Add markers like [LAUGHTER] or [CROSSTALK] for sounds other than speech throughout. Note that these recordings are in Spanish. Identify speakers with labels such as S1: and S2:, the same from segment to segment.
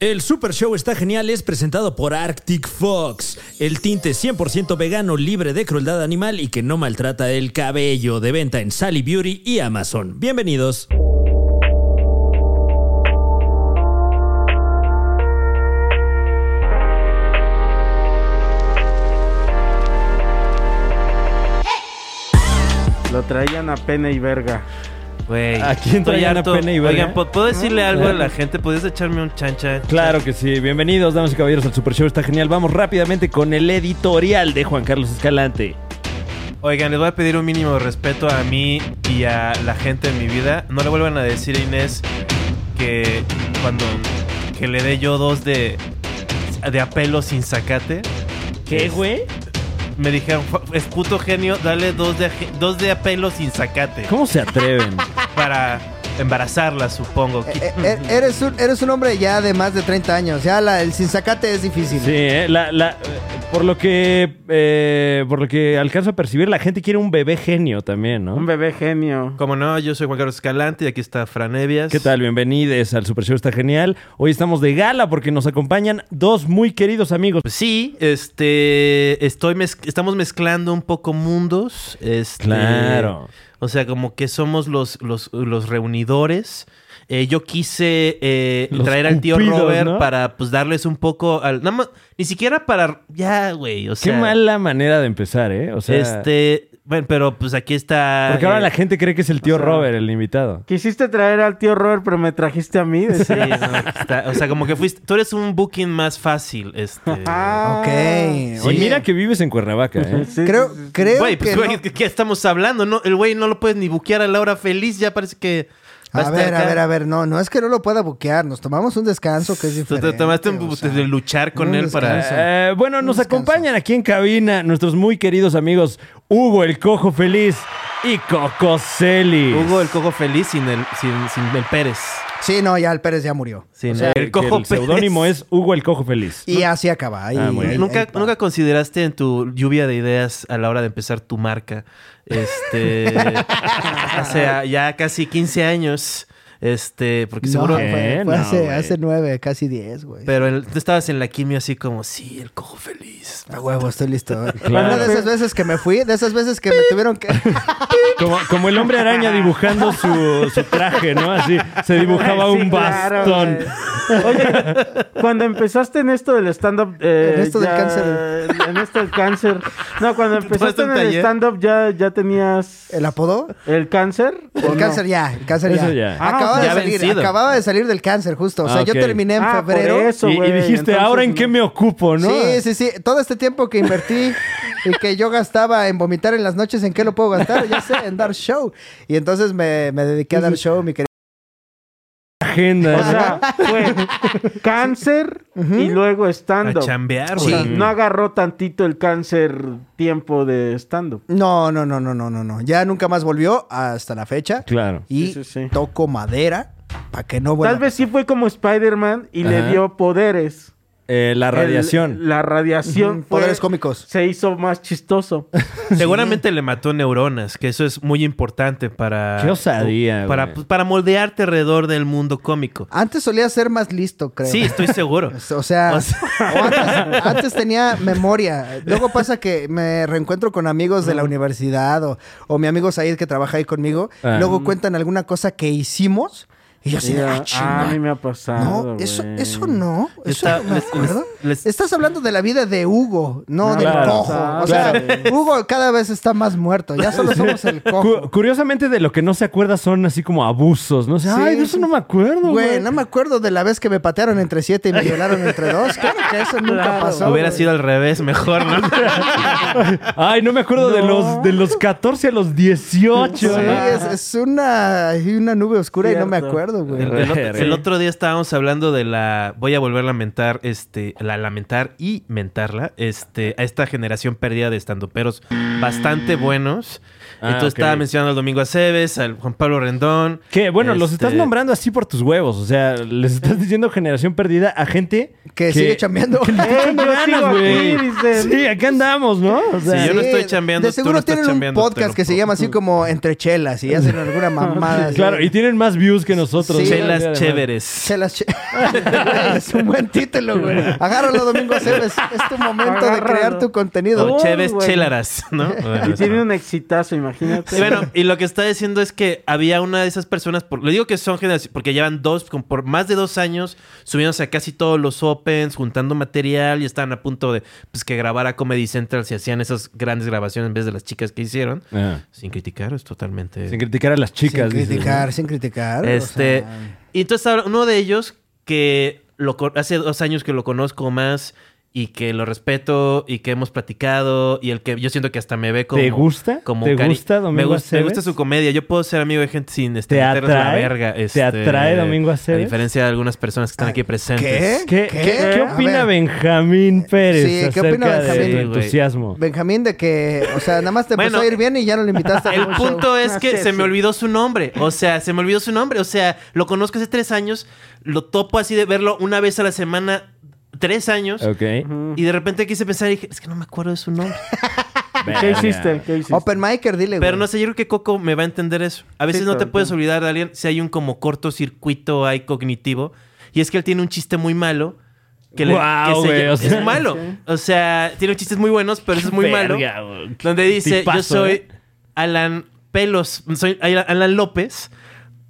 S1: El Super Show está genial es presentado por Arctic Fox, el tinte 100% vegano libre de crueldad animal y que no maltrata el cabello, de venta en Sally Beauty y Amazon. Bienvenidos.
S2: Lo traían a pena y verga.
S3: Güey.
S4: ¿A quién
S3: estoy
S4: traían a
S3: harto.
S4: Pena y ¿eh? Ah. Verga?
S3: Oigan, ¿pu- ¿puedo decirle algo a la gente? ¿Podrías echarme un chancha?
S4: Claro que sí. Bienvenidos, damas y caballeros, al Super Show. Está genial. Vamos rápidamente con el editorial de Juan Carlos Escalante.
S3: Oigan, les voy a pedir un mínimo de respeto a mí y a la gente en mi vida. No le vuelvan a decir a Inés que cuando que le dé yo dos de, de apelo sin sacate.
S4: ¿Qué, güey?
S3: Me dijeron, "Fu- es puto genio, dale dos de, aje- dos de apelo sin sacate.
S4: ¿Cómo se atreven?
S3: Para embarazarla, supongo.
S5: E- e- eres, un, eres un hombre ya de más de 30 años. Ya la- el sinsacate es difícil.
S4: [LAUGHS] Sí, eh, la- la- eh, por lo que eh, por lo que alcanzo a percibir, la gente quiere un bebé genio también,
S2: Un
S4: ¿no?
S2: bebé genio.
S3: Como no, yo soy Juan Carlos Escalante y aquí está Franevias.
S4: ¿Qué tal? Bienvenidos al Super Show. Está genial. Hoy estamos de gala porque nos acompañan dos muy queridos amigos.
S3: Pues sí, este, estoy mez- estamos mezclando un poco mundos. este,
S4: Claro.
S3: O sea, como que somos los, los, los reunidores. Eh, yo quise eh,
S4: Los
S3: traer al tío
S4: cupidos,
S3: Robert
S4: ¿no?
S3: para pues darles un poco al... Nada más, ni siquiera para... Ya, güey, o
S4: Qué
S3: sea...
S4: mala manera de empezar, ¿eh? O sea,
S3: este... Bueno, pero pues aquí está...
S4: porque ahora
S3: eh,
S4: la gente cree que es el tío
S2: o sea,
S4: Robert el invitado.
S2: Quisiste traer al tío Robert, pero me trajiste a mí.
S5: [LAUGHS]
S3: Sí,
S2: decía.
S3: no, aquí está. O sea, como que fuiste... Tú eres un booking más fácil, este...
S2: Ah.
S5: Ok.
S2: Sí,
S4: Y
S5: Oye,
S4: mira que vives en Cuernavaca, ¿eh?
S2: Sí,
S5: Creo,
S2: sí, sí.
S5: creo
S3: Güey, pues, [LAUGHS]
S5: que.
S3: güey,
S5: no.
S3: ¿qué, qué estamos hablando? No, el güey no lo puedes ni buquear a la hora feliz, ya parece que. va
S5: A
S3: estar
S5: ver, a
S3: acá.
S5: ver, a ver. No, no es que no lo pueda buquear. Nos tomamos un descanso que es
S3: Tú
S5: diferente.
S3: te tomaste un
S5: o sea.
S3: de luchar con
S5: un
S3: él para.
S5: descanso.
S4: Eh, bueno,
S5: Un
S4: nos
S5: descanso.
S4: acompañan aquí en cabina nuestros muy queridos amigos Hugo el Cojo Feliz y Coco Celis.
S3: Hugo el cojo feliz sin el, sin, sin el Pérez.
S5: Sí, no, ya el Pérez ya murió.
S3: Sin
S4: O sea, que
S3: el cojo
S4: el seudónimo es Hugo el Cojo Feliz.
S5: Y así acaba. ahí-
S4: Ah, muy
S5: ahí-
S4: bien.
S3: ¿Nunca,
S5: ahí pa-
S3: nunca consideraste en tu lluvia de ideas a la hora de empezar tu marca,
S5: [LAUGHS]
S3: este, hace a- ya casi 15 años, este, porque
S5: No,
S3: seguro,
S5: fue- fue,
S4: Eh, no,
S5: hace,
S4: güey.
S5: hace nueve, casi diez, güey.
S3: pero el- tú estabas en la quimio así como, sí, el cojo feliz.
S5: A huevo,
S3: [LAUGHS]
S5: estoy listo. Una de esas veces que me fui, de esas veces que me tuvieron que.
S4: Como, como el hombre araña dibujando su, su traje, ¿no? Así se dibujaba
S2: Ah, Sí,
S4: un
S2: claro,
S4: bastón.
S2: güey. Oye, cuando empezaste en esto del stand-up... eh,
S5: En esto del cáncer.
S2: En esto del cáncer. No, cuando
S3: tomaste
S2: empezaste
S3: un
S2: en el
S3: taller?
S2: stand-up ya, ya tenías...
S5: ¿El apodo?
S2: ¿El cáncer? ¿o
S5: El
S2: no?
S5: cáncer ya, el cáncer ya.
S4: Eso ya.
S2: Ah,
S5: Acababa,
S2: o
S3: sea,
S5: de
S3: ya
S5: salir,
S3: vencido.
S5: acababa de salir del cáncer, justo. O sea,
S4: Ah, ok.
S5: yo terminé en
S2: Ah, por
S5: febrero.
S2: eso,
S4: Y, y
S2: güey,
S4: dijiste,
S2: entonces,
S4: ¿ahora en
S2: no.
S4: qué me ocupo, no?
S5: Sí, sí, sí. Todo este tiempo que invertí y que yo gastaba en vomitar en las noches, ¿en qué lo puedo gastar? Ya sé, en dar show. Y entonces me, me dediqué a dar show, mi querido.
S4: Agenda.
S2: O sea,
S5: Ah.
S2: fue cáncer y luego
S3: A
S2: stand-up.
S3: chambear,
S2: O
S3: güey.
S2: sea, no agarró tantito el cáncer tiempo de stand-up.
S5: No, no, no, no, no, no, no. Ya nunca más volvió hasta la fecha.
S4: Claro.
S5: Y
S2: Sí, sí, sí.
S5: toco madera para que no vuelva.
S2: Tal vez sí fue como Spider-Man y le
S4: Ajá.
S2: dio poderes.
S4: Eh, la
S2: El-
S4: radiación.
S2: la radiación.
S5: Ujú, poderes cómicos. Pues
S2: Se hizo más
S5: [LAUGHS]
S2: chistoso.
S3: Seguramente le mató neuronas, que eso es muy importante para.
S4: Qué osadía,
S3: Para, pues,
S4: güey.
S3: para moldearte alrededor del mundo cómico.
S5: Antes solía ser más listo, creo.
S3: Sí,
S4: [LAUGHS]
S3: estoy seguro.
S5: Pues, O sea,
S3: O sea-
S5: [LAUGHS] o antes, antes tenía memoria. Luego pasa que me reencuentro con amigos de la universidad o, o mi amigo Said que trabaja ahí conmigo.
S4: Ah.
S5: Luego cuentan alguna cosa que hicimos y yo así de,
S2: Ya,
S5: "Ah, chinga".
S2: a mí me ha pasado.
S5: No, eso,
S2: güey.
S5: eso no. Eso
S3: Está-
S5: no me
S3: les-
S5: acuerdo.
S3: les- les-
S5: Estás hablando de la vida de Hugo, no,
S2: No,
S5: del
S4: claro,
S5: cojo. o sea,
S2: claro.
S5: Hugo cada vez está más muerto. Ya solo somos el
S4: Cu-
S5: cojo.
S4: curiosamente, de lo que no se acuerda son así como abusos, ¿no? O sea,
S5: Sí,
S4: Ay, de
S5: sí.
S4: eso no me acuerdo,
S5: Güey,
S4: güey.
S5: no me acuerdo de la vez que me patearon entre siete y me violaron entre dos. Claro que [LAUGHS] eso nunca pasó.
S3: Hubiera
S5: güey.
S3: sido al revés, mejor,
S4: [LAUGHS]
S3: ¿no?
S4: Ay, no me acuerdo de los de los 14 a los 18.
S5: Sí,
S4: ¿no?
S5: es, es una, una nube oscura y no me
S2: Cierto.
S5: acuerdo,
S3: El,
S5: güey.
S3: el otro-
S4: Sí.
S3: el otro día estábamos hablando de la. Voy a volver a lamentar, este, la lamentar y mentarla, este, a esta generación perdida de estandoperos bastante buenos.
S4: Ah,
S3: Entonces
S4: ok.
S3: estaba mencionando al Domingo Aceves, al Juan Pablo Rendón.
S4: Que bueno, los
S3: este,
S4: estás nombrando así por tus huevos. O sea, les estás diciendo generación perdida a gente
S5: Que
S3: [LAUGHS]
S5: sigue chambeando.
S4: que le está
S2: Eh,
S4: echando
S2: yo
S4: ganas,
S2: sigo aquí,
S4: güey.
S2: dicen.
S4: Sí, acá andamos, ¿no? O sea,
S3: Sí, yo no estoy chambeando,
S5: De
S3: tú
S5: seguro
S3: no estás
S5: tienen un
S3: chambeando, te
S5: podcast
S3: lo
S5: que se
S3: juro.
S5: [LAUGHS] llama así como Entre Chelas y hacen alguna mamada. así.
S4: Claro, y tienen más views que nosotros.
S5: Sí.
S3: Chelas chéveres.
S5: Chelas che- [LAUGHS] Güey, es un buen título, güey. Agárralo, Domingo Aceves. Es tu momento de
S2: Agárralo.
S5: crear tu contenido.
S3: O
S2: Oh,
S3: cheves
S2: güey.
S3: chelaras, ¿no?
S4: [LAUGHS]
S3: Bueno,
S2: Y
S3: eso
S2: tiene
S3: no.
S2: un exitazo, imagínate.
S3: Y bueno, y lo que está diciendo es que había una de esas personas, por, le digo que son generaciones, porque llevan dos, con- por más de dos años, subiéndose a casi todos los opens, juntando material y estaban a punto de pues, que grabara Comedy Central si hacían esas grandes grabaciones en vez de las chicas que hicieron.
S4: Ah,
S3: Sin criticar, es totalmente.
S4: Sin criticar a las chicas.
S5: sin
S4: dices, ¿no?
S5: criticar, sin criticar. o
S3: Este,
S5: sea,
S3: Y entonces ahora uno de ellos que lo, co- hace dos años que lo conozco más y que lo respeto y que hemos platicado y el que yo siento que hasta me ve como...
S4: ¿Te gusta?
S3: Como
S4: ¿Te
S3: cari-
S4: gusta Domingo
S3: me, gusta, me
S4: Aceves?
S3: gusta su comedia. Yo puedo ser amigo de gente sin este,
S4: ¿Te
S3: meterles la
S4: atrae?
S3: verga.
S4: ¿Te
S3: este,
S4: atrae Domingo Aceves?
S3: A diferencia de algunas personas que están aquí presentes.
S5: ¿Qué?
S4: ¿Qué,
S5: ¿Qué?
S4: qué- qué
S5: A
S4: opina
S5: ver.
S4: Benjamín Pérez
S5: Sí, ¿qué
S4: acerca de
S5: opina Benjamín?
S4: tu
S3: Sí, güey.
S4: entusiasmo?
S5: Benjamín, de que, o sea, nada más te empezó
S3: Bueno,
S5: a ir bien y ya no le invitaste a
S3: El
S5: ningún show.
S3: punto es que
S2: Sí,
S3: se me
S2: sí.
S3: olvidó su nombre. O sea, se me olvidó su nombre. O sea, lo conozco hace tres años. Lo topo así de verlo una vez a la semana. Tres años.
S4: Ok.
S3: [LAUGHS]
S2: Ujú.
S3: Y de repente quise pensar y dije, es que no me acuerdo de su nombre.
S2: ¿Qué hiciste? ¿Qué hiciste?
S5: Open Micer, dile, güey.
S3: Pero no sé, yo creo que Coco me va a entender eso. A veces
S2: Sí,
S3: no te
S2: todo el
S3: puedes
S2: tiempo.
S3: olvidar de alguien si hay un como cortocircuito ahí cognitivo. Y es que él tiene un chiste muy malo. Que, le-
S4: Guau,
S3: que se-
S4: güey, o sea.
S3: es malo. O sea, tiene chistes muy buenos, pero eso es muy malo. Donde dice, yo
S4: Tipazo,
S3: soy
S4: ¿eh?
S3: Alan Pelos, soy Alan López,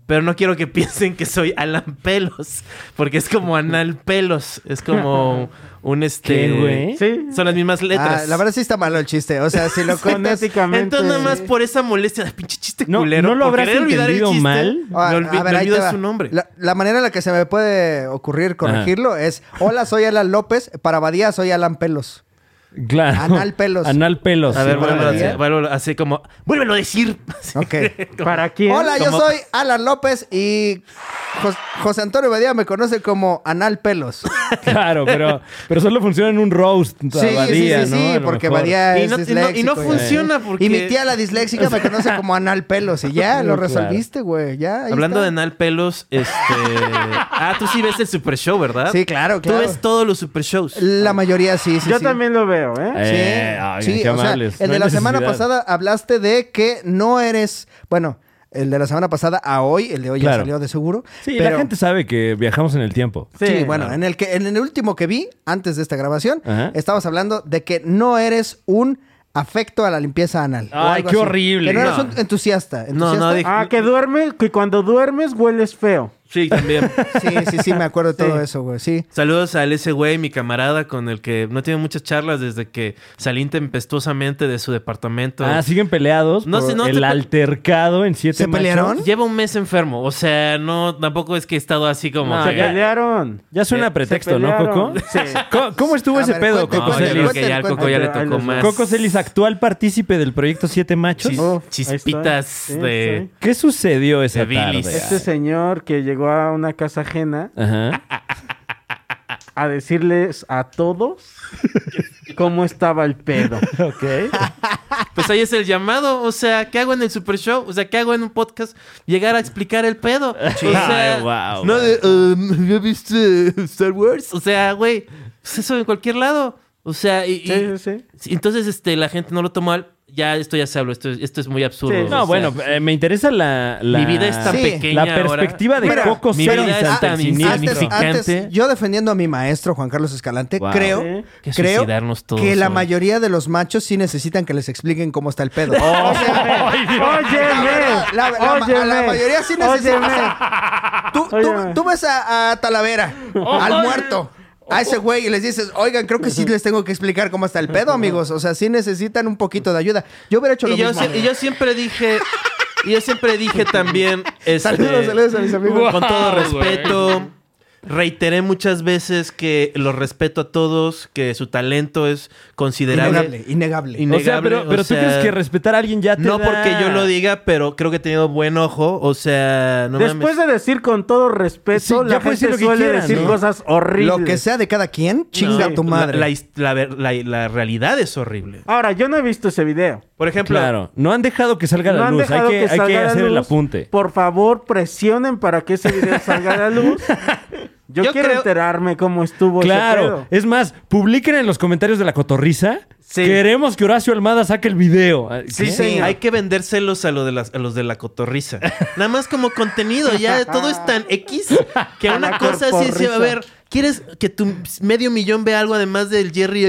S3: pero no quiero que [LAUGHS] piensen que soy Alan Pelos, porque es como Anal Pelos,
S4: [LAUGHS]
S3: es como un este...
S4: ¿Qué, güey?
S2: Sí.
S3: Son las mismas letras.
S5: Ah, la verdad sí está malo el chiste. O sea,
S3: [LAUGHS]
S5: si lo cuentas...
S2: Fonéticamente.
S3: Entonces, nada más por esa molestia de pinche chiste
S4: No,
S3: culero.
S4: ¿no lo
S3: por
S4: habrás
S3: querer olvidar el
S4: entendido
S3: chiste,
S4: mal?
S5: Ah,
S3: me olvi-
S5: a ver,
S3: me
S5: ahí
S3: olvido
S5: te va.
S3: su nombre.
S5: La, la manera en la que se me puede ocurrir corregirlo es: Hola, soy Alan López. Para Badía, soy Alan Pelos.
S4: Claro.
S5: Anal pelos.
S4: Anal pelos.
S3: A
S4: sí,
S3: ver,
S5: bueno,
S3: vuélvelo a
S5: ¿verdad?
S3: hacer, vuélvelo a hacer como... ¡Vuélvelo a decir! Así.
S5: [LAUGHS] Ok.
S2: ¿Para quién?
S5: Hola, yo
S3: [LAUGHS] Como-
S5: soy Alan López y Jos- José Antonio Badía me conoce como Anal Pelos.
S3: [LAUGHS]
S4: Claro, pero, pero solo funciona en un roast.
S5: Sí, sí, sí, sí, porque Badía
S3: Y
S5: es
S3: no- y no- y no
S5: disléxico.
S3: funciona porque-
S5: Y mi tía, la disléxica, me conoce como Anal Pelos.
S3: [LAUGHS]
S5: Y ya,
S4: No,
S5: lo
S4: claro.
S5: resolviste, güey. Ya, ahí
S3: Hablando de
S5: está.
S3: Anal Pelos, este...
S4: [LAUGHS]
S3: ah, tú sí ves el Super Show, ¿verdad?
S5: Sí, claro,
S3: Tú
S5: claro.
S3: ves todos los Super Shows.
S5: La mayoría sí, sí,
S2: Yo
S5: sí.
S2: también lo veo, ¿eh?
S5: Sí, sí, o sea, el de la semana pasada hablaste de que no eres, bueno, el de la semana pasada a hoy, el de hoy
S4: Claro.
S5: ya salió de seguro.
S4: Sí,
S5: pero-
S4: la gente sabe que viajamos en el tiempo.
S5: Sí, bueno, en el que en el último que vi antes de esta grabación,
S4: Ajá.
S5: estabas hablando de que no eres un afecto a la limpieza anal. o
S4: Ay,
S5: algo
S4: qué
S5: así.
S4: horrible.
S5: Que no,
S3: No.
S5: eres un entusiasta.
S3: No, no,
S5: ¿entusiasta?
S3: dije-
S2: Ah, que duerme, que cuando duermes hueles feo.
S3: Sí, también. [LAUGHS]
S5: Sí, sí, sí, me acuerdo de
S4: [LAUGHS]
S5: todo
S2: Sí.
S5: eso, güey. Sí.
S3: Saludos a ese güey, mi camarada, con el que no tiene muchas charlas desde que salí tempestuosamente de su departamento.
S4: Ah, siguen peleados.
S3: No
S4: por
S3: sé, no
S4: El
S3: te-
S4: altercado en siete
S5: ¿Se
S4: machos.
S5: pelearon?
S3: Lleva un mes enfermo. O sea, no, tampoco es que he estado así como.
S4: No,
S2: Se
S3: que-
S4: ya-
S2: pelearon.
S4: Ya suena
S3: Se- se
S4: pretexto, ¿no, Coco?
S2: pelearon. Sí.
S4: [LAUGHS] ¿Cómo, cómo estuvo
S5: A
S4: ese
S5: ver,
S4: pedo,
S5: cuente,
S4: Coco
S3: No, yo
S4: Celis?
S3: Ah,
S5: cuente,
S3: creo
S5: cuente.
S3: que ya al Coco ya le
S2: Ahí
S3: tocó
S2: les va.
S3: más.
S4: Coco Celis, actual partícipe del proyecto Siete Machos.
S3: chis-
S2: Oh, ahí
S3: chispitas
S2: está. Sí,
S3: de.
S4: ¿Qué sucedió esa
S3: De bilis.
S4: tarde?
S2: Este señor que llegó a una casa ajena
S4: Ajá.
S2: a decirles a
S5: [LAUGHS]
S2: todos cómo estaba el pedo.
S4: [LAUGHS] Ok.
S3: Pues ahí es el llamado. O sea, ¿qué hago en el Super Show? O sea, ¿qué hago en un podcast? Llegar a explicar el
S4: [LAUGHS]
S3: pedo. O sea,
S4: Ay, guau,
S3: no
S4: güey.
S3: de. um, [LAUGHS] ¿Ya viste Star Wars? O sea, güey. pues eso en cualquier lado. O sea, y. y-
S2: Sí, sí, sí.
S3: Sí, Entonces, este, la gente no lo toma mal. Ya, esto ya se habló. Esto, esto es muy absurdo.
S2: Sí,
S3: Pues, o
S2: sí,
S4: No,
S3: sea,
S4: bueno, eh, me interesa la, la-
S3: Mi vida es tan
S5: Sí.
S3: pequeña
S4: La
S3: ahora.
S4: perspectiva de
S5: Mira,
S4: Coco
S3: mi
S4: Celis
S3: vida es
S4: ante el
S3: tan
S4: cinismo.
S5: Antes,
S3: insignificante.
S5: antes, yo defendiendo a mi maestro Juan Carlos Escalante,
S4: Wow.
S5: creo,
S2: Sí.
S3: Que
S5: creo
S3: suicidarnos todos,
S5: que la
S3: güey.
S5: mayoría de los machos sí necesitan que les expliquen cómo está
S3: [LAUGHS]
S5: el pedo. O [LAUGHS] sea, La verdad, la- la- a
S2: Óyeme.
S5: la, mayoría sí necesita. o sea, tú, tú-
S2: Óyeme.
S5: tú ves a, a Talavera,
S3: Oh,
S5: al muerto, a ese güey y les dices, oigan, creo que sí les tengo que explicar cómo está el pedo, amigos. O sea, sí necesitan un poquito de ayuda. Yo hubiera hecho lo
S3: Y yo,
S5: mismo.
S3: sie- y yo siempre dije. Y yo siempre dije también. Este,
S5: Saludos, saludos a mis amigos.
S3: Con todo respeto. Reiteré muchas veces que los respeto a todos, que su talento es considerable.
S5: Innegable, innegable.
S3: Y-
S4: o sea,
S3: innegable,
S4: pero,
S3: o
S4: pero tú
S3: sea,
S4: crees que respetar a alguien ya te
S3: No
S4: da-
S3: porque yo lo diga, pero creo que he tenido buen ojo. O sea, no
S2: Después
S3: mames.
S2: de decir con todo respeto,
S4: Sí, ya
S2: la
S4: puedes decir
S2: gente
S4: lo que
S2: suele
S4: quieran,
S2: decir
S4: ¿no?
S2: cosas horribles.
S5: lo que sea de cada quien, chinga
S3: No,
S5: tu madre.
S3: La, la his- la ver- la- la realidad es horrible.
S2: Ahora, yo no he visto ese video.
S3: Por ejemplo,
S4: Claro, no han dejado que salga a
S2: No
S4: la
S2: han
S4: luz. Hay
S2: dejado
S4: que, hay
S2: salga
S4: que
S2: la
S4: hacer el
S2: luz.
S4: apunte.
S2: Por favor, presionen para que ese video salga a la
S5: [LAUGHS]
S2: luz. Yo,
S3: Yo
S2: quiero
S3: creo-
S2: enterarme cómo estuvo ese
S4: Claro,
S2: Pues, pedo.
S4: es más, publiquen en los comentarios de la cotorriza
S3: Sí.
S4: Queremos que Horacio Almada saque el video.
S3: Sí,
S4: ¿Qué?
S3: señor. Hay que vendérselos a, lo de las, a los de la [LAUGHS] cotorriza. Nada más como contenido, ya todo es tan X que
S2: A
S3: una
S2: la
S3: cosa así se va a
S2: corporrisa.
S3: ver. ¿Quieres que tu medio millón vea algo además del Jerry?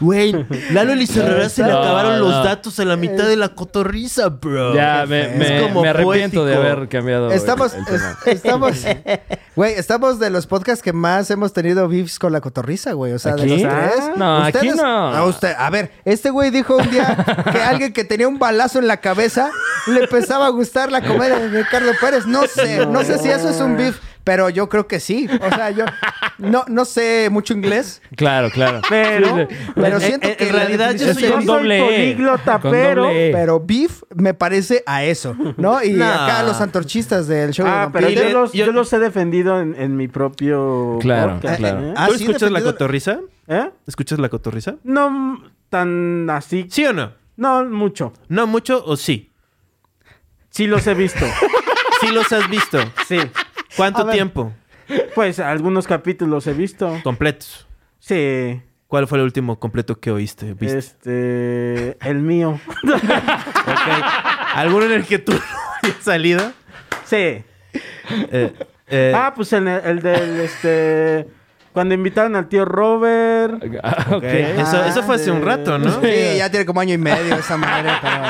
S3: Güey, Lalo Elizarrará se le
S4: No,
S3: acabaron los
S4: no.
S3: datos a la mitad de la cotorriza, bro.
S4: Ya, me,
S5: feo.
S4: me-
S3: Es como
S4: me arrepiento de
S3: poético.
S4: haber cambiado.
S5: Estamos,
S4: el- el tema.
S5: es- estamos, güey, estamos de los podcasts que más hemos tenido beefs con la cotorriza, güey. O sea, de
S4: ¿Aquí?
S5: los tres.
S4: No, aquí no.
S5: A, usted, a ver, este güey dijo un día que alguien que tenía un balazo en la cabeza le empezaba a gustar la comedia de Ricardo Pérez. No sé, no sé si eso es un beef, pero yo creo que sí. O sea, yo no, no sé mucho inglés.
S4: Claro, claro.
S2: Pero-
S4: Sí, sí.
S5: Pero
S3: En-
S5: siento
S3: en-
S5: que
S3: en
S5: la
S3: realidad yo
S5: definición
S4: Es
S3: soy-
S5: de
S4: con
S2: soy
S4: doble E.
S2: políglota,
S4: Con
S2: pero-
S4: doble E.
S5: Pero beef me parece a eso, ¿no? Y
S3: No.
S5: acá los antorchistas del show de
S2: Ah,
S5: Don
S2: pero
S5: Pedro.
S2: yo
S3: le-
S2: los,
S3: yo-
S2: yo los he defendido en, en mi propio.
S4: Claro,
S2: podcast,
S4: claro.
S2: ¿eh?
S5: Ah,
S3: ¿Tú
S5: sí,
S3: escuchas la
S5: dependiendo-
S3: cotorriza?
S2: ¿Eh?
S3: ¿Escuchas la cotorriza?
S2: No m- tan así.
S3: ¿Sí o no?
S2: No mucho.
S3: ¿No mucho o sí?
S2: Sí los he visto.
S3: ¿Sí los has visto?
S2: sí.
S3: ¿Cuánto
S2: A ver.
S3: tiempo?
S2: Pues algunos capítulos he visto.
S3: Completos.
S2: Sí.
S3: ¿Cuál fue el último completo que oíste? ¿Viste?
S2: Este. El mío.
S3: Ok. ¿Alguno en el que tú no hayas salido?
S2: sí.
S3: Eh, eh,
S2: Ah, pues en el, el del. Este. Cuando invitaron al tío Robert.
S4: Ah, ok.
S3: ok. Eso, eso fue hace un rato, ¿no?
S5: Sí, ya tiene como año y medio esa madre, pero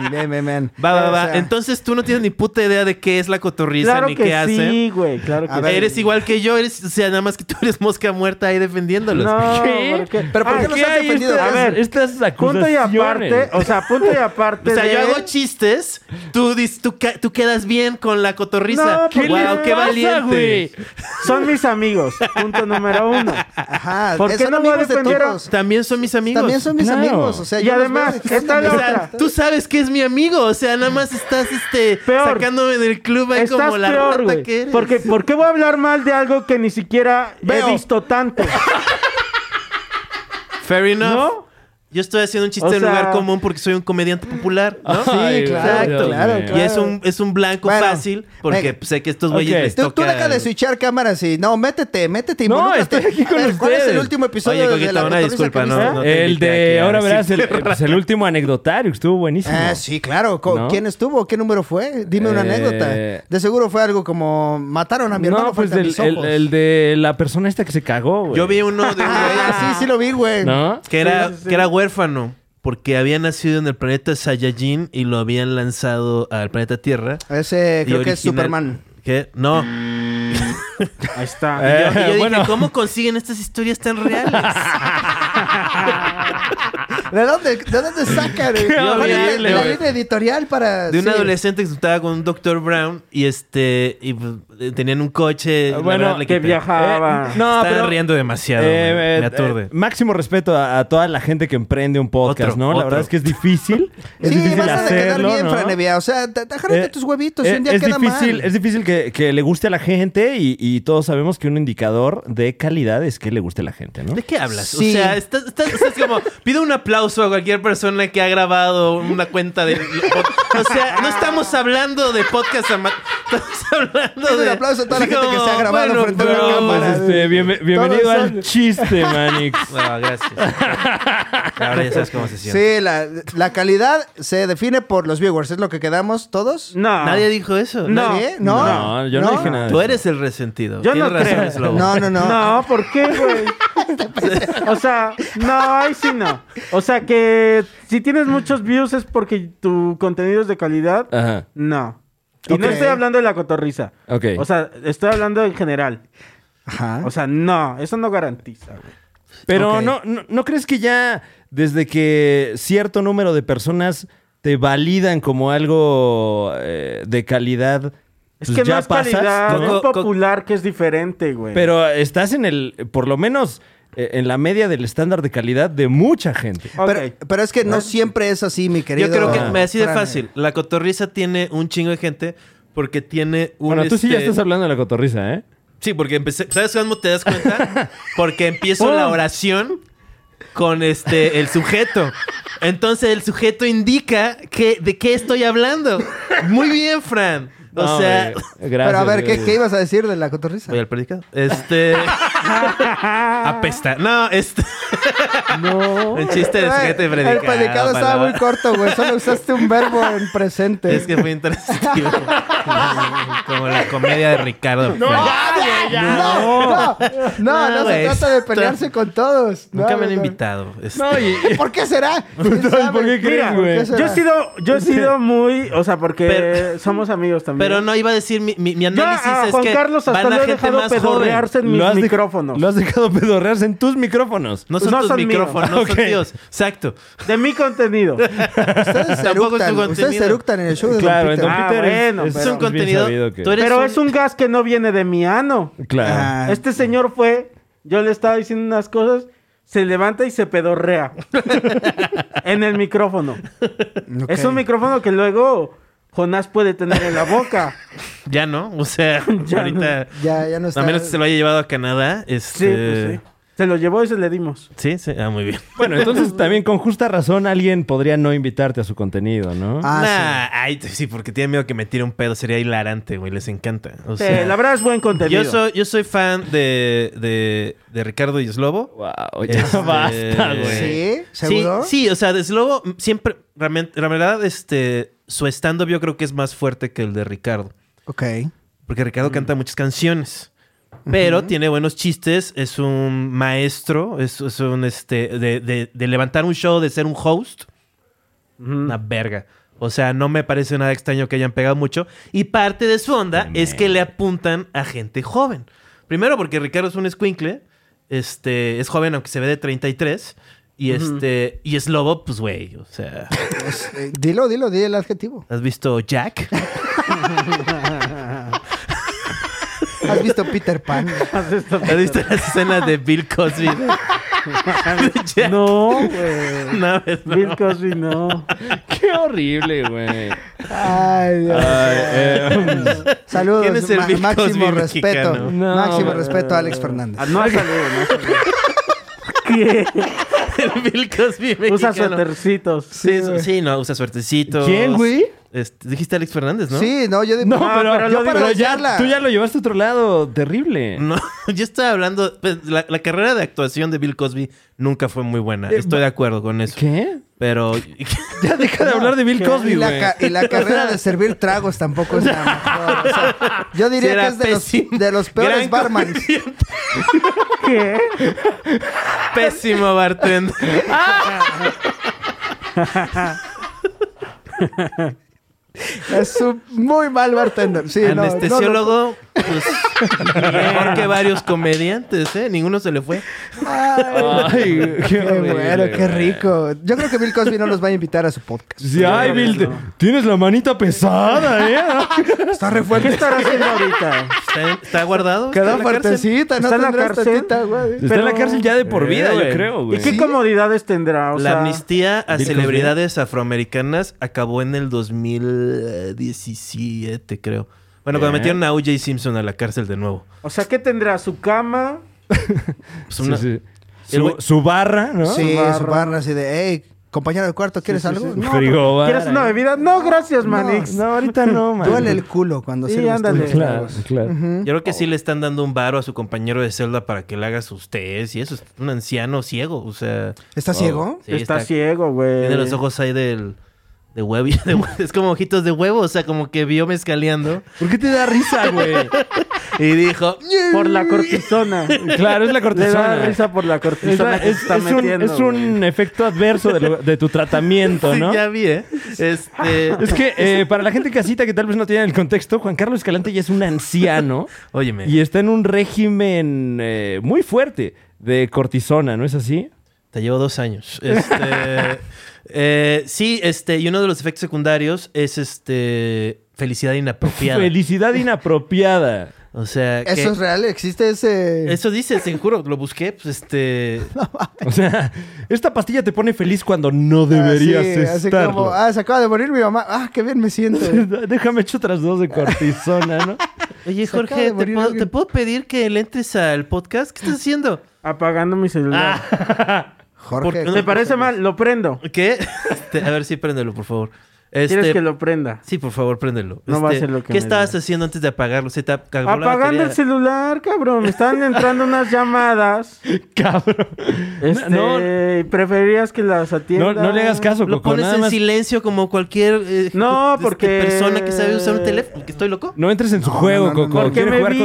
S5: bien, bien, bien, bien.
S3: Va, va,
S5: O
S3: va.
S5: sea,
S3: Entonces tú no tienes ni puta idea de qué es la cotorriza
S2: Claro
S3: ni
S2: que
S3: qué hace.
S2: sí, güey. Claro que
S5: A ver,
S2: sí.
S3: Eres igual que yo, eres, o sea, nada más que tú eres mosca muerta ahí defendiéndolos.
S2: No,
S4: ¿Qué?
S2: ¿por qué?
S5: Pero ¿por
S2: Ah,
S5: qué los
S4: ¿Qué
S5: has
S4: hay
S5: defendido?
S4: estas-
S2: A ver,
S4: estas
S2: Punto y
S4: acusaciones.
S2: aparte, o sea, punto y aparte.
S3: O sea,
S2: de-
S3: yo hago chistes, tú, dis- tú, ca- tú quedas bien con la cotorriza.
S2: No,
S3: ¿Qué
S2: ¿qué
S3: wow,
S2: les
S3: qué
S2: pasa,
S3: valiente.
S2: Son mis amigos. Punto número
S3: [LAUGHS]
S2: uno.
S5: Ajá,
S2: ¿Por qué
S5: son
S2: no voy a
S5: amigos de
S2: defender a-
S5: todos.
S3: También son mis amigos.
S5: También son mis
S4: Claro.
S5: amigos, o sea,
S2: Y
S5: yo los
S2: además,
S5: veo de-
S2: está la
S3: O sea,
S2: otra.
S3: tú sabes que es mi amigo, o sea, nada más estás este
S2: Peor.
S3: sacándome del club ahí
S2: Estás
S3: como la
S2: peor,
S3: rata que
S2: güey.
S3: eres.
S2: Porque, ¿Por qué voy a hablar mal de algo que ni siquiera
S5: Veo.
S2: he visto
S3: [LAUGHS]
S2: tanto?
S3: Fair enough.
S2: ¿No?
S3: Yo estoy haciendo un chiste
S2: O
S3: en lugar
S2: sea-
S3: común porque soy un comediante popular, ¿no?
S4: Sí, Ay,
S5: Ah, claro,
S4: Dios
S5: claro,
S4: mío.
S5: claro.
S3: Y es un, es un blanco
S5: Bueno,
S3: fácil porque
S5: venga.
S3: pues, sé que estos
S4: Ok.
S3: güeyes les
S5: Tú,
S3: toca...
S5: tú deja de switchar cámaras y... No, métete, métete,
S4: No,
S5: involúcrate.
S4: estoy aquí con
S5: A ver, ¿Cuál es el
S4: ustedes.
S5: último
S3: Oye,
S5: episodio de
S3: Coquito,
S5: la
S3: una
S5: cotorriza
S3: disculpa,
S5: que
S3: no,
S5: viste?
S3: no te
S4: El
S3: invité
S4: de
S3: aquí,
S4: ahora
S3: sí.
S4: verás el, pues, el último anecdotario, estuvo buenísimo.
S5: Ah, sí, claro. Co-
S4: ¿No?
S5: ¿Quién estuvo? ¿Qué número fue? Dime una
S4: Eh,
S5: anécdota. De seguro fue algo como... Mataron a mi hermano
S4: No, pues
S5: frente a
S4: del-
S5: mis
S4: el,
S5: ojos.
S4: el de la persona esta que se cagó, güey.
S3: Yo vi ¿Eh? uno de un güey
S5: Ah, sí, sí lo vi, güey.
S4: ¿No?
S3: que era,
S2: Sí, sí, sí.
S3: que era huérfano porque había nacido en el planeta Saiyajin y lo habían lanzado al planeta Tierra.
S5: Ese
S3: Y
S5: Eh, creo
S3: original-
S5: que es Superman.
S3: ¿Qué? No.
S2: Ahí está.
S4: Eh,
S3: Y yo dije,
S4: bueno.
S3: ¿cómo consiguen estas historias tan [LAUGHS] reales?
S5: Ah, ¿De dónde, de dónde sacan? eh? ¿Cuál es la,
S4: horrible,
S5: la
S4: güey.
S5: línea editorial para...?
S3: De un
S5: sí.
S3: adolescente que se juntaba con un Dr. Brown y este y pues, eh, tenían un coche.
S4: Ah,
S3: la
S4: bueno,
S3: verdad, le
S2: que
S3: quité.
S2: viajaba.
S4: Eh, no,
S3: Estaba
S4: pero-
S3: riendo demasiado.
S4: Eh,
S3: güey.
S4: eh,
S3: me aturde.
S4: eh,
S5: mm,
S4: máximo respeto a, a toda la gente que emprende un podcast,
S3: Otro,
S4: ¿no? La
S3: otro.
S4: verdad es que es
S5: [LAUGHS]
S4: difícil. es
S5: sí,
S4: difícil
S5: vas a
S4: hacerlo,
S5: quedar bien,
S4: ¿no?
S5: Franevia. O sea, te- te- jálate
S4: Eh,
S5: tus huevitos y
S4: eh,
S5: un día
S4: es
S5: queda
S4: difícil,
S5: mal.
S4: Es difícil que, que le guste a la gente y, y todos sabemos que un indicador de calidad es que le guste a la gente, ¿no?
S3: ¿De qué hablas? O
S5: Sí.
S3: sea, estás, estás- estás como... Pido un aplauso a cualquier persona que ha grabado una cuenta de... O sea, no estamos hablando de podcast ama- Estamos hablando
S5: Pido
S3: de...
S5: un aplauso a toda la
S3: así
S5: gente que se ha grabado frente a una
S3: bro.
S4: Pues,
S5: cámara.
S4: este, bienve- bienvenido
S5: Todos
S4: al
S5: son-
S4: chiste, Manix.
S3: pues, Bueno, gracias. Ahora ya sabes cómo se siente.
S5: Sí, la, la calidad se define por los viewers. ¿Es lo que quedamos todos?
S2: No.
S3: Nadie dijo eso.
S2: No.
S5: ¿Nadie? [LAUGHS] No.
S4: No, yo no, dije nada. de
S3: Tú
S4: eso.
S3: eres el resentido.
S2: Yo no
S3: Tienes razón,
S2: creo.
S3: Slobo.
S5: No, no, no.
S2: [LAUGHS] No, ¿por qué,
S3: [LAUGHS]
S2: güey? o sea, no, ahí sí no. O sea, que si tienes muchos views es porque tu contenido es de calidad.
S4: Ajá.
S2: No. Y no
S5: Ok.
S2: estoy hablando de la cotorriza.
S4: Ok.
S2: O sea, estoy hablando en general.
S3: Ah.
S5: Ajá.
S2: O sea, no, eso no garantiza. güey.
S4: Pero
S5: Ok.
S4: no, no, ¿no crees que ya desde que cierto número de personas te validan como algo eh, de calidad,
S2: Es
S4: pues
S2: que
S4: ya
S2: no es
S4: pasas?
S2: calidad,
S4: ¿no?
S2: es popular que es diferente, güey.
S4: Pero estás en el, por lo menos, eh, en la media del estándar de calidad de mucha gente.
S2: Ok.
S5: Pero, pero es que no siempre es así, mi querido.
S3: Yo creo que
S5: Ah,
S3: me así de
S5: Fran.
S3: fácil. La cotorriza tiene un chingo de gente porque tiene un.
S4: Bueno, tú sí ya
S3: este-
S4: estás hablando de la cotorriza, ¿eh?
S3: Sí, porque empecé. ¿Sabes cómo te das cuenta? Porque empiezo
S2: Oh.
S3: la oración con este el sujeto. Entonces el sujeto indica que, de qué estoy hablando. Muy bien, Fran. O
S4: No,
S3: sea,
S4: güey.
S5: Pero a
S4: Gracias,
S5: ver, ¿qué,
S4: güey.
S5: qué ibas a decir de la cotorriza?
S3: [LAUGHS] voy al predicado. Este. apesta. No, este.
S2: No.
S3: Un chiste de sujeto y
S5: Güey,
S3: predicado.
S5: El predicado estaba
S3: palabra.
S5: muy corto, güey. Solo usaste un verbo en presente.
S3: Es que fue interesante.
S2: [LAUGHS]
S3: Como la comedia de Ricardo. Farrell.
S5: No, no, no,
S3: No,
S5: no se
S3: güey,
S5: trata de
S3: esto-
S5: pelearse con todos. No,
S3: Nunca me han
S5: no, no.
S3: invitado. este.
S4: No, y- y-
S5: ¿Por
S4: [LAUGHS]
S5: qué será? ¿Quién
S4: Entonces,
S5: sabe?
S4: ¿por qué crees,
S5: Mira,
S4: güey?
S5: ¿por qué será?
S2: Yo he sido, yo he sido muy, o sea, porque
S3: Pero-
S2: somos amigos también.
S3: Pero no iba a decir mi, mi, mi
S2: Yo
S3: análisis
S2: a
S3: es
S2: Juan
S3: que
S2: Carlos hasta
S3: van
S2: lo
S3: a
S2: he
S3: gente
S2: dejado
S3: más joven.
S2: pedorrearse en mis
S4: lo has de-
S2: micrófonos.
S4: Lo has dejado [LAUGHS] pedorrearse en tus micrófonos.
S3: No son
S2: Pues No
S3: tus
S2: son míos.
S3: micrófonos, no
S2: [LAUGHS]
S4: Ok.
S3: son tíos. Exacto.
S2: De mi contenido.
S5: Ustedes se
S3: Tampoco es tu
S5: eructan, ustedes
S3: contenido.
S5: se eructan en el show de
S4: Claro,
S5: Don
S4: en Don
S5: Peter.
S2: Ah,
S4: Peter es-
S2: bueno,
S4: es,
S2: pero-
S3: es un
S4: bien
S3: contenido.
S4: sabido que-
S3: Tú eres
S2: Pero
S3: un-
S2: es un gas que no viene de mi ano.
S4: Claro.
S5: Ah.
S2: Este señor fue, yo le estaba diciendo unas cosas, se levanta y se pedorrea. en el micrófono.
S5: Ok.
S2: Es un micrófono que luego Jonás puede tener en la boca.
S3: Ya no,
S2: [LAUGHS]
S3: o sea, ahorita.
S5: Ya, ya no está.
S3: A menos que se este lo haya llevado a Canadá.
S2: Sí, pues
S3: Este...
S2: sí. Se lo llevó y se le dimos.
S3: sí. Sí, Ah, muy bien.
S4: Bueno, entonces también con justa razón alguien podría no invitarte a su contenido, ¿no?
S5: Ah,
S3: nah, ay, t- sí, porque tiene miedo que me tire un pedo. Sería hilarante, güey. Les encanta. O
S2: Sí,
S3: sea,
S2: la verdad es buen contenido.
S3: yo, soy, yo soy fan de, de, de Ricardo y Slobo.
S4: Wow, ya
S3: Este-
S4: basta,
S5: sí.
S4: güey.
S5: ¿Sí? ¿Seguro?
S3: Sí, sí, o sea, de Slobo mm, siempre, realmente, la verdad, este, su stand-up yo creo que es más fuerte que el de Ricardo.
S5: Ok.
S3: Porque Ricardo canta muchas canciones. Pero tiene buenos chistes, es un maestro, es, es un este de, de- de levantar un show, de ser un host. [LAUGHS] Una verga. O sea, no me parece nada extraño que hayan pegado mucho. Y parte de su onda es que le apuntan a gente joven. Primero, porque Ricardo es un escuincle, este, es joven, aunque se ve de 33. Y este, y es lobo, pues güey. O sea,
S5: Es- eh, dilo, dilo, di el adjetivo.
S3: ¿has visto Jack?
S5: ¿Has visto Peter Pan?
S2: Haz esto.
S3: ¿Has [LAUGHS] visto las escenas de Bill Cosby? [LAUGHS] De Jack.
S2: No, güey.
S3: No, es- [LAUGHS]
S2: Bill Cosby, no.
S4: Qué horrible, güey.
S5: Ay, Dios.
S4: Ay, eh,
S5: Saludos.
S3: ¿Quién es el
S5: ma-
S3: Bill
S5: máximo
S3: Cosby
S5: respeto.
S3: mexicano?
S4: No,
S5: máximo
S4: güey.
S5: respeto a Alex Fernández.
S2: Ah, No ha salido, no ha
S3: [LAUGHS]
S2: salido. ¿Qué?
S3: El Bill Cosby
S2: Usa
S3: mexicano.
S2: suétercitos.
S3: Sí, su- sí, no, usa suertecito.
S4: ¿Quién, güey?
S3: dijiste Alex Fernández, ¿no?
S5: Sí, no, yo digo.
S4: No,
S2: Ah,
S4: pero,
S2: pero
S4: yo
S2: lo
S4: para
S2: digo,
S4: ya,
S5: charla.
S4: tú ya lo llevaste a otro lado. Terrible.
S3: [LAUGHS] No, yo estaba hablando. pues, la, la carrera de actuación de Bill Cosby nunca fue muy
S5: Eh,
S3: buena. Estoy de acuerdo con eso.
S4: ¿Qué?
S5: [LAUGHS]
S3: Pero.
S4: Ya deja de
S3: [LAUGHS]
S4: hablar de Bill
S2: ¿qué?
S4: Cosby,
S5: Y la,
S4: güey.
S5: ca- y la carrera de servir tragos tampoco es la mejor. O sea, yo
S3: Sí,
S5: diría que
S3: era
S5: es de los,
S3: pésimo.
S5: de los peores
S3: Gran
S5: barmans.
S2: ¿Qué?
S3: Pésimo bartender.
S5: Es un muy mal bartender. Sí, no, no, no.
S3: Anestesiólogo, pues.
S5: [LAUGHS]
S3: Mejor que varios comediantes, ¿eh? Ninguno se le fue.
S5: Ay,
S4: Ay, güey,
S5: qué
S4: horrible,
S5: bueno, qué
S4: güey.
S5: rico. Yo creo que Bill Cosby no los va a invitar a su podcast.
S4: Sí, ay, Bill, te- tienes la manita pesada, ¿eh?
S5: Está re
S2: ¿Qué
S5: fuerte.
S2: estará haciendo ahorita?
S3: ¿Está, está guardado?
S5: Quedó
S3: ¿Está en la cárcel?
S5: fuertecita, no
S2: ¿Está en la
S5: tendrás
S2: cárcel?
S5: tantita, güey.
S4: Está en la
S2: Pero-
S4: cárcel ya de por vida, yo creo,
S2: ¿Y
S4: güey.
S2: qué comodidades tendrá? O sea,
S3: la amnistía a
S4: Bill Cosby.
S3: celebridades afroamericanas acabó en el 2017, creo. Bueno, cuando
S4: Bien.
S3: metieron a O.J. Simpson a la cárcel de nuevo.
S2: o sea, ¿qué tendrá? ¿Su cama?
S3: Pues
S4: Sí,
S3: una-
S4: sí.
S3: El
S4: Su,
S3: güey-
S4: su barra, ¿no?
S5: Sí,
S2: Su barra.
S5: su barra así de, hey, compañero de cuarto, ¿quieres algo?
S4: sí. Frigobar.
S2: ¿Quieres una bebida? No, gracias, Manix.
S4: No, ahorita no, man.
S5: Duele el culo cuando
S2: Sí,
S5: sirves
S2: ándale.
S5: tus
S4: Claro,
S5: tragos.
S4: claro.
S3: Yo creo que sí le están dando un varo a su compañero de celda para que le haga sus tés y eso. Es un anciano ciego, o sea...
S5: ¿Estás ciego?
S3: sí,
S2: está, ciego, güey.
S3: Tiene los ojos ahí del... De huevo, [LAUGHS] y- de hue- es como ojitos de huevo, o sea, como que vio mezcaleando
S4: ¿Por qué te da risa, güey?
S3: y dijo, [LAUGHS]
S2: Por la cortisona.
S4: Claro, es la
S2: [LAUGHS] Le da
S4: cortesana.
S2: risa
S3: [LAUGHS]
S2: por la
S4: Es, la-
S2: cortisona que
S4: es-
S2: se está
S4: es un,
S2: metiendo.
S4: es un
S2: güey.
S4: efecto adverso de, lo- de tu tratamiento,
S3: [LAUGHS] sí,
S4: ¿no?
S3: ya vi, ¿eh? Este,
S4: Es que eh, para la gente en casita que tal vez no tiene el contexto, Juan Carlos Escalante ya es un anciano
S3: óyeme,
S4: y está en un régimen eh, muy fuerte de cortisona, ¿no es así?
S3: Te llevo dos años. [LAUGHS] Este, eh, sí, este, y uno de los efectos secundarios es este felicidad inapropiada.
S4: Felicidad inapropiada.
S3: o sea, que-
S5: ¿Eso es real? ¿Existe ese...?
S3: eso dice, te juro, lo busqué, pues
S2: [LAUGHS]
S3: este.
S4: O sea, esta pastilla te pone feliz cuando no
S5: Ah,
S4: deberías
S5: sí, así
S4: estarlo.
S5: como, ah, se acaba de morir mi mamá. Ah, qué bien
S4: [LAUGHS]
S5: me siento.
S4: Déjame echo otras dos de cortisona,
S5: [LAUGHS]
S4: ¿no?
S3: Oye,
S5: Se acaba de
S3: Jorge, ¿te
S5: morir
S3: puedo,
S5: alguien.
S3: te puedo pedir que le entres al podcast? ¿Qué estás haciendo?
S2: Apagando mi
S3: Ah.
S2: celular.
S5: Jorge.
S2: ¿Te parece mal? Lo prendo.
S3: [LAUGHS] ¿Qué? Este, a ver si préndelo, por favor.
S2: ¿Quieres
S3: Este,
S2: que lo prenda?
S3: Sí, por favor, préndelo.
S2: No va a
S3: Este,
S2: ser lo que
S3: ¿Qué
S2: me
S3: estabas
S2: digas.
S3: haciendo antes de apagarlo? Se te acabó la
S2: Apagando
S3: batería.
S2: el celular, cabrón. Me estaban entrando unas llamadas.
S4: Cabrón.
S2: Este,
S4: No,
S2: y Preferías que las
S4: no,
S2: atiendas.
S4: no le hagas caso,
S3: Lo
S4: Coco.
S3: pones
S4: Nada
S3: en
S4: más
S3: silencio como cualquier eh,
S2: No,
S3: este,
S2: porque-
S3: persona que sabe usar un teléfono. ¿Que estoy loco?
S4: no entres en su
S5: No,
S4: juego,
S5: no, no,
S4: Coco.
S5: no, no.
S2: Porque
S4: Quiere
S2: me
S4: jugar con tu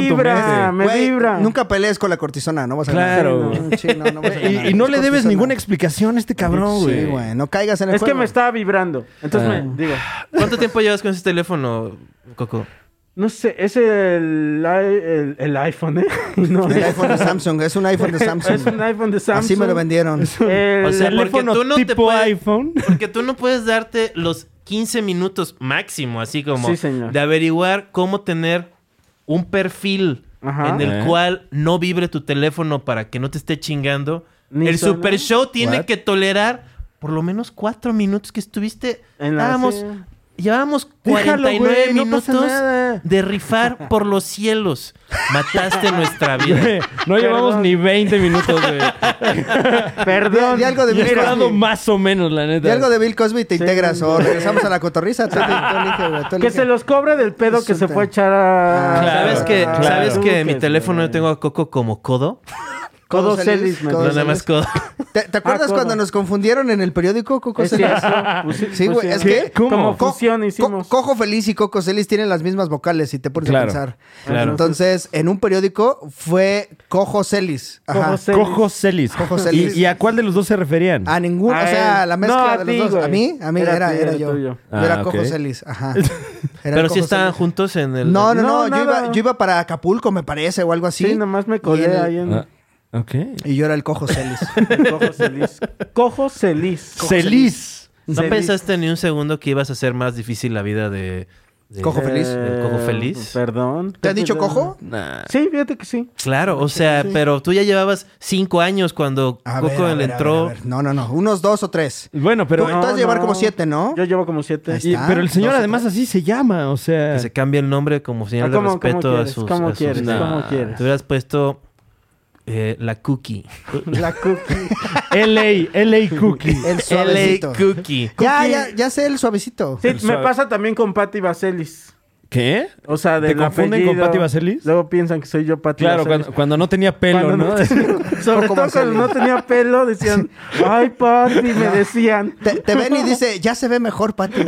S4: mente.
S2: vibra, me
S5: Güey,
S2: vibra.
S5: Nunca pelees con la cortisona, no vas a ganar.
S4: Claro.
S5: Sí, no, no vas a ganar.
S4: [LAUGHS] Y, y no le debes
S5: Cortisona.
S4: ninguna explicación a este cabrón, güey.
S5: Sí, güey, no caigas en el
S2: Es que
S5: juego.
S2: me estaba vibrando. Entonces
S4: Ah.
S2: me digo,
S3: ¿Cuánto tiempo llevas con ese teléfono, Coco?
S2: no sé, es el, i- el, el iPhone, ¿eh? [LAUGHS] No,
S5: El
S2: es-
S5: iPhone de Samsung, es un iPhone de Samsung.
S2: Es un iPhone de Samsung.
S5: Así me lo [LAUGHS] vendieron.
S2: El-
S3: O sea, porque
S4: Teléfono
S3: tú no te
S4: tipo
S3: puedes-
S5: [LAUGHS]
S4: iPhone. [LAUGHS]
S3: Porque tú no puedes darte los 15 minutos máximo, así como
S2: Sí, señor.
S3: de averiguar cómo tener un perfil
S2: Ajá.
S3: en el
S4: Eh.
S3: cual no vibre tu teléfono para que no te esté chingando.
S2: Ni
S3: el
S2: suena.
S3: Super Show tiene
S4: What?
S3: que tolerar por lo menos cuatro minutos que estuviste.
S2: En la-
S3: Estábamos-
S2: sí.
S3: Llevábamos
S4: Déjalo,
S3: 49
S4: güey, no
S3: minutos
S4: pasa nada.
S3: de rifar por los cielos. Mataste nuestra vida.
S2: [LAUGHS]
S4: Güey, No llevamos
S2: Perdón.
S4: ni 20 minutos,
S5: [LAUGHS]
S4: güey.
S2: Perdón.
S5: Di- di algo de
S4: Yo he
S5: Mira,
S4: estado
S5: sí.
S4: más o menos, la neta.
S5: De algo de Bill Cosby te
S2: Sí.
S5: integras o regresamos a la cotorriza. Tú, tú elige, güey, tú
S2: [LAUGHS] Que
S5: elige.
S2: se los cobre del pedo que se
S5: Insulta.
S2: fue a echar a...
S5: Claro,
S3: Ah, ¿Sabes que,
S2: a-
S3: ¿sabes que mi
S2: Duques,
S3: teléfono
S5: eh.
S2: güey?
S3: yo tengo a Coco como codo?
S5: Ah,
S2: Codo
S5: Codo
S2: Celis,
S5: Celis,
S2: me
S5: Codo
S3: No,
S2: parece.
S3: nada más codo.
S5: ¿Te, te acuerdas
S2: codo.
S5: cuando nos confundieron en el periódico, Coco
S2: Ah, Es
S5: Celis?
S2: eso. Pues
S5: Sí, güey,
S2: pues
S5: es
S2: sí.
S5: que...
S4: ¿Cómo?
S2: Como
S5: Co-
S2: fusión
S5: co-
S2: hicimos.
S5: Cojo Feliz y Coco Celis tienen las mismas vocales, si te pones a
S4: Claro,
S5: pensar.
S2: claro.
S5: Entonces, en un periódico fue Cojo Celis. Ajá.
S2: Cojo Celis.
S4: Cojo Celis.
S5: Cojo Celis. Ah,
S4: ¿Y, y a cuál de los dos se referían?
S5: A ningún,
S2: A
S5: o sea,
S2: él.
S5: la
S2: Ah, eh, No,
S5: mezcla
S2: a
S5: de
S2: ti,
S5: los dos.
S2: güey.
S5: A mí, a mí
S2: Era
S5: era, era,
S2: ti, era
S5: yo.
S2: tuyo.
S5: Yo era
S4: Ah,
S5: Cojo
S4: ok.
S5: Celis,
S2: [LAUGHS]
S5: ajá.
S3: Pero si estaban juntos en el...
S5: No, no,
S2: No,
S5: no, yo,
S2: nada.
S5: iba, yo iba para Acapulco, me parece, o algo así.
S2: Sí, nomás me colé
S5: Y el-
S2: ahí en...
S4: Ah, ok.
S5: Y yo era el Cojo
S2: [LAUGHS]
S5: Celis.
S2: Cojo Celis. Cojo Celis.
S4: Celis.
S3: ¿No
S2: Feliz.
S3: pensaste ni un segundo que ibas a hacer más difícil la vida de... de-
S5: Cojo feliz. Eh,
S3: del cojo feliz?
S2: Eh, Perdón.
S5: ¿Te han dicho
S2: Perdón.
S5: cojo?
S2: Sí, fíjate que sí.
S3: Claro, o sea, pero tú ya llevabas cinco años cuando
S5: A ver,
S3: Coco
S5: a
S3: le
S5: ver, a
S3: entró.
S5: ver, a ver. No, no, no. Unos dos o tres.
S4: Bueno,
S5: Pero
S4: pero,
S5: Tú no,
S2: No,
S5: llevar
S2: no.
S5: como siete, ¿no?
S2: Yo llevo como siete. ah,
S5: Ahí
S4: y-
S5: está.
S4: pero el señor
S5: Dos o
S4: además
S5: tres.
S4: así se llama, o sea...
S3: Que se cambie el nombre como
S2: Ah,
S3: señal de
S2: ¿cómo- cómo
S3: respeto a
S2: quieres?
S3: sus...
S2: ¿Cómo
S3: a sus-
S2: quieres?
S3: Nah.
S2: ¿Cómo quieres?
S3: Te hubieras puesto eh, la cookie.
S5: La cookie.
S4: LA, LA
S5: [LAUGHS]
S4: Cookie.
S5: El suavecito.
S3: LA Cookie.
S5: Ya, ya, ya sé el suavecito.
S2: Sí,
S4: El
S2: me
S4: suave.
S2: pasa también con Patti Vaselis.
S4: ¿Qué?
S2: O sea, de
S4: ¿Te confunden con Patti Vaselis?
S2: Luego piensan que soy yo Patti
S4: Claro,
S2: Vaselis.
S4: cuando, cuando no tenía pelo,
S2: Cuando
S4: ¿no?
S2: no
S4: [LAUGHS]
S2: Sobre
S5: Coco
S2: todo cuando
S5: Vaselis.
S2: no tenía pelo, decían, ay, Patti, me decían.
S5: Te, te ven
S2: [LAUGHS]
S5: y dice, ya se ve
S4: [LAUGHS]
S5: mejor, Pati.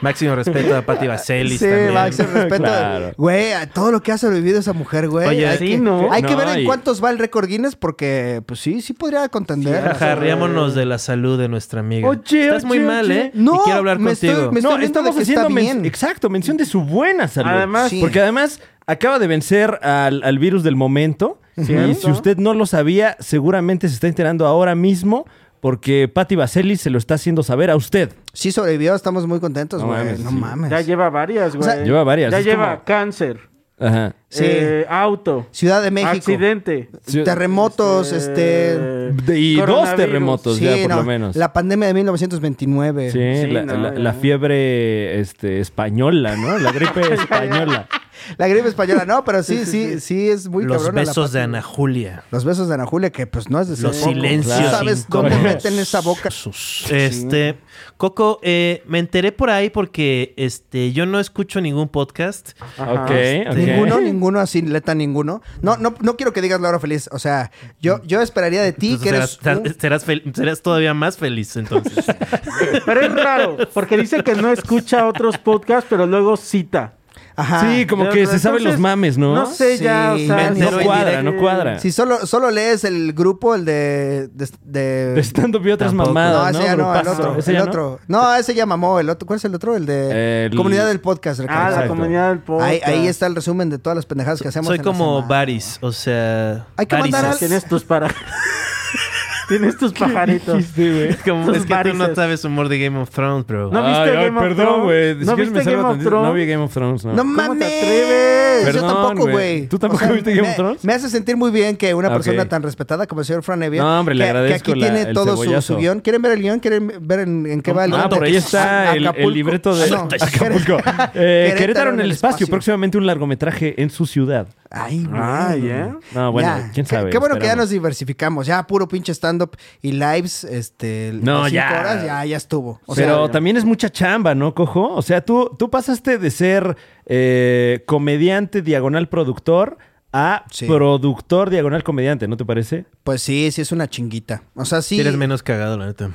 S3: Máximo respeto a Patti Vaselis
S5: Sí,
S3: también.
S5: Max, el respeto.
S4: Claro.
S5: Güey, a todo lo que ha sobrevivido esa mujer, güey.
S3: Oye,
S5: hay
S2: sí,
S5: que,
S2: ¿no?
S5: Hay que
S4: No,
S5: ver en
S4: y-
S5: cuántos va el récord Guinness porque, pues sí, sí podría contender.
S3: Ajá, riámonos de la salud de nuestra amiga.
S4: Oye,
S3: Estás muy
S4: oye,
S3: mal,
S4: oye.
S3: ¿eh?
S5: No,
S3: y quiero hablar
S5: me
S3: contigo.
S5: estoy- me-
S4: No,
S5: viendo
S4: estamos
S5: de que
S4: haciendo
S5: está
S4: men-
S5: bien.
S4: exacto, mención de su buena salud.
S2: Además-
S5: Sí.
S4: porque además acaba de vencer al, al virus del momento.
S2: Cierto.
S4: Y si usted no lo sabía, seguramente se está enterando ahora mismo porque Patti Vaselis se lo está haciendo saber a usted.
S5: Sí sobrevivió, estamos muy contentos,
S4: No
S5: güey.
S4: mames,
S5: no
S4: sí.
S5: mames.
S2: Ya lleva varias, güey.
S5: sea,
S4: lleva varias,
S2: Ya
S4: es
S2: lleva
S4: como-
S2: cáncer,
S4: Ajá.
S5: Sí.
S2: eh, auto,
S5: Ciudad de México.
S2: accidente.
S4: Sí.
S5: Terremotos, este...
S2: eh,
S4: De- y dos
S2: coronavirus.
S4: terremotos
S5: Sí,
S4: pues ya, por
S5: no,
S4: lo menos.
S5: La pandemia de 1929.
S4: Sí,
S2: Sí,
S4: la,
S2: no,
S4: la-
S2: ya.
S4: la fiebre este, española, ¿no? La
S2: [LAUGHS]
S4: gripe española.
S5: La gripe española, no,
S4: [LAUGHS]
S5: pero sí, sí, sí, es muy
S3: Los
S5: cabrona la
S3: besos de
S5: pandemia.
S3: Ana Julia.
S5: Los besos de Ana Julia, que pues no es de
S3: Los
S5: ser poco.
S3: silencios
S5: Tú sabes dónde
S4: incómodos.
S5: meten esa boca.
S3: Este, Coco, eh, me enteré por ahí porque este, yo no escucho ningún podcast.
S2: Ajá.
S4: ok, ok.
S5: Ninguno, ninguno, así, leta, ninguno. No, no, no quiero que digas la hora feliz. O sea, yo, yo esperaría de ti
S3: Entonces, serás,
S5: que eres.
S3: serás-
S5: un-
S3: serás fel- serás todavía más feliz
S5: [LAUGHS]
S3: entonces.
S2: Pero es raro, porque dice que no escucha otros podcasts, pero luego cita.
S5: Ajá.
S4: Sí, como que se saben los mames, ¿no?
S2: No sé ya, o
S5: Sí.
S2: sea,
S5: No
S4: cuadra, no cuadra.
S5: Si solo, solo lees el grupo, el de. de, de-
S4: De stand-up y otras
S3: Tampoco.
S5: no,
S4: mamadas, ¿no?
S5: ese ya no, el
S4: Grupazo.
S5: otro.
S4: Ese
S5: el
S4: ya no.
S5: otro. No, ese ya mamó. El otro, ¿Cuál es el otro? El de.
S4: El-
S5: Comunidad del podcast.
S2: Ah,
S5: Ricardo.
S2: la
S4: Exacto.
S2: comunidad del podcast.
S5: Ahí, ahí está el resumen de todas las pendejadas que hacemos.
S3: Soy
S5: en la
S3: como
S5: semana.
S3: Baris, o sea,
S5: Hay que
S3: varices.
S5: mandar al-
S2: Tienes tus para... [LAUGHS] Tienes tus pajaritos.
S4: Dijiste, güey.
S3: Es [LAUGHS] como-
S2: tus
S3: es que tú no
S2: varices.
S3: sabes humor de Game of Thrones, bro.
S2: No viste Game of Thrones?
S4: Perdón, güey. Si
S2: ¿No
S4: quieres me
S2: viste
S4: salgo
S2: Game of
S4: tantito.
S2: Thrones?
S4: No vi Game of Thrones, no.
S5: No
S2: te
S5: mames.
S2: atreves?
S5: Yo
S4: Perdón,
S5: tampoco,
S4: güey.
S5: güey.
S4: ¿Tú tampoco viste Game of
S5: me-
S4: Thrones?
S5: Me hace sentir muy bien que una
S4: Ah,
S5: persona
S4: ok.
S5: tan respetada como el señor Fran Evia,
S4: No, hombre, le
S5: que, que
S4: agradezco
S5: aquí
S4: la-
S5: tiene
S4: el
S5: todo su,
S4: cebollazo.
S5: su guión. ¿Quieren ver el guión? ¿Quieren ver en, en qué va el
S4: Ah,
S5: guión?
S4: por ahí está el, el
S5: Acapulco. Ah,
S4: libreto de
S5: No,
S4: [LAUGHS]
S5: [LAUGHS]
S4: Acapulco. Eh, Querétaro, en el espacio. Próximamente un largometraje en su ciudad.
S5: Ay, güey.
S2: Ay, ¿eh?
S4: Ah, No, bueno,
S5: Ya.
S4: quién
S5: Qué-
S4: sabe.
S5: Qué, bueno que ya
S4: esperamos.
S5: nos diversificamos. Ya, puro pinche stand stand-up y lives, este,
S4: No,
S5: las cinco
S4: ya.
S5: horas, ya, ya estuvo. O
S4: Pero
S5: sea,
S4: también es mucha chamba, ¿no, Cojo? O sea, tú, tú pasaste de ser eh, comediante diagonal productor a
S5: Sí.
S4: productor diagonal comediante, ¿no te parece?
S5: pues sí, sí es una chinguita. O sea, sí.
S3: Tienes menos cagado, la [LAUGHS] neta.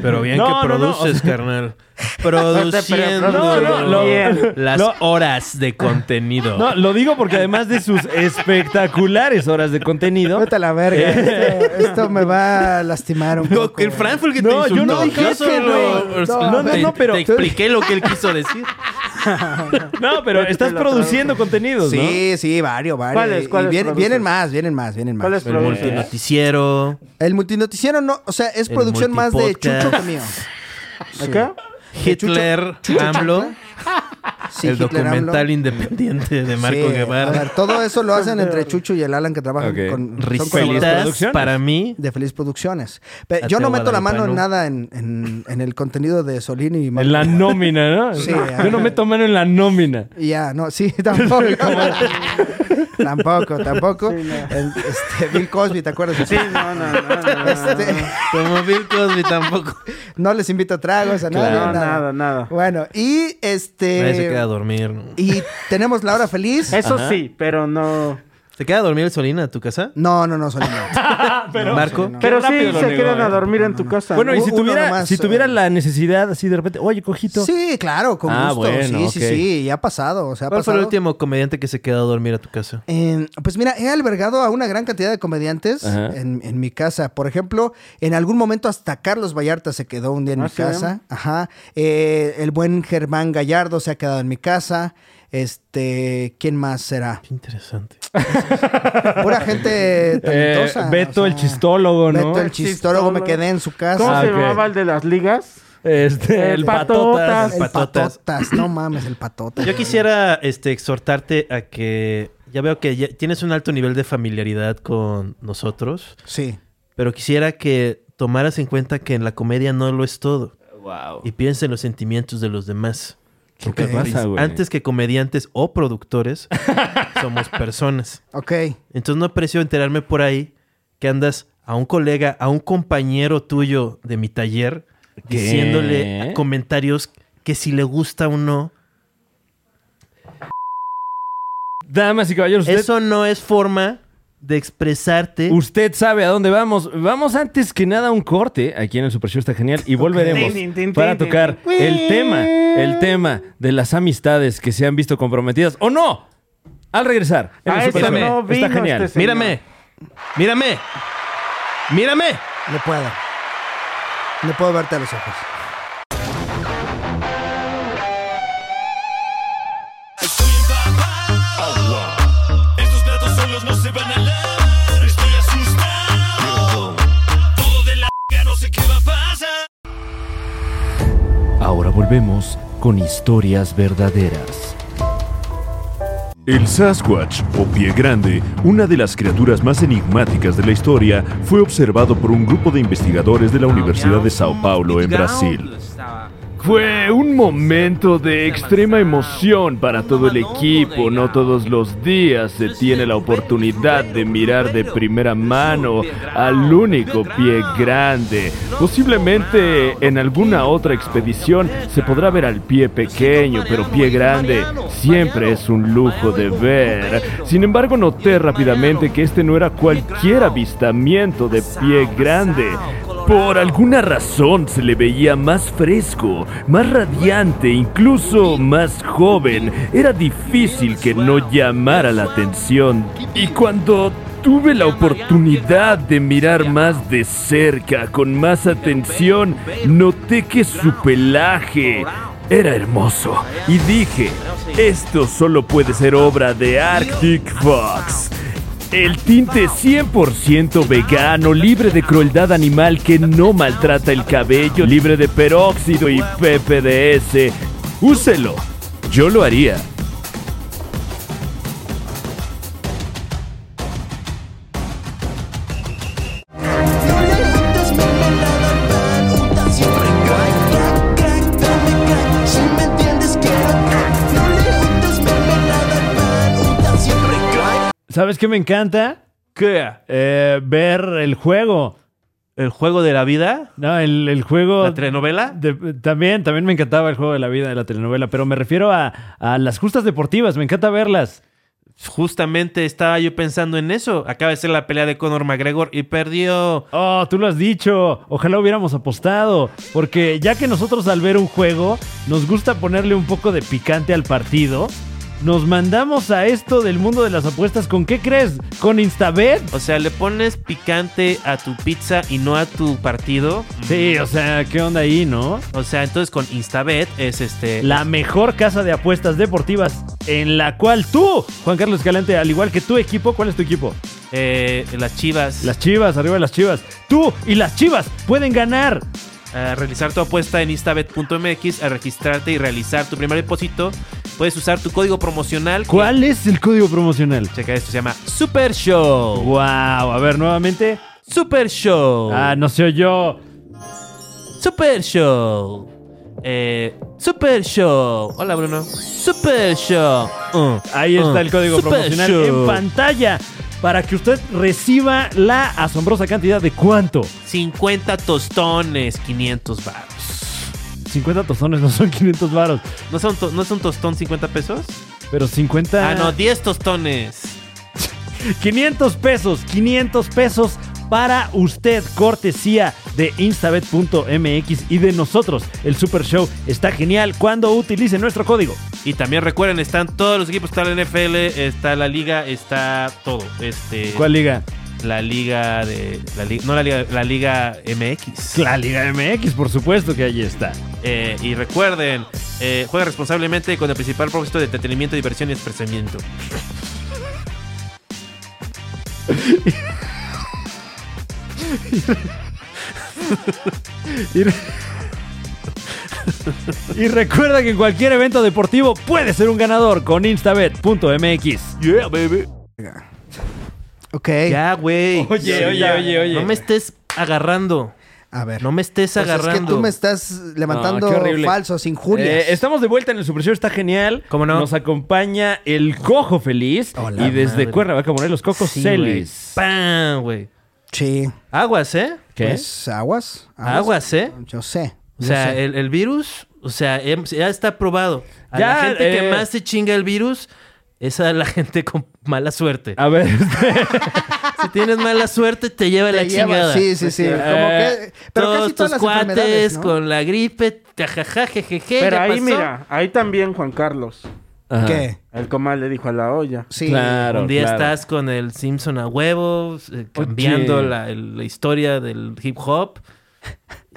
S3: Pero bien
S4: No,
S3: que
S4: no, no, o
S3: produces, [LAUGHS] carnal. Produciendo
S2: No, no, lo-
S3: bien las
S4: lo-
S3: horas de contenido.
S4: No, lo digo porque además de
S5: [LAUGHS]
S4: sus espectaculares horas de contenido.
S5: Vete a
S4: [LAUGHS]
S5: la verga. Esto, esto me va a lastimar un
S3: No,
S5: poco.
S3: que el Fran fue el que te
S4: No,
S3: insultó.
S4: yo no dije
S3: Yo solo-
S5: eso, güey. No,
S4: no,
S3: te-
S4: no, pero-
S3: Te expliqué lo que él quiso decir.
S4: No, pero estás produciendo contenidos, ¿no?
S5: Sí, sí, varios, varios.
S2: ¿Cuáles,
S5: Y
S2: cuáles
S5: vienen-
S2: produces?
S5: vienen más, vienen más, vienen más.
S2: ¿Cuál es
S3: El multinoticiero.
S5: El multinoticiero no, o sea, es
S3: El
S5: producción más de
S3: multipodcast.
S5: Chucho que mío.
S2: ¿Acá?
S3: Hitler, AMLO,
S5: Sí,
S3: el
S5: Hitler,
S3: documental
S5: AMLO.
S3: independiente de Marco
S5: Sí, a
S3: Guevara,
S5: ver, todo eso
S2: [LAUGHS]
S5: lo hacen entre Chucho y el Alan que trabajan
S4: Ok.
S5: con son colaboradores
S3: risitas
S4: producciones.
S3: para mí.
S5: de Feliz Producciones. Pe-
S3: Ateo
S5: yo no meto la mano en
S3: Guadalupano.
S5: nada en, en- en el contenido de Solín y Marco
S4: En la nómina, ¿no?
S5: Sí.
S4: Yo no meto mano en la nómina.
S5: Y ya, no, sí,
S3: [LAUGHS]
S5: [LAUGHS] tampoco. tampoco, tampoco.
S2: Sí, no.
S5: El- este, Bill Cosby, ¿te acuerdas?
S2: Sí, no, no, no. no, no,
S5: Este,
S3: Como Bill Cosby tampoco.
S5: no les invito tragos a nadie.
S2: no,
S5: nada.
S2: nada, nada.
S5: Bueno, y
S3: Nadie se queda a
S5: este.
S3: dormir. ¿no?
S5: Y tenemos la hora feliz.
S2: Eso sí, pero no.
S3: ¿Se queda a dormir el Solina a tu casa?
S5: No, no, no, Solín. no.
S3: Marco.
S5: no.
S2: Pero sí
S4: rápido lo
S2: se
S4: negó,
S2: quedan
S4: eh.
S2: a dormir en tu casa.
S4: Bueno,
S2: ¿no?
S4: y si
S5: Uno
S4: tuviera,
S5: nomás,
S4: si tuviera
S5: eh.
S4: la necesidad así de repente, oye, cojito.
S5: Sí, claro, con
S4: Ah,
S5: gusto. sí,
S4: bueno,
S5: sí,
S4: ok.
S5: sí, ya ha pasado. O sea, ha
S3: ¿Cuál fue el
S5: pasado.
S3: último comediante que se quedó a dormir a tu casa?
S5: Eh, pues mira, he albergado a una gran cantidad de comediantes
S4: Ajá.
S5: en, en mi casa. Por ejemplo, en algún momento hasta Carlos Vallarta se quedó un día en
S2: Ah,
S5: mi
S2: sí.
S5: casa. Ajá. Eh, el buen Germán Gallardo se ha quedado en mi casa. Este, ¿quién más será?
S3: Qué interesante.
S5: Pura gente
S4: Eh,
S5: talentosa.
S4: Beto
S5: o sea,
S4: el chistólogo, ¿no?
S5: Beto el chistólogo me quedé en su casa.
S2: ¿Cómo
S4: Ah,
S2: se
S4: ok.
S2: llamaba el de las ligas?
S4: Este,
S2: El Patotas.
S5: el patotas. no mames, el patotas.
S3: Yo quisiera este, exhortarte a que. Ya veo que ya tienes un alto nivel de familiaridad con nosotros,
S5: Sí.
S3: pero quisiera que tomaras en cuenta que en la comedia no lo es todo.
S4: Wow.
S3: Y piensa en los sentimientos de los demás.
S5: Ok.
S4: ¿Qué pasa, güey?
S3: Antes que comediantes o productores, somos personas.
S5: Ok.
S3: Entonces no aprecio enterarme por ahí que andas a un colega, a un compañero tuyo de mi taller,
S4: ¿Qué?
S3: diciéndole comentarios que si le gusta o no.
S4: Damas y caballeros, usted,
S3: Eso no es forma de expresarte.
S4: usted sabe a dónde vamos. Vamos antes que nada a un corte. Aquí en el Super Show está genial. Y volveremos
S2: Tin, tin, tin,
S4: para
S2: tin, tin.
S4: tocar el tema, el tema de las amistades que se han visto comprometidas o no. Al regresar, en el
S2: A
S4: Super
S2: eso
S4: Show.
S2: no
S4: está
S2: vino
S4: genial.
S2: este señor.
S3: Mírame. Mírame. Mírame.
S5: No puedo. No puedo verte a los ojos.
S6: Estos platos solos no se van a lavar. Estoy asustado. Todo de la no sé qué va a pasar.
S4: Ahora volvemos con historias verdaderas.
S7: El Sasquatch, o pie grande, una de las criaturas más enigmáticas de la historia, fue observado por un grupo de investigadores de la Universidad de Sao Paulo en Brasil. Fue un momento de extrema emoción para todo el equipo. No todos los días se tiene la oportunidad de mirar de primera mano al único pie grande. Posiblemente en alguna otra expedición se podrá ver al pie pequeño, pero pie grande siempre es un lujo de ver. Sin embargo, noté rápidamente que este no era cualquier avistamiento de pie grande. Por alguna razón se le veía más fresco, más radiante, incluso más joven. Era difícil que no llamara la atención. Y cuando tuve la oportunidad de mirar más de cerca, con más atención, noté que su pelaje era hermoso. Y dije, esto solo puede ser obra de Arctic Fox. El tinte 100% vegano, libre de crueldad animal que no maltrata el cabello, libre de peróxido y PPDS. Úselo, yo lo haría.
S8: Eh,
S4: ¿Sabes qué me encanta? que Ver el juego.
S3: el juego de la vida,
S8: No, el, el juego.
S3: la telenovela.
S8: de- también, también me encantaba el juego de la vida de la telenovela, pero me refiero a, a las justas deportivas, me encanta verlas.
S3: Justamente estaba yo pensando en eso. Acaba de ser la pelea de Conor McGregor y perdió.
S8: Oh, tú lo has dicho, ojalá hubiéramos apostado, porque ya que nosotros al ver un juego nos gusta ponerle un poco de picante al partido, nos mandamos a esto del mundo de las apuestas, ¿con qué crees? ¿Con Instabet?
S3: O sea, le pones picante a tu pizza y no a tu partido.
S8: Sí, o sea, ¿qué onda ahí, no?
S3: O sea, entonces con Instabet es este.
S8: La mejor casa de apuestas deportivas en la cual tú, Juan Carlos Escalante, al igual que tu equipo, ¿cuál es tu equipo?
S3: eh, las chivas.
S8: Las Chivas, arriba de las Chivas. Tú y las Chivas pueden ganar.
S3: A realizar tu apuesta en instabet.mx, a registrarte y realizar tu primer depósito. Puedes usar tu código promocional. que-
S8: ¿Cuál es el código promocional?
S3: Checa esto, se llama Super Show.
S8: Wow, a ver nuevamente.
S3: Super Show.
S8: Ah, no se oyó.
S3: Super Show. Eh, Super Show. Hola, Bruno. Super Show. Uh,
S8: Ahí
S3: uh,
S8: está el código
S3: Super
S8: promocional
S3: Show.
S8: en pantalla para que usted reciba la asombrosa cantidad de cuánto.
S3: 50 tostones, 500 baros.
S8: 50 tostones no son 500 varos,
S3: ¿No son, to- ¿No son tostón 50 pesos?
S8: pero 50
S3: Ah, no, 10 tostones.
S8: 500 pesos, 500 pesos para usted, cortesía de instabet.mx y de nosotros. El Super Show está genial cuando utilice nuestro código.
S3: Y también recuerden, están todos los equipos, está la NFL, está la liga, está todo. Este,
S8: ¿Cuál liga?
S3: La liga de... La liga, no la liga, la liga MX.
S8: La Liga MX, por supuesto que ahí está.
S3: Eh, y recuerden, eh, juega responsablemente con el principal propósito de entretenimiento, diversión y expresamiento.
S8: Y, re- Y recuerda que en cualquier evento deportivo puede ser un ganador con instabet.mx.
S3: Yeah, baby.
S5: Ok.
S3: Ya, güey.
S8: Oye, oye, oye, oye.
S3: No me estés agarrando.
S5: A ver.
S3: No me estés
S5: Pues
S3: agarrando.
S5: Es que tú me estás levantando
S4: No, qué horrible.
S5: falsos, injurias.
S4: Eh, estamos de vuelta en el Super Show, está genial.
S3: ¿Cómo no?
S4: Nos acompaña el Cojo Feliz.
S5: Hola,
S4: y desde
S3: madre.
S4: Cuernavaca, Morelos, Coco
S3: Sí,
S4: Celis.
S3: güey. ¡Pam, güey!
S5: Sí.
S3: Aguas, ¿eh?
S4: ¿Qué?
S5: Pues, aguas,
S3: Aguas, ¿eh?
S5: Yo sé.
S3: O
S5: yo
S3: sea,
S5: sé.
S3: el, el virus, o sea, em- ya está probado. A
S4: Ya,
S3: la gente que
S4: eh.
S3: más se chinga el virus es a la gente con mala suerte.
S5: Ah.
S4: A ver,
S3: Si tienes mala suerte, te lleva
S5: Te
S3: la
S5: lleva-
S3: chingada. Eh,
S5: Sí, sí, sí. Como que, pero casi
S3: Todos
S5: todas
S3: tus
S5: las
S3: cuates
S5: enfermedades, ¿no?
S3: con la gripe, jajaja, jejeje.
S2: Pero
S3: ya
S2: ahí,
S3: pasó.
S2: mira, ahí también Juan Carlos.
S5: ¿Qué?
S2: El comal le dijo a la olla.
S5: Sí.
S4: [LAUGHS] Claro,
S3: Un día
S4: claro.
S3: estás con el Simpson a huevos, eh, cambiando
S4: Oye.
S3: la, el- la historia del hip hop.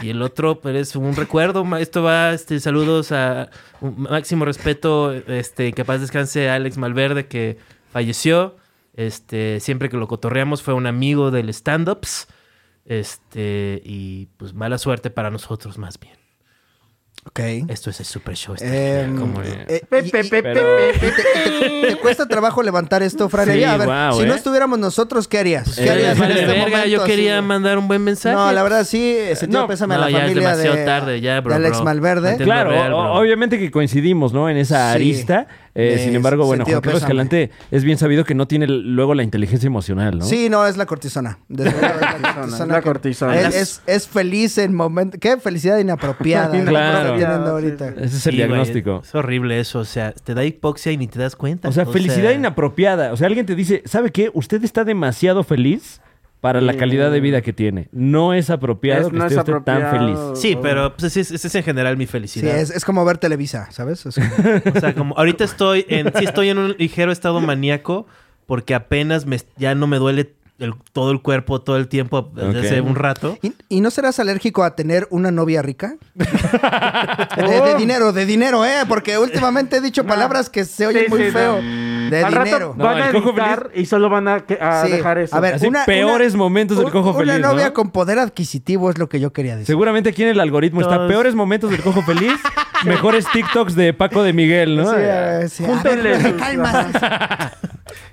S3: Y el otro pero es un recuerdo. ma- Esto va, este, saludos a un máximo respeto, este, que paz descanse a Alex Malverde que falleció. Este, siempre que lo cotorreamos fue un amigo del stand-ups. Este, y pues mala suerte para nosotros más bien.
S5: Ok.
S3: Esto es el super show. está
S5: Eh,
S3: genial, como-
S5: eh,
S2: Pe,
S5: y-
S2: pe,
S5: y-
S2: pe,
S4: pero-
S2: pe, pe.
S5: te, te- te cuesta trabajo levantar esto, Fran.
S4: Sí,
S5: a ver,
S4: guau,
S5: si no
S4: ¿eh?
S5: estuviéramos nosotros, ¿qué harías? ¿Qué
S3: Eh,
S5: harías
S3: vale verga, yo
S5: así,
S3: quería
S5: güey?
S3: mandar un buen mensaje.
S5: No, la verdad sí, eh, sentido
S4: No,
S5: pésame
S3: no,
S5: a la
S3: ya es
S5: familia
S3: demasiado
S5: de,
S3: tarde, ya, bro,
S5: de Alex
S3: bro.
S5: Malverde.
S3: Entiendo.
S4: Claro,
S3: real, bro.
S4: o- obviamente que coincidimos, ¿no? En esa
S5: Sí.
S4: arista. Eh,
S5: Eh,
S4: sin embargo, bueno,
S5: sentido
S4: Juan Carlos
S5: pésame.
S4: Escalante es bien sabido que no tiene l- luego la inteligencia emocional, ¿no?
S5: Sí, no, es la cortisona. Desde luego es la cortisona.
S2: la
S5: que-
S2: cortisona.
S5: Es, es- es feliz en momento. Qué felicidad inapropiada.
S3: [LAUGHS]
S5: ¿no?
S4: Claro.
S5: Que tienen ahorita.
S4: Ese es el
S3: Sí, güey,
S4: diagnóstico.
S3: es horrible eso, o sea, te da hipoxia y ni te das cuenta.
S4: O sea, felicidad inapropiada. O sea, alguien te dice, ¿sabe qué? Usted está demasiado feliz para la calidad de vida que tiene. No es apropiado
S2: Es-
S4: que
S2: no
S4: esté
S2: es
S4: usted tan
S2: apropiado.
S4: feliz.
S3: Sí, pero pues, ese es, ese es en general mi
S5: Sí,
S3: felicidad.
S5: es, es como ver Televisa, ¿sabes? Es como-
S3: O sea, como ahorita estoy en, sí estoy en un ligero estado maníaco porque apenas me, ya no me duele el- todo el cuerpo todo el tiempo desde
S4: Ok.
S3: hace un rato.
S5: ¿Y, y no serás alérgico a tener una
S4: [LAUGHS]
S5: novia rica? de,
S4: Oh.
S5: de dinero, de dinero, ¿eh? Porque últimamente he dicho palabras que se oyen
S2: Sí,
S5: muy
S2: sí,
S5: feo. De
S2: Al
S5: dinero.
S2: rato van
S4: No,
S2: a
S4: el cojo
S2: editar y solo van a, que- a
S5: Sí,
S2: dejar eso.
S5: a ver,
S4: Así,
S5: una-
S4: peores
S5: una-
S4: momentos del
S5: Un-
S4: cojo
S5: una
S4: feliz. ¿no?
S5: novia con poder adquisitivo es lo que yo quería decir.
S4: Seguramente aquí en el algoritmo está
S3: Todos.
S4: peores momentos del cojo
S5: [LAUGHS]
S4: feliz, mejores TikToks de Paco de Miguel, ¿no?
S5: [LAUGHS] Sí, eh, sí. A
S2: Júntenle
S5: ver,
S2: sus-
S5: calma.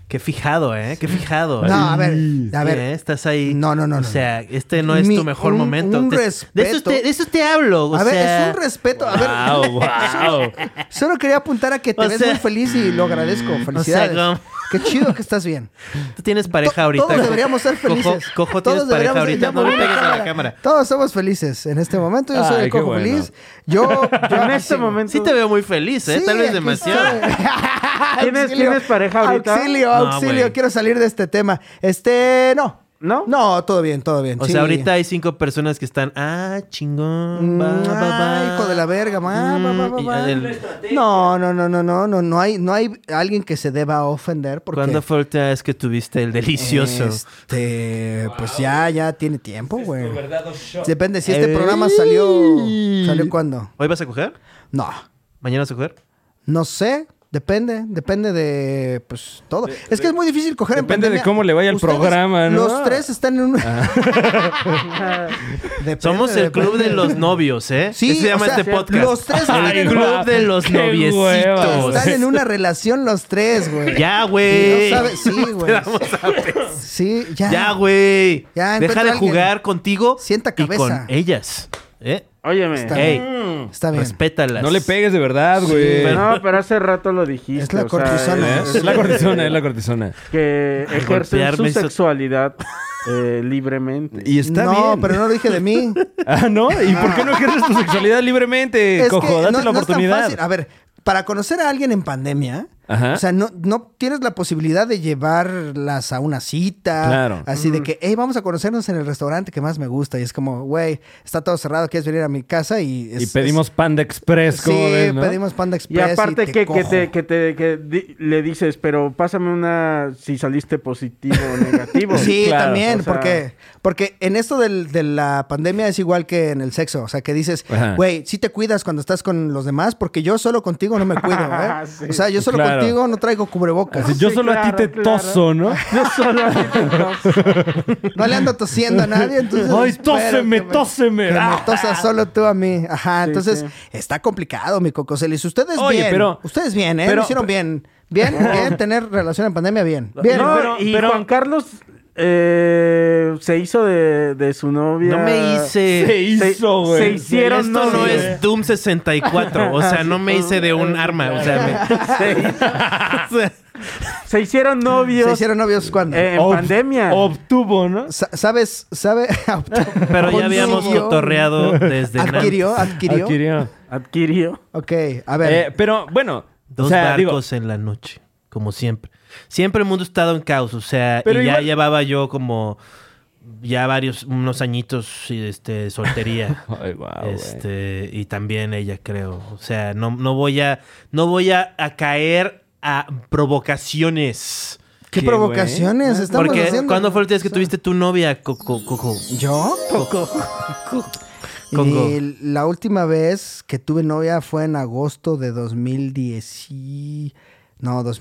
S3: Qué fijado, ¿eh? Qué fijado.
S5: No, a ver, a ver.
S3: Mira, ¿eh? estás ahí.
S5: No, no, no,
S3: O
S5: no.
S3: sea, este no es
S5: Mi-
S3: tu mejor
S5: un-
S3: momento.
S5: un
S3: Te- de, eso
S5: respeto.
S3: te, de eso te hablo. O
S5: A ver,
S3: sea,
S5: es un respeto. A ver,
S4: Wow, wow.
S5: [LAUGHS] solo quería apuntar a que te
S3: O
S5: ves
S3: sea-
S5: muy feliz y lo agradezco. Felicidades.
S3: como-
S5: Qué chido que estás bien.
S3: Tú tienes pareja
S5: To-
S3: ahorita.
S5: Todos deberíamos ser
S3: Cojo-
S5: felices.
S3: Cojo,
S5: todos
S3: tienes pareja
S5: deberíamos-
S3: ahorita.
S5: ya
S3: No
S5: moví
S3: le pegues a la cámara.
S5: Todos somos felices en este momento. Yo soy
S4: Ay,
S5: el
S4: qué
S5: cojo
S4: bueno.
S5: feliz.
S2: [LAUGHS]
S5: Yo, yo
S2: En este
S5: sigo.
S2: momento.
S3: Sí te veo muy feliz, ¿eh?
S5: Sí,
S3: Tal vez
S5: aquí
S3: demasiado.
S5: estoy.
S2: [LAUGHS] ¿Tienes-
S5: Auxilio,
S2: tienes pareja ahorita?
S5: Auxilio,
S3: No,
S5: auxilio.
S3: güey.
S5: Quiero salir de este tema. Este, no.
S2: ¿No?
S5: No, todo bien, todo bien.
S3: O
S5: sí.
S3: sea, ahorita hay cinco personas que están. Ah, chingón.
S5: Mm,
S3: va, va,
S5: ay,
S3: va.
S5: hijo de la verga, ma, va, va,
S3: Mm,
S5: va,
S3: y
S5: va.
S3: el-
S5: No, no, no, no, no, no, no hay, no hay alguien que se deba ofender porque.
S3: ¿Cuándo fue la última vez que tuviste el delicioso?
S5: Este, pues ya, ya tiene tiempo, güey. Depende si este programa salió, salió cuándo.
S3: ¿Hoy vas a coger?
S5: No,
S3: ¿Mañana vas a coger?
S5: no sé. Depende, depende de, pues, todo. es que es muy difícil coger en
S4: depende de
S5: pandemia.
S4: cómo le vaya el
S5: Ustedes,
S4: programa, ¿no? Ah.
S5: Los tres están en un... [LAUGHS] Depende,
S3: Somos el club de
S5: depende.
S3: los novios, ¿eh?
S5: Sí,
S3: Ese se
S5: o
S3: llama
S5: sea,
S3: este podcast.
S5: los tres están
S3: el
S5: en-
S3: club de
S4: [LAUGHS]
S3: los
S4: Qué hueva.
S3: noviecitos.
S5: Están en una relación los tres, güey.
S3: Ya,
S5: Y
S3: güey.
S5: no sabe-
S4: [LAUGHS]
S5: Sí, güey.
S3: Vamos a ver.
S5: Sí, ya.
S3: Ya, güey.
S5: Ya,
S3: Deja
S5: encuentra
S3: de
S5: a alguien.
S3: jugar contigo
S5: Sienta
S3: y
S5: cabeza.
S3: con ellas. ¿Eh?
S2: Óyeme.
S5: Está
S3: Ey,
S5: Está bien.
S3: respétalas.
S4: No le pegues de verdad, güey.
S3: pero-
S2: No, pero hace rato lo dijiste.
S5: Es la
S2: o sea,
S5: cortisona.
S2: es-
S4: Eh, Es la cortisona, es la cortisona.
S2: que ejercen su
S3: golpearme hizo-
S2: sexualidad eh, libremente.
S4: Y está
S5: no,
S4: bien.
S5: pero no lo dije de mí.
S4: [LAUGHS] Ah, ¿no? ¿Y por qué no ejerces tu sexualidad libremente,
S5: es
S4: cojo?
S5: que
S4: Date la
S5: no, no es tan
S4: oportunidad.
S5: fácil. Ah, A ver, para conocer a alguien en pandemia,
S4: Ajá.
S5: o sea, no, no tienes la posibilidad de llevarlas a una cita.
S4: Claro.
S5: Así
S2: Mm.
S5: de que, hey, vamos a conocernos en el restaurante que más me gusta. Y es como, güey, está todo cerrado, quieres venir a mi casa y... es-
S4: y pedimos Panda
S5: es-
S4: Express,
S5: Sí,
S4: como ves, no?
S5: pedimos Panda
S2: Y
S5: Express.
S2: aparte
S5: te
S2: que, que
S5: cojo.
S2: te, que te que di- le dices, pero pásame una si saliste positivo o negativo.
S5: [LAUGHS] Sí,
S4: Claro,
S5: también,
S2: o sea-
S5: porque, porque en esto del- de la pandemia es igual que en el sexo. O sea, que dices,
S4: Ajá.
S5: güey, sí te cuidas cuando estás con los demás, porque yo solo contigo no me cuido, ¿eh?
S2: [LAUGHS] Sí.
S5: O sea, yo solo
S4: Claro.
S5: contigo no traigo cubrebocas.
S4: Así, yo
S2: Sí,
S4: solo a ti
S2: claro,
S4: te
S2: claro.
S4: toso,
S5: [LAUGHS]
S4: ¿no?
S2: No [LAUGHS] solo a ti te tosa.
S5: No le ando tosiendo a nadie, entonces...
S4: ¡Ay,
S5: espero
S4: tóseme,
S5: que me-
S4: tóseme!
S5: Que
S4: [LAUGHS]
S5: me
S4: Ah.
S5: tosas solo tú a mí. Ajá,
S2: Sí,
S5: entonces
S2: sí.
S5: está complicado, mi cocoselis. Ustedes
S4: Oye,
S5: bien.
S4: pero-
S5: ustedes bien, ¿eh?
S4: pero-
S5: Lo hicieron bien.
S4: [LAUGHS]
S5: Bien, bien, tener relación en pandemia, bien. Bien.
S2: No,
S4: pero-
S2: y
S4: pero-
S2: Juan Carlos eh, se hizo de, de su novia.
S3: No me hice.
S4: Se hizo, güey.
S2: Se hicieron
S3: Esto no
S2: novios.
S3: es Doom 64. O sea, no me hice de [LAUGHS] un arma. O sea, me- o sea,
S2: Se hicieron novios.
S5: ¿Se hicieron novios cuándo?
S2: eh, en
S4: Ob-
S2: pandemia.
S4: Obtuvo, ¿no?
S5: Sa- ¿Sabes?
S3: [LAUGHS]
S5: ¿Sabe? [LAUGHS]
S3: Pero ya habíamos
S5: Consiguió.
S3: cotorreado desde
S5: Adquirió, adquirió.
S4: Adquirió.
S2: Adquirió.
S5: Ok, a ver.
S4: Eh, pero, bueno,
S3: Dos
S4: o sea, digo,
S3: barcos en la noche, como siempre. Siempre el mundo ha estado en caos, o sea,
S4: Pero
S3: y ya
S4: igual-
S3: llevaba yo como ya varios, unos añitos este, [LAUGHS] soltería.
S4: Ay, guau, güey.
S3: este, y también ella, creo. O sea, no, no voy a, no voy a, a caer a provocaciones.
S5: ¿Qué,
S4: ¿qué,
S5: provocaciones estamos
S3: Porque,
S5: haciendo?
S3: ¿cuándo fue el día que tuviste tu novia, Coco? Coco?
S5: ¿Yo?
S3: [LAUGHS] Congo.
S5: Y la última vez que tuve novia fue en agosto de 2010. y- No, dos...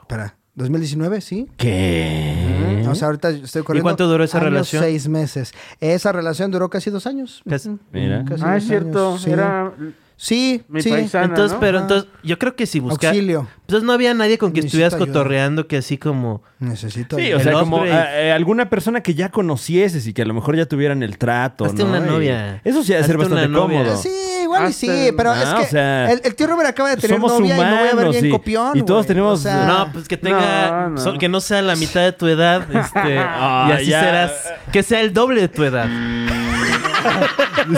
S5: Espera, ¿2019? ¿Sí?
S4: ¿Qué?
S5: O sea, ahorita estoy corriendo...
S3: ¿Eh? cuánto duró esa
S5: años,
S3: relación?
S5: seis meses. Esa relación duró casi dos años.
S3: Casi-
S5: Ujú.
S4: Mira.
S5: Casi
S2: Ah,
S5: dos
S2: es cierto.
S5: años, sí.
S2: Era
S5: Sí,
S2: mi
S5: sí.
S2: paisana.
S3: Entonces,
S2: ¿no?
S3: pero
S5: Ajá.
S3: entonces, yo creo que si buscas...
S5: Auxilio.
S3: Entonces no había nadie con quien
S5: Necesito
S3: estuvieras
S5: ayuda.
S3: cotorreando que así como...
S5: Necesito...
S4: Sí,
S5: ayuda.
S4: o sea,
S3: El
S4: como
S3: upgrade.
S4: ah, eh, alguna persona que ya conocieses y que a lo mejor ya tuvieran el trato,
S3: Hazte
S4: ¿no?
S3: una
S4: Y-
S3: novia.
S4: Eso sí ha de ser
S3: Hazte una
S4: bastante
S3: novia.
S4: cómodo.
S5: Sí, igual y
S2: Hasta-
S5: sí, pero
S4: Ah,
S5: es que
S4: o sea,
S5: el, el tío Robert acaba de tener
S4: somos
S5: novia y me voy a ver
S4: humanos
S5: bien
S4: y-
S5: copión.
S4: y todos
S5: güey.
S4: tenemos-
S5: [LAUGHS] Ah.
S3: No, pues que tenga.
S2: No, no.
S3: so- que no sea la mitad de tu edad.
S4: [LAUGHS]
S3: Este,
S4: Ah,
S3: y así
S4: ya.
S3: serás. Que sea el doble de tu edad.
S4: [LAUGHS]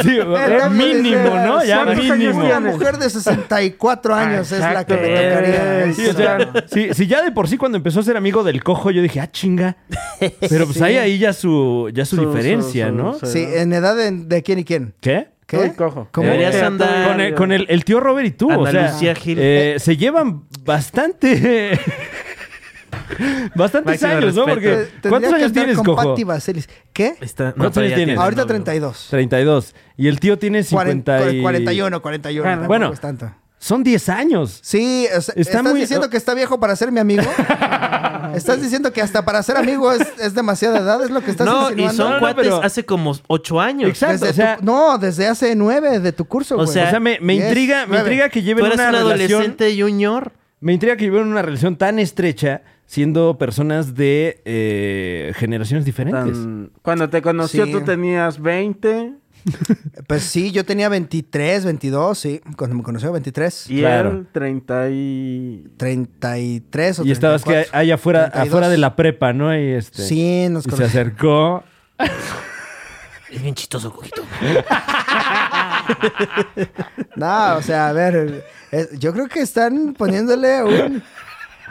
S4: Sí, eh, mínimo, ¿no? Ya
S2: ¿Cuántos años
S4: mínimo.
S5: Una
S2: tienes?
S5: mujer de 64 años es la que me
S2: Exacto.
S5: tocaría.
S2: Eh,
S5: Es-
S4: Sí, o sea, si, si ya de por sí cuando empezó a ser amigo del cojo, yo dije, ah, chinga. Pero pues hay ahí ya su, ya su
S2: Su- su-
S4: diferencia,
S2: su-
S4: ¿no?
S2: su-
S5: Sí, en edad de, de quién y quién.
S4: ¿Qué?
S5: ¿Qué?
S2: Tú y cojo.
S5: ¿Cómo?
S3: Deberías
S2: Eh,
S3: andar-
S4: Con el, con el- el tío Robert y tú,
S3: Ana
S4: o sea,
S3: Lucía Gil.
S4: eh, se llevan bastante... [LAUGHS] Bastantes
S3: Máximo
S4: años, ¿no?
S3: respeto.
S4: Porque,
S5: Te- tendría
S4: ¿Cuántos
S5: que
S4: años
S5: andar
S4: tienes,
S5: con
S4: cojo?
S5: Patti Vaselis. ¿Qué?
S3: Está-
S4: ¿Cuántos
S3: pero
S4: años
S3: ya
S4: tienes?
S3: tiene
S5: Ahorita
S3: novio.
S5: 32.
S4: 32. Y el tío tiene 50
S5: Cuarenta-
S4: y...
S5: 41, 41. tampoco
S4: Bueno.
S5: es tanto.
S4: Son 10 años.
S5: Sí, o sea,
S4: Está
S5: ¿estás
S4: muy-
S5: diciendo que está viejo para ser mi
S4: [LAUGHS]
S5: amigo? ¿Estás diciendo que hasta para ser amigo es, es demasiada edad? ¿Es lo que estás
S3: No, y
S5: insinuando?
S3: son
S4: No, no,
S3: cuates
S4: pero-
S3: hace como ocho años.
S4: Exacto.
S5: Desde
S4: o sea-
S5: tu- no, desde hace nueve de tu curso,
S3: O
S5: güey.
S4: O
S3: sea,
S4: sea, me, me
S5: Diez,
S4: intriga, me
S5: nueve.
S4: intriga que
S3: Tú
S4: lleven
S3: eres
S4: una
S3: un
S4: relación...
S3: adolescente junior.
S4: Me intriga que vivieron una relación tan estrecha siendo personas de eh, generaciones diferentes.
S2: Tan- Cuando te conoció
S5: Sí.
S2: tú tenías 20
S5: Pues sí, yo tenía 23, 22, sí. Cuando me conoció, 23.
S2: y
S4: Claro.
S2: él 30 y...
S5: 33 o
S4: Y estabas que
S5: 34.
S4: allá afuera,
S5: 32.
S4: afuera de la prepa, ¿no? Y este,
S5: Sí, nos
S4: y se
S5: conocimos.
S4: acercó.
S5: No, o sea, a ver, es- yo creo que están poniéndole un,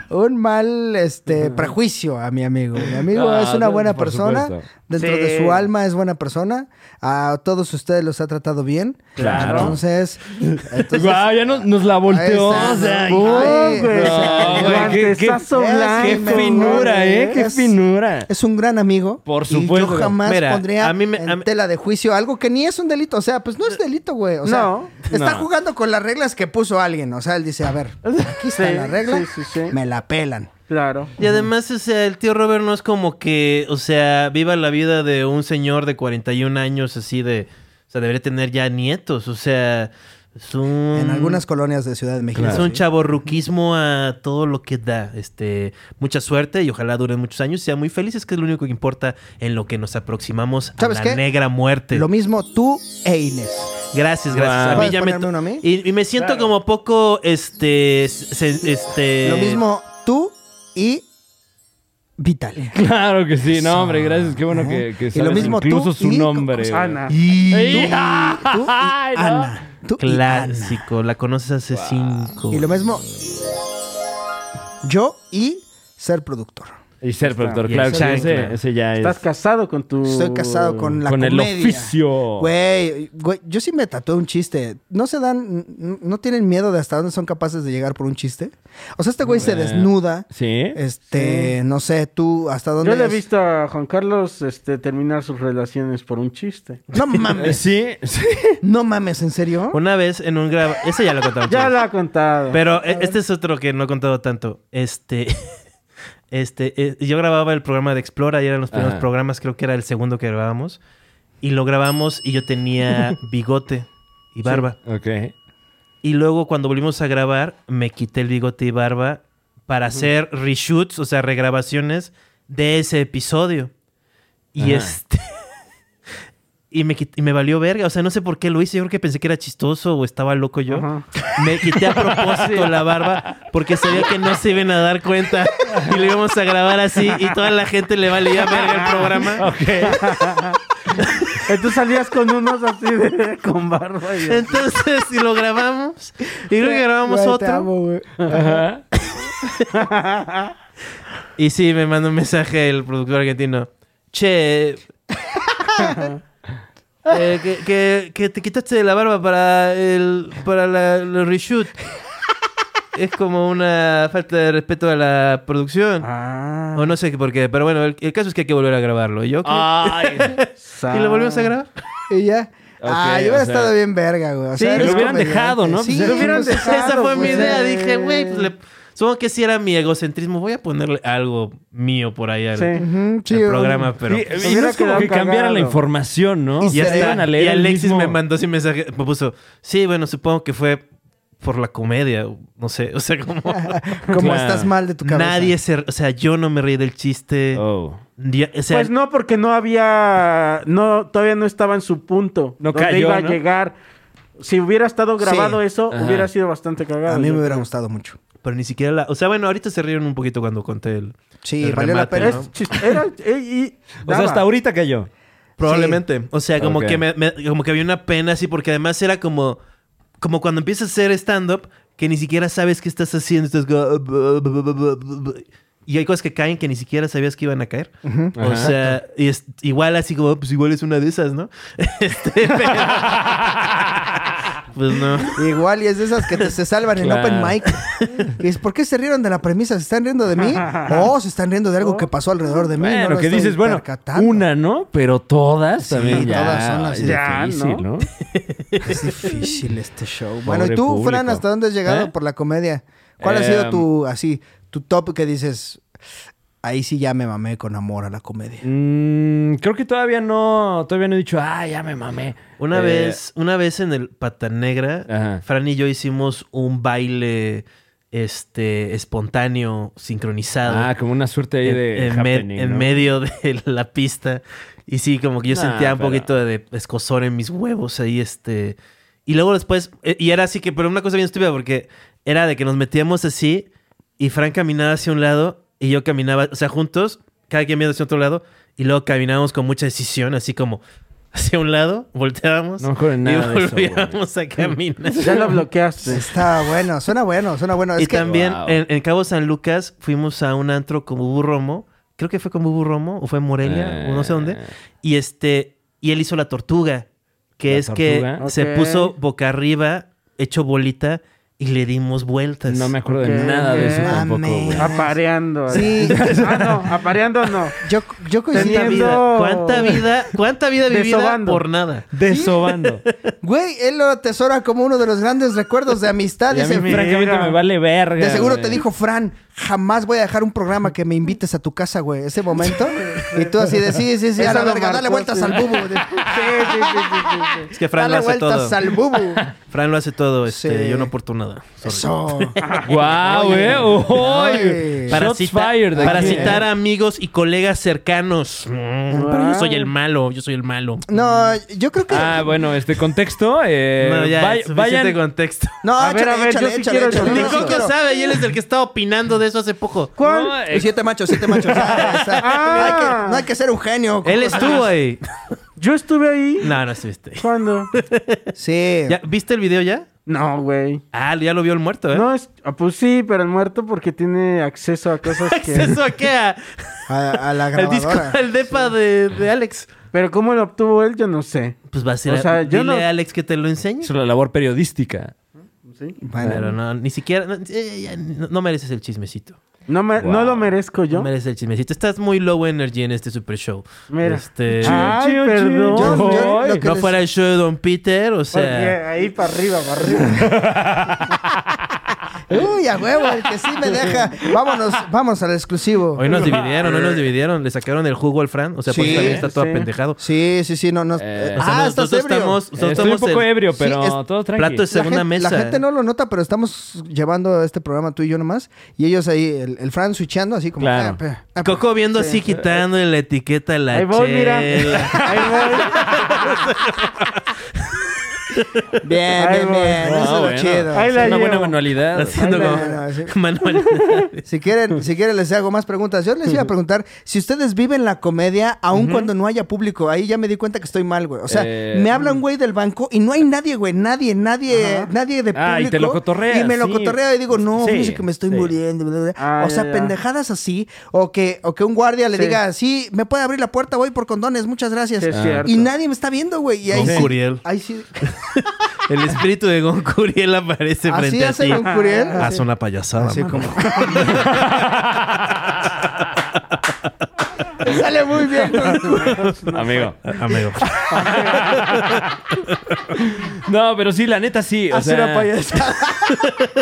S5: un mal este, prejuicio a mi amigo. Mi amigo
S4: Ah,
S5: es una
S4: no,
S5: buena
S4: por
S5: persona,
S4: supuesto.
S5: dentro
S2: Sí.
S5: de su alma es buena persona, a todos ustedes los ha tratado bien.
S4: Claro.
S5: Entonces, entonces
S4: Guau, ah, ya nos, nos la volteó.
S5: Ahí está,
S4: o sea,
S5: ¿no?
S4: guau,
S2: güey,
S5: Ay, no,
S4: güey, qué-
S2: guantesazo
S5: qué-
S4: qué
S2: blanco,
S4: finura,
S2: güey.
S4: ¿eh? Qué
S5: Es-
S4: finura.
S5: es un gran amigo.
S4: Por
S5: Y yo
S4: supuesto.
S5: jamás
S3: Mira,
S5: pondría
S3: a mí me-
S5: en
S3: a mí-
S5: tela de juicio algo que ni es un delito. O sea, pues no es delito, güey. O sea,
S2: No.
S5: está
S4: No.
S5: jugando con las reglas que puso alguien. O sea, él dice, a ver, aquí está
S2: Sí,
S5: la regla,
S2: sí, sí, sí.
S5: me la pelan.
S2: Claro.
S3: Y además, o sea, el tío Robert no es como que, o sea, viva la vida de un señor de 41 años así de... O sea, debería tener ya nietos, o sea, es un...
S5: En algunas colonias de Ciudad de México.
S3: Es un chaborruquismo a todo lo que da. Este, mucha suerte y ojalá duren muchos años. Sean muy felices, que es lo único que importa en lo que nos aproximamos a
S5: ¿Sabes
S3: la
S5: qué?
S3: negra muerte.
S5: Lo mismo tú e Inés.
S3: Gracias,
S4: Wow.
S3: gracias. A mí
S5: ¿Puedes
S3: ya me
S5: ponerme
S3: to-
S5: uno a mí?
S3: Y, y me siento como poco, este, se-
S4: Eh.
S3: este.
S5: Lo mismo tú y
S4: [LAUGHS]
S5: Vitalia.
S4: Claro que sí, no, hombre, gracias. Qué bueno que, que
S5: Y lo
S4: sabes
S5: mismo tú
S4: incluso su
S5: y-
S4: nombre. güey.
S2: Pues, Ana.
S5: Y tú y,
S4: ¡Hija!
S5: tú y
S4: [LAUGHS] Ay, no.
S5: Ana. Tú y Ana.
S3: Clásico, la conoces hace cinco.
S5: Y lo mismo yo y ser productor.
S4: Y ser productor,
S3: Y
S4: claro que sí,
S3: exacto.
S4: ese, ese ya
S2: Estás
S4: es.
S2: casado con tu...
S5: Estoy casado con la
S4: Con el
S5: comedia.
S4: oficio.
S5: Güey, güey, yo sí me tatué un chiste. ¿No se dan, n- no tienen miedo de hasta dónde son capaces de llegar por un chiste? O sea, este güey se
S4: Eh,
S5: desnuda.
S4: ¿Sí?
S5: Este, no sé, tú hasta dónde.
S2: Yo le he
S5: has-
S2: visto a Juan Carlos este, terminar sus relaciones por un chiste.
S4: [LAUGHS]
S5: No mames,
S4: Sí,
S5: [LAUGHS]
S4: sí.
S5: no mames, ¿en serio?
S3: Una vez en un grab. Ese ya lo contamos.
S2: [LAUGHS] Ya lo ha contado.
S3: Pero eh, este es otro que no he contado tanto. Este. [LAUGHS] Este, eh, yo grababa el programa de Explora y eran los primeros
S4: Ajá.
S3: programas, creo que era el segundo que grabábamos. Y lo grabamos y yo tenía bigote y barba.
S4: Ok.
S3: Y luego cuando volvimos a grabar, me quité el bigote y barba para hacer reshoots, o sea, regrabaciones de ese episodio. Y
S4: Ajá.
S3: este... [LAUGHS] y, me quit- y me valió verga. O sea, no sé por qué lo hice. Yo creo que pensé que era chistoso o estaba loco yo.
S2: Ajá.
S3: Me
S5: [LAUGHS]
S3: quité a propósito la barba porque sabía que no se iban a dar cuenta. Y lo íbamos a grabar así y toda la gente le valía verga el programa.
S2: Entonces salías con unos así de, [LAUGHS] con barba y...
S3: Entonces, y lo grabamos. Y creo que grabamos
S5: Güey, te
S3: otro.
S5: amo, güey.
S4: Ajá.
S3: Y sí, me mandó un mensaje el productor argentino.
S2: [LAUGHS]
S3: Che. eh, que, que- que te quitaste la barba para el para la, el reshoot. Es como una falta de respeto a la producción.
S2: Ah,
S3: O no sé por qué, pero bueno, el, el caso es que hay que volver a grabarlo. Y yo, ¿qué?
S4: Ay.
S8: [LAUGHS]
S3: ¿Y lo volvimos
S2: [LAUGHS]
S3: a grabar?
S5: Y ya. ah, yo hubiera
S4: o sea-
S5: estado bien verga, güey. O sea,
S4: Sí,
S5: eres
S4: lo hubieran
S5: comediante.
S4: dejado, ¿no?
S5: Sí,
S4: Pues, lo hubieran
S5: pues,
S3: Esa fue mi
S5: güey.
S3: idea. Dije, güey, pues le- supongo que si era mi egocentrismo. Voy a ponerle algo mío por ahí al,
S2: sí.
S3: al
S5: Ujú, sí,
S3: programa, pero...
S4: Y- y,
S2: hubiera
S4: no es como
S2: quedado
S4: que cambiara
S2: cagado.
S4: la información, ¿no?
S5: Y
S4: O sea,
S5: se
S4: iban a leer
S3: y
S4: el
S3: Alexis
S4: mismo-
S3: me mandó así un mensaje, me puso, sí, bueno, supongo que fue por la comedia, o no sé, o
S4: [LAUGHS]
S3: sea, como
S5: Como
S4: Claro.
S5: estás mal de tu cabeza.
S3: nadie se, o sea, yo no me reí del chiste.
S4: Oh.
S3: Ya- o sea,
S2: Pues no, porque no había, no, todavía no estaba en su punto.
S4: No
S2: donde
S4: cayó,
S2: iba a
S4: ¿no?
S2: llegar. Si hubiera estado grabado
S5: Sí.
S2: eso,
S4: Ajá.
S2: hubiera sido bastante cagado.
S5: A mí
S2: yo
S5: me hubiera
S2: creo.
S5: gustado mucho.
S3: pero ni siquiera la, o sea, bueno, ahorita se rieron un poquito cuando conté el
S5: Sí,
S3: El
S5: valió la
S3: remate,
S5: pena.
S3: ¿no?
S2: Es chis- era- y- y-
S4: O sea,
S2: daba.
S4: hasta ahorita
S5: [LAUGHS]
S4: cayó.
S3: Probablemente. O sea, como
S4: Ok.
S3: que me, me- como que había una pena así, porque además era como, como cuando empiezas a hacer stand-up, que ni siquiera sabes qué estás haciendo. estás como, "Bu, bu, bu, bu, bu, bu", Y hay cosas que caen que ni siquiera sabías que iban a caer. O sea, y es- igual así como, pues igual es una de esas, ¿no? [LAUGHS] Este, pero- pues no.
S5: Igual, y es de esas que te, se salvan en
S4: Claro.
S5: Open Mic. Y es, ¿por qué se rieron de la premisa? ¿Se están
S4: [LAUGHS]
S5: riendo de mí? ¿O se están riendo de algo que pasó alrededor de mí?
S4: Bueno,
S5: No lo
S4: que
S5: estoy
S4: dices, bueno,
S5: percatando.
S4: una, ¿no? Pero todas
S5: Sí,
S4: también ya.
S5: todas son así.
S4: es
S2: Ya,
S4: difícil,
S2: ¿no?
S4: ¿no?
S5: Es difícil este show. Bueno,
S4: Pobre
S5: ¿y tú,
S4: público.
S5: Fran, hasta dónde has llegado
S4: ¿Eh?
S5: por la comedia? ¿Cuál ha
S4: Eh,
S5: sido tu, así, tu top que dices, ahí sí ya me mamé con amor a la comedia?
S4: Mm, creo que todavía no, todavía no he dicho, ah, ya me mamé.
S3: Una
S4: Eh,
S3: vez, una vez en el Pata Negra,
S4: Ajá.
S3: Fran y yo hicimos un baile este, espontáneo, sincronizado.
S4: Ah, como una suerte ahí
S3: en,
S4: de.
S3: en me-
S4: happening,
S3: en
S4: ¿no?
S3: medio de [LAUGHS] la pista. Y sí, como que yo
S4: Nah,
S3: sentía un
S4: pero-
S3: poquito de escozor en mis huevos ahí, este. Y luego después, eh, y era así que, pero una cosa bien estúpida, porque era de que nos metíamos así y Frank caminaba hacia un lado y yo caminaba, o sea, juntos, cada quien viendo hacia otro lado, y luego caminábamos con mucha decisión, así como hacia un lado, volteábamos
S4: No me acuerdo de nada
S3: y
S4: de eso,
S3: volvíamos
S4: [LAUGHS]
S3: a caminar.
S2: Ya
S5: [LAUGHS]
S2: lo bloqueaste.
S5: Está bueno, suena bueno, suena bueno.
S3: Y
S5: Es que
S3: también
S4: Wow.
S3: en, en Cabo San Lucas fuimos a un antro con Bubu Romo. Creo que fue con Bubu Romo o fue en Morelia
S4: Eh.
S3: o no sé dónde. Y este y él hizo la tortuga, que
S4: ¿La
S3: es que
S4: tortuga?
S3: se
S2: Ok.
S3: puso boca arriba, hecho bolita y le dimos vueltas.
S4: No me acuerdo de
S2: Ok,
S4: nada de eso
S2: ok.
S4: tampoco,
S5: Mames.
S4: güey.
S2: Apareando.
S5: Sí.
S2: [LAUGHS] Ah, no, apareando no.
S5: yo, yo coincido.
S3: ¿Cuánta vida?
S2: Teniendo-
S3: ¿Cuánta vida? ¿Cuánta vida vivida
S2: Desobando.
S3: por nada?
S5: [LAUGHS]
S4: Desobando.
S5: Güey, él lo atesora como uno de los grandes recuerdos de amistad.
S4: [LAUGHS] Y a
S5: Dice,
S4: mí, francamente, me vale verga.
S5: de seguro te
S4: güey.
S5: dijo, Fran, jamás voy a dejar un programa que me invites a tu casa, güey. Ese momento. Y tú así de, sí, sí, sí, a
S2: Eso
S5: la
S2: lo
S5: verga, dale
S2: marcó,
S5: vueltas
S2: sí.
S5: al bubu. De-
S3: Es que Fran lo
S5: Dale
S3: hace
S5: vueltas
S3: todo.
S5: al bubu.
S3: Fran lo hace todo, este,
S5: Sí.
S3: yo no aporto nada. Sorry.
S5: Eso.
S4: ¡Guau,
S5: Oye.
S4: eh!
S5: Oye.
S4: ¡Uy!
S3: Para,
S4: Shots
S3: cita-
S4: fired
S3: para
S4: aquí,
S3: citar
S4: eh.
S3: a amigos y colegas cercanos. Mm,
S2: Wow.
S3: Yo soy el malo, yo soy el malo.
S5: No, yo creo que.
S4: Ah, bueno, este contexto. Eh,
S3: No, ya,
S4: vay-
S3: suficiente
S4: vayan,
S3: contexto.
S5: no,
S2: a ver,
S5: échale,
S2: a ver,
S5: échale,
S2: yo sí
S5: échale,
S2: quiero
S5: échale.
S2: saber.
S3: [LAUGHS] Ni
S5: No, no,
S3: Coco
S5: no.
S3: sabe y él es el que está opinando de eso hace poco.
S2: ¿Cuál?
S4: No, eh,
S5: Y Siete machos, siete machos. Ah, o sea,
S2: Ah.
S5: no, hay que, no hay que ser un genio.
S3: Él estuvo ahí.
S2: Yo estuve ahí.
S3: Ah, [LAUGHS] No, este. no estuviste. ahí.
S2: ¿Cuándo?
S5: Sí.
S3: ¿Ya, ¿Viste el video ya?
S2: No, güey.
S3: Ah, ya lo vio el muerto, ¿eh? [LAUGHS]
S2: No, es, ah, pues sí, pero el muerto porque tiene acceso a cosas que...
S3: ¿Eso a qué? A-
S5: A, a la
S3: al disco,
S5: grabadora.
S3: al depa de, de Alex.
S2: Pero cómo lo obtuvo él, yo no sé.
S3: Pues va a ser.
S2: O sea, yo
S3: dile
S2: no-
S3: a Alex que te lo enseñe.
S4: Es la labor periodística.
S5: Bueno.
S3: Pero no, ni siquiera. No, eh, ya, no- no mereces el chismecito.
S2: No, me-
S4: Wow.
S2: no lo merezco yo.
S3: No mereces el chismecito. Estás muy low energy en este super show.
S2: Mira.
S3: Este,
S2: Ay,
S4: Chiu, chiu,
S2: perdón.
S5: Yo- yo-
S4: Ay,
S5: lo que
S3: no
S5: les-
S3: fuera el show de Don Peter, o
S2: Porque
S3: sea.
S2: ahí para arriba, para arriba.
S5: Uy, a huevo, el que sí me deja. Vámonos, vamos al exclusivo.
S3: Hoy nos dividieron, hoy nos dividieron. Le sacaron el jugo al Fran. O sea, porque
S5: Sí,
S3: también está todo
S2: sí.
S3: apendejado.
S5: Sí, sí, sí, no, no.
S4: Eh,
S3: O sea,
S5: ah, estás
S3: nosotros
S5: ebrio.
S3: estamos, nosotros
S4: Estoy un
S3: estamos
S4: poco
S3: en
S4: ebrio,
S5: Sí,
S4: pero
S5: es-
S4: todo tranquilo.
S3: plato de segunda
S5: la gente,
S3: mesa.
S5: la gente no lo nota, pero estamos llevando este programa tú y yo nomás. Y ellos ahí, el, el Fran switchando así como.
S4: Claro.
S5: ah, pe- ah, pe-
S3: Coco viendo así, quitando la etiqueta a la
S2: Ahí voy, mira. [LAUGHS]
S3: chela.
S2: Ahí
S5: Bien,
S2: Ay,
S5: bien,
S2: bueno.
S5: bien. Eso
S4: Ah,
S5: es lo
S4: bueno.
S5: chido.
S2: Ahí
S4: Es
S2: la
S4: una buena
S2: llevo.
S4: manualidad.
S3: Haciendo
S5: Ay,
S3: como
S5: no, no, sí.
S3: manualidades.
S5: Si
S4: [LAUGHS]
S5: quieren, si quieren les hago más preguntas. Yo les iba a preguntar si ustedes viven la comedia aun cuando no haya público. Ahí ya me di cuenta que estoy mal, güey. O sea,
S4: Eh,
S5: me habla un güey del banco y no hay nadie, güey. Nadie, nadie, nadie de público.
S4: Ah, y te lo cotorreas,
S5: Y me lo
S4: sí.
S5: cotorreo y digo, no,
S4: Sí,
S5: fíjese que me estoy
S4: sí.
S5: muriendo. bla, bla, bla.
S2: Ah,
S5: o
S2: ya,
S5: sea,
S2: ya.
S5: pendejadas así. O que, o que un guardia le
S2: Sí.
S5: diga, sí, me puede abrir la puerta, voy por condones, muchas gracias. Ah.
S2: Sí, es cierto.
S5: Y nadie me está viendo, güey. Y ahí
S3: Con
S5: sí,
S3: Curiel. Este
S5: ahí sí.
S3: El espíritu de Goncuriel aparece
S5: Así
S3: frente
S5: hace
S3: a ti. Ah,
S5: Goncuriel, así.
S3: Haz una payasada.
S5: Así [LAUGHS]
S3: mano.
S5: como. Sale muy bien, güey.
S4: Amigo.
S3: Amigo.
S4: [LAUGHS] No, pero sí, la neta sí. O
S5: Hace
S4: sea,
S5: una payasada.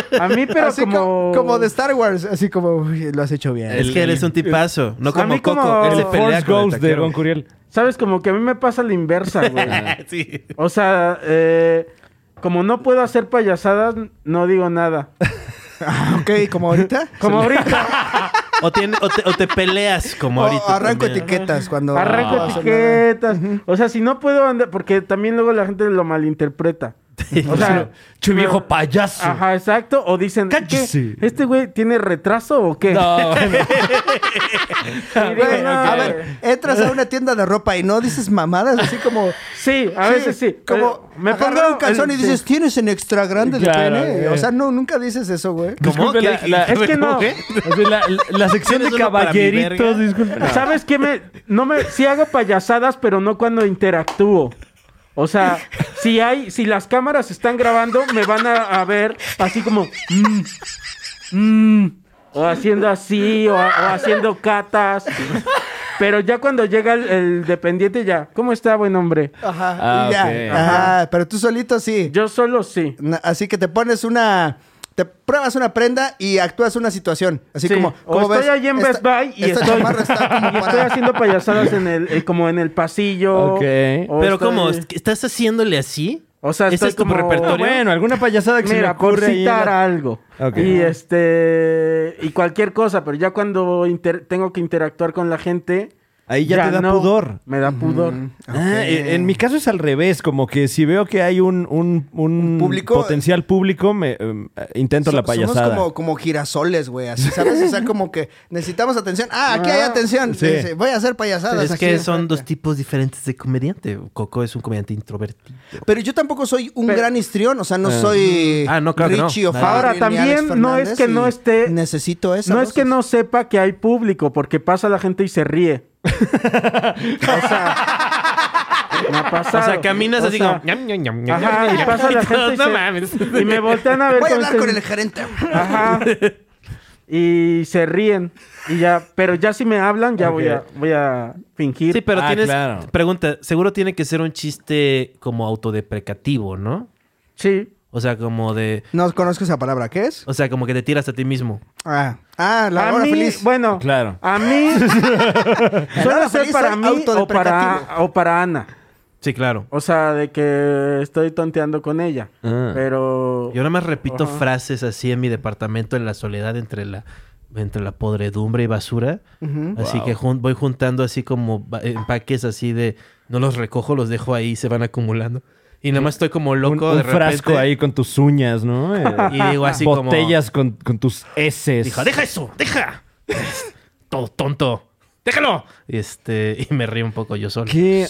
S2: voy. A mí, pero
S5: así
S2: como...
S5: como... como de Star Wars, así como "Uy, lo has hecho bien.
S3: [LAUGHS] Es que [LAUGHS] eres un tipazo. No
S2: A
S3: como
S2: mí como
S3: Coco. Él
S4: el
S3: se pelea
S4: Force
S3: con el
S4: Ghost de
S3: taquero.
S4: Don Curiel.
S2: ¿Sabes? Como que a mí me pasa la inversa, güey.
S3: [LAUGHS] Sí.
S2: O sea, eh, como no puedo hacer payasadas, no digo nada.
S5: Ah, ok, como ahorita.
S2: Como ahorita.
S3: O, tiene- o te, o te peleas como
S5: O
S3: ahorita.
S5: arranco
S3: también.
S5: etiquetas
S2: [LAUGHS]
S5: cuando.
S2: Arranco
S5: no pasa nada.
S2: etiquetas. O sea, si no puedo andar, porque también luego la gente lo malinterpreta. O sea,
S4: Chu viejo payaso.
S2: ajá, exacto. O dicen, ¿qué?
S4: Cállese.
S2: ¿este güey tiene retraso o
S4: [LAUGHS]
S2: qué?
S4: No, bueno.
S2: Y digo,
S5: Güey,
S2: "No,
S5: A ver, entras a una tienda de ropa y no dices mamadas, así como.
S2: Sí, a veces sí.
S5: Como
S2: Eh, me
S5: agarrar
S2: pongo
S5: un calzón
S2: el-
S5: y dices, ¿tienes en extra grande de
S4: Claro,
S5: pene?
S4: eh.
S5: O sea, no, nunca dices eso, güey.
S3: ¿Cómo?
S4: Disculpe,
S3: ¿Qué
S4: la-
S3: dijiste?
S4: la-
S2: Es que no.
S3: ¿Qué?
S4: O sea, la, la- la sección de
S3: ¿Tienes uno para mi
S4: caballeritos,
S3: verga?
S4: disculpen.
S2: ¿Sabes qué me no me sí hago payasadas, pero no cuando interactúo? O sea, si hay si las cámaras están grabando, me van a, a ver así como mm, mm, o haciendo así o, o haciendo catas. Pero ya cuando llega el, el dependiente ya, ¿cómo está, buen hombre?
S5: Ajá.
S4: Ah,
S5: y ya.
S4: ok.
S5: Ajá, Pero tú solito sí.
S2: Yo solo sí.
S5: Na- Así que te pones una. Te pruebas una prenda y actúas una situación. Así
S2: Sí.
S5: como.
S2: o
S5: ¿cómo
S2: estoy
S5: ves?
S2: allí en
S5: Esta-
S2: Best Buy y
S5: esta
S2: estoy,
S5: chamarra está
S2: [LAUGHS]
S5: como
S2: y estoy
S5: para-
S2: haciendo payasadas en el eh, como en el pasillo.
S4: Ok.
S2: O
S3: Pero
S2: estoy-
S3: ¿cómo? ¿Estás haciéndole así?
S2: O sea,
S3: ¿Ese
S2: estoy
S3: es tu
S2: como-
S3: repertorio?
S4: Bueno, alguna payasada que se me
S2: Mira, por
S4: ocurre ahí en la-
S2: citar algo.
S4: Ok.
S2: Y este y cualquier cosa, pero ya cuando inter- tengo que interactuar con la gente,
S4: Ahí ya te da pudor.
S2: Me da pudor.
S4: Ah,
S5: Ok.
S4: e- en mi caso es al revés, como que si veo que hay un, un- un
S5: ¿Un público?
S4: potencial público, me em, eh, intento
S5: So-
S4: la payasada.
S5: Somos como, como girasoles, güey. Así, ¿sabes? O sea, como que necesitamos atención. Ah, aquí hay atención.
S4: sí.
S5: Dice, Voy a hacer payasadas.
S3: Es
S5: aquí
S3: que
S5: enfrente.
S3: son dos tipos diferentes de comediante. Coco es un comediante introvertido.
S5: Pero yo tampoco soy un
S2: Pero-
S5: gran histrión. O sea, no soy
S3: Ah, no, claro que no.
S5: Richie O'Farrell
S2: Ahora,
S5: ni
S2: también
S5: Alex
S2: no es
S5: Fernández
S2: que no
S5: y
S2: esté-
S5: Necesito eso.
S2: No es que no sepa que hay público, porque pasa la gente y se ríe. o sea, me ha
S3: O
S2: pasado.
S3: sea, caminas
S2: O
S3: así
S2: sea,
S3: como... ñam, ñam, ñam, ñam,
S2: Ajá,
S3: ñam,
S2: y
S3: ñam,
S2: pasa la gente
S3: todos,
S2: y,
S3: No
S2: se-
S3: mames.
S2: y me voltean a ver
S5: [LAUGHS] Voy
S2: con
S5: a hablar
S2: este-
S5: con el gerente.
S2: Ajá. Y se ríen. Y ya, pero ya si me hablan, ya voy a voy a fingir.
S3: Sí, pero
S4: Ah,
S3: tienes...
S4: claro.
S3: Pregunta, seguro tiene que ser un chiste como autodeprecativo, ¿no?
S2: Sí.
S3: O sea, como de...
S5: No conozco esa palabra. ¿Qué es?
S3: O sea, como que te tiras a ti mismo.
S5: Ah, ah la
S2: a
S5: hora
S2: mí,
S5: feliz.
S2: bueno,
S4: Claro.
S2: a
S5: [LAUGHS]
S2: mí suele
S5: hora
S2: ser
S5: feliz
S2: para
S5: soy
S2: mí o para,
S5: autodeprecativo.
S2: o para Ana.
S3: Sí, claro.
S2: O sea, de que estoy tonteando con ella.
S4: Ah.
S2: Pero.
S3: Yo nada más repito
S2: Ajá.
S3: frases así en mi departamento, en la soledad, entre la, entre la podredumbre y basura.
S5: Ujú.
S3: Así que jun- voy juntando así como ba- empaques así de... No los recojo, los dejo ahí, se van acumulando. Y nada más estoy como
S4: Un,
S3: loco
S4: un
S3: de repente.
S4: frasco ahí con tus uñas, ¿no? Eh,
S3: Y digo así como...
S4: botellas con, con tus heces.
S3: Dijo, deja eso, deja.
S4: este,
S3: Todo tonto. Déjalo. Este, y me río un poco yo solo.
S4: Qué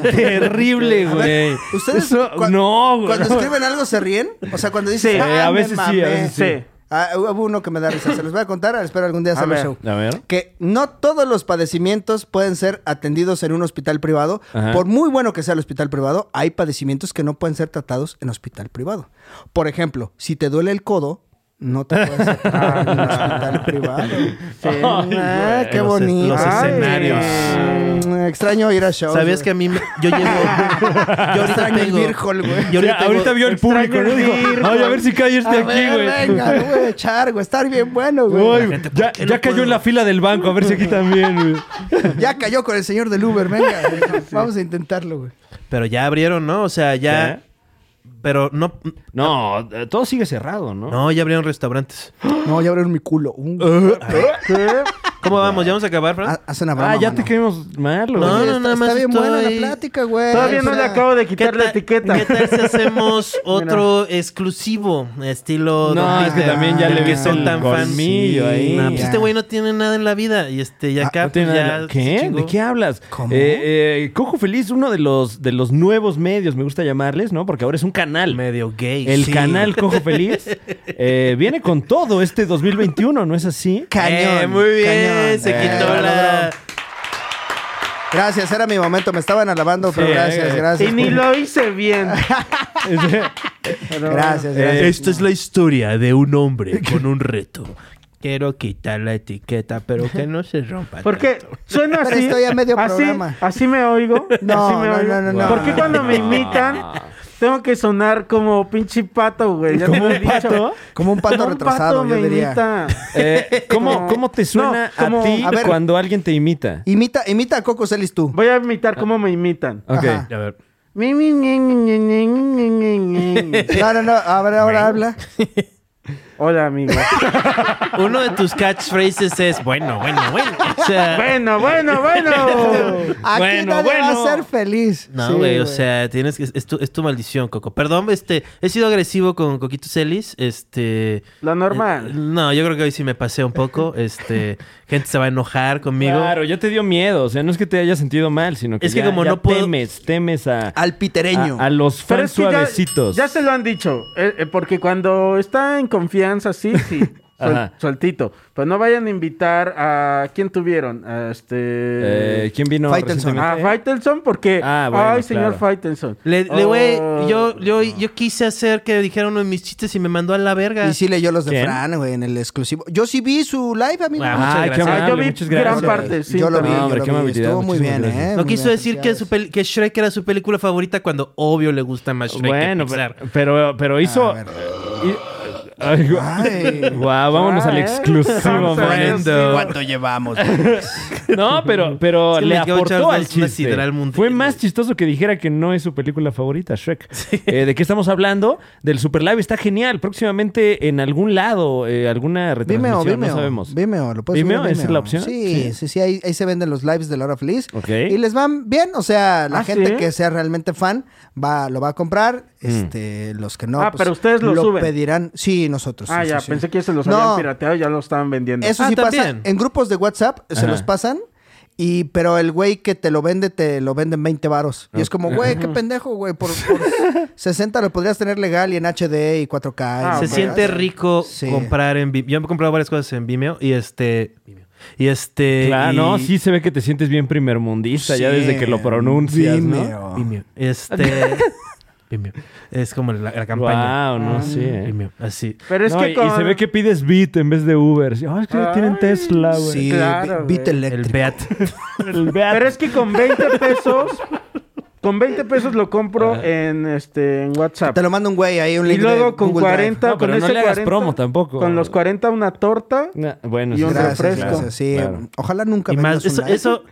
S4: [LAUGHS] terrible,
S5: A ver,
S4: güey.
S5: ¿Ustedes
S4: Eso-
S5: cua-
S4: no, güey. [LAUGHS]
S5: cuando escriben algo se ríen? O sea, cuando dicen.
S2: Sí.
S5: "Ah,
S4: Eh, a
S5: me
S4: veces sí, a
S5: mamé".
S4: veces
S2: sí.
S5: Ah, hubo uno que me da risa. Se los voy a contar. Espero algún día hacer
S2: ver.
S5: show.
S4: A ver.
S5: que no todos los padecimientos pueden ser atendidos en un hospital privado.
S4: Ajá.
S5: Por muy bueno que sea el hospital privado, hay padecimientos que no pueden ser tratados en hospital privado. Por ejemplo, si te duele el codo, no te
S4: [LAUGHS]
S5: puedes tratar en un pues, hospital privado.
S2: Sí.
S5: Ah, qué
S3: Los es-
S5: bonito.
S3: los
S5: Ay.
S3: escenarios.
S5: Mm, Extraño ir a shows.
S3: ¿Sabías que a
S5: güey.
S3: mí me-
S4: [LAUGHS]
S3: yo llevo yo ahorita
S5: Extraño el
S3: tengo
S5: Beer Hall, güey.
S3: yo ahorita,
S4: Ya, ahorita
S3: tengo-
S4: vio el público, ¿no? Dijo, ay, a ver si cae este
S5: A
S4: aquí,
S5: ver,
S4: [LAUGHS] güey.
S5: venga, lo voy a echar, güey. Estar bien bueno,
S4: Uy,
S5: güey.
S4: ya ya cayó en la fila del banco, a ver si aquí también, güey.
S5: Ya cayó con el señor del Uber, venga. Vamos a intentarlo, güey.
S3: pero ya abrieron, ¿no? O sea, ya pero no
S4: No, eh, todo sigue cerrado, ¿no?
S3: no, ya abrieron restaurantes.
S5: No, ya abrieron mi culo. Uh.
S3: ¿Cómo vamos? ¿Ya vamos a acabar, Fran?
S5: Ha- Haz una broma,
S4: Ah, ya
S5: mano.
S4: te caímos mal, güey.
S3: No,
S5: Oye,
S3: no,
S5: está,
S3: nada
S5: está
S3: más
S5: bien buena
S3: estoy-
S5: la plática, güey.
S2: Todavía no
S5: O
S2: le
S5: sea,
S2: acabo de
S3: ¿Qué
S2: quitar
S3: tal,
S2: la etiqueta.
S3: qué tal si
S4: [LAUGHS]
S3: hacemos otro exclusivo estilo
S4: No,
S3: Don
S4: es que
S3: Peter,
S4: también ya
S3: del
S4: le
S3: que
S4: ves
S3: son
S4: el
S3: tan fans?
S4: colmillo ahí.
S3: Nah, pues
S5: Ya.
S3: este güey no tiene nada en la vida y este ya acá
S4: No tiene
S3: pues,
S4: nada-
S3: ya se
S4: ¿Qué?
S3: chingó.
S4: ¿De qué hablas?
S5: ¿Cómo?
S4: Eh, eh, Cojo Feliz, uno de los, de los nuevos medios, me gusta llamarles, ¿no? Porque ahora es un canal.
S3: medio gay.
S4: El
S3: sí.
S4: canal Cojo Feliz eh, viene con todo este 2021, ¿no es así?
S5: Cañón.
S3: Eh, muy bien,
S5: cañón.
S3: se
S5: Eh,
S3: quitó
S5: bravo,
S3: la.
S5: bravo. Gracias, era mi momento. Me estaban alabando, pero
S4: Sí,
S5: gracias,
S4: eh,
S5: gracias.
S2: Y ni lo hice
S5: [LAUGHS]
S2: bien. Pero-
S5: Gracias, gracias.
S3: Esta Eh, es la historia de un [LAUGHS] hombre con un reto. Quiero quitar la etiqueta, pero que no se rompa.
S2: Porque suena
S5: Pero
S2: así.
S5: estoy a medio
S2: así,
S5: programa.
S2: así me
S5: [LAUGHS]
S2: oigo.
S5: No,
S2: así me
S5: no, no, no, [LAUGHS] no.
S2: ¿Por qué cuando me
S4: No.
S2: imitan tengo que sonar como pinche pato, güey? Ya te
S4: ¿Como
S2: lo he
S4: un
S2: dicho.
S4: pato?
S5: Como un pato
S2: Como un
S5: retrasado,
S2: pato
S5: yo
S2: me
S5: diría.
S2: imita.
S4: Eh, ¿cómo, ¿Cómo te suena
S2: No, como-
S4: a ti
S5: a ver.
S4: cuando alguien te imita?
S5: Imita, imita a Coco Celis tú.
S2: Voy a imitar cómo me imitan.
S4: Ok.
S5: Ajá.
S3: A ver.
S2: Mi, mi, mi, mi, mi, mi, mi, mi, mi, mi.
S5: No, no, no. A ver, ahora habla.
S2: [LAUGHS] Hola, amigo.
S3: Uno de tus catchphrases es bueno, bueno, bueno. O
S2: [LAUGHS]
S3: sea,
S2: bueno, bueno, bueno.
S5: Aquí
S4: Bueno,
S5: nadie
S4: bueno.
S5: va a ser feliz. Sí,
S3: No, güey, o sea, tienes que. Es tu, es tu maldición, Coco. Perdón, este. He sido agresivo con Coquito Celis. Este.
S2: Lo
S3: eh,
S2: normal.
S3: no, yo creo que hoy sí me pasé un poco.
S4: [LAUGHS]
S3: Este. Gente se va a enojar conmigo.
S4: Claro, ya te dio miedo. O sea, no es que te hayas sentido mal, sino que,
S3: Es que
S4: ya-
S3: como
S4: ya
S3: no puedo-
S4: temes, temes a,
S5: Al pitereño.
S4: a, a los
S2: Pero
S4: fans
S2: es que ya,
S4: suavecitos.
S2: ya se lo han dicho. eh, eh, porque cuando está en confianza, sí, sí. suel-
S4: [LAUGHS] Ajá.
S2: sueltito. Pero no vayan a invitar a. ¿Quién tuvieron? A este.
S4: Eh, ¿Quién vino
S5: Faitelson.
S4: recientemente?
S2: a Faitelson, porque.
S4: Ah, bueno,
S2: Ay, señor
S4: claro.
S2: Faitelson.
S3: Le, le, güey,
S2: Oh.
S3: yo, yo, yo quise hacer que dijera uno de mis chistes y me mandó a la verga.
S5: Y sí leyó los de
S4: ¿Quién?
S5: Fran, güey, en el exclusivo. Yo sí vi su live, amigo.
S3: Ah,
S4: Ah,
S3: Muchas
S4: qué
S3: gracias.
S4: amable,
S2: Ah, yo vi
S4: muchas gracias.
S2: gran parte. sí,
S5: yo lo vi,
S2: también.
S5: yo
S4: Hombre,
S5: lo
S4: qué
S5: vi.
S4: amabilidad,
S5: Estuvo muy
S4: muchísimas
S5: bien,
S4: gracias.
S5: ¿eh?
S3: No
S5: Muy
S3: quiso
S5: bien,
S3: decir que,
S5: felicidades.
S3: su peli- que Shrek era su película Pues favorita cuando obvio le gusta más Shrek
S4: Bueno,
S3: que Pixar.
S4: pero, pero, pero hizo.
S5: A ver.
S4: hi- Ay, gu-
S5: Ay.
S4: guau, vámonos
S2: Ah,
S4: al
S2: ¿eh?
S4: exclusivo,
S2: Sansa,
S4: man.
S3: Brando.
S5: ¿Cuánto llevamos?
S4: No, pero, pero
S3: Es que
S4: le
S3: Michael
S4: aportó
S3: Jackson
S4: al
S3: es una
S4: chiste.
S3: sideral mundial.
S4: Fue más chistoso que dijera que no es su película favorita, Shrek. Eh, ¿De qué estamos hablando? Del Super Live está genial. Próximamente en algún lado, eh, alguna
S5: Vimeo,
S4: retransmisión,
S5: Vimeo.
S4: no sabemos.
S5: Vimeo, lo puedes
S4: Vimeo,
S5: subir a
S4: ¿esa es la opción?
S5: Sí,
S4: Sí.
S5: sí, sí, ahí, ahí se venden los lives de Laura Feliz.
S4: Ok.
S5: Y les van bien, o sea, la
S2: Ah,
S5: gente
S2: ¿sí?
S5: que sea realmente fan va, lo va a comprar, este, los que no.
S2: Ah, pero ustedes lo suben.
S5: pedirán, sí, nosotros.
S2: Ah,
S5: sí,
S2: ya,
S5: sí, sí.
S2: pensé que se los
S5: No.
S2: habían pirateado y ya lo estaban vendiendo.
S5: Eso
S3: Ah,
S5: sí
S3: también.
S5: pasa. En grupos de WhatsApp se
S4: Ajá.
S5: los pasan. Y, pero el güey que te lo vende, te lo venden 20 varos. Y es como, güey, qué pendejo, güey. Por, por 60 lo podrías tener legal y en HD y 4K.
S2: Ah,
S5: y
S3: Se
S2: ok.
S5: demás.
S3: siente rico
S5: Sí.
S3: comprar en Vimeo. Yo he comprado varias cosas en Vimeo y este. Vimeo. Y este.
S4: Claro,
S3: y-
S4: no, sí se ve que te sientes bien primermundista ya desde que lo pronuncias, ¿no?
S5: Vimeo.
S3: Vimeo.
S4: [LAUGHS]
S3: Este. Vimeo. Es como la, la campaña.
S4: Wow, no, sí. eh.
S3: Vimeo. Así.
S2: Pero es
S4: No,
S2: que
S4: y,
S2: con-
S4: y se ve que pides Bit en vez de Uber. Sí, Ay, es que ya tienen
S2: Ay.
S4: Tesla, güey. Pues,
S5: Sí,
S2: Claro,
S5: vi- Beat
S2: güey.
S3: El
S5: Electric.
S3: Beat.
S4: El Beat.
S2: Pero es que con
S5: [LAUGHS]
S2: 20 pesos, con 20 pesos lo compro en este en WhatsApp.
S5: Te lo manda un güey ahí, un
S2: Y
S5: link de
S2: luego con
S5: Google Drive.
S2: 40,
S4: No, pero
S2: con
S4: no
S2: ese
S4: le hagas
S2: 40,
S4: promo tampoco.
S2: Con los 40 una torta.
S4: Na- bueno,
S2: Y un
S5: Gracias,
S2: refresco.
S5: gracias, sí.
S4: Claro.
S5: Ojalá nunca
S3: Y más,
S5: vengas
S3: eso,
S5: un live.
S3: eso-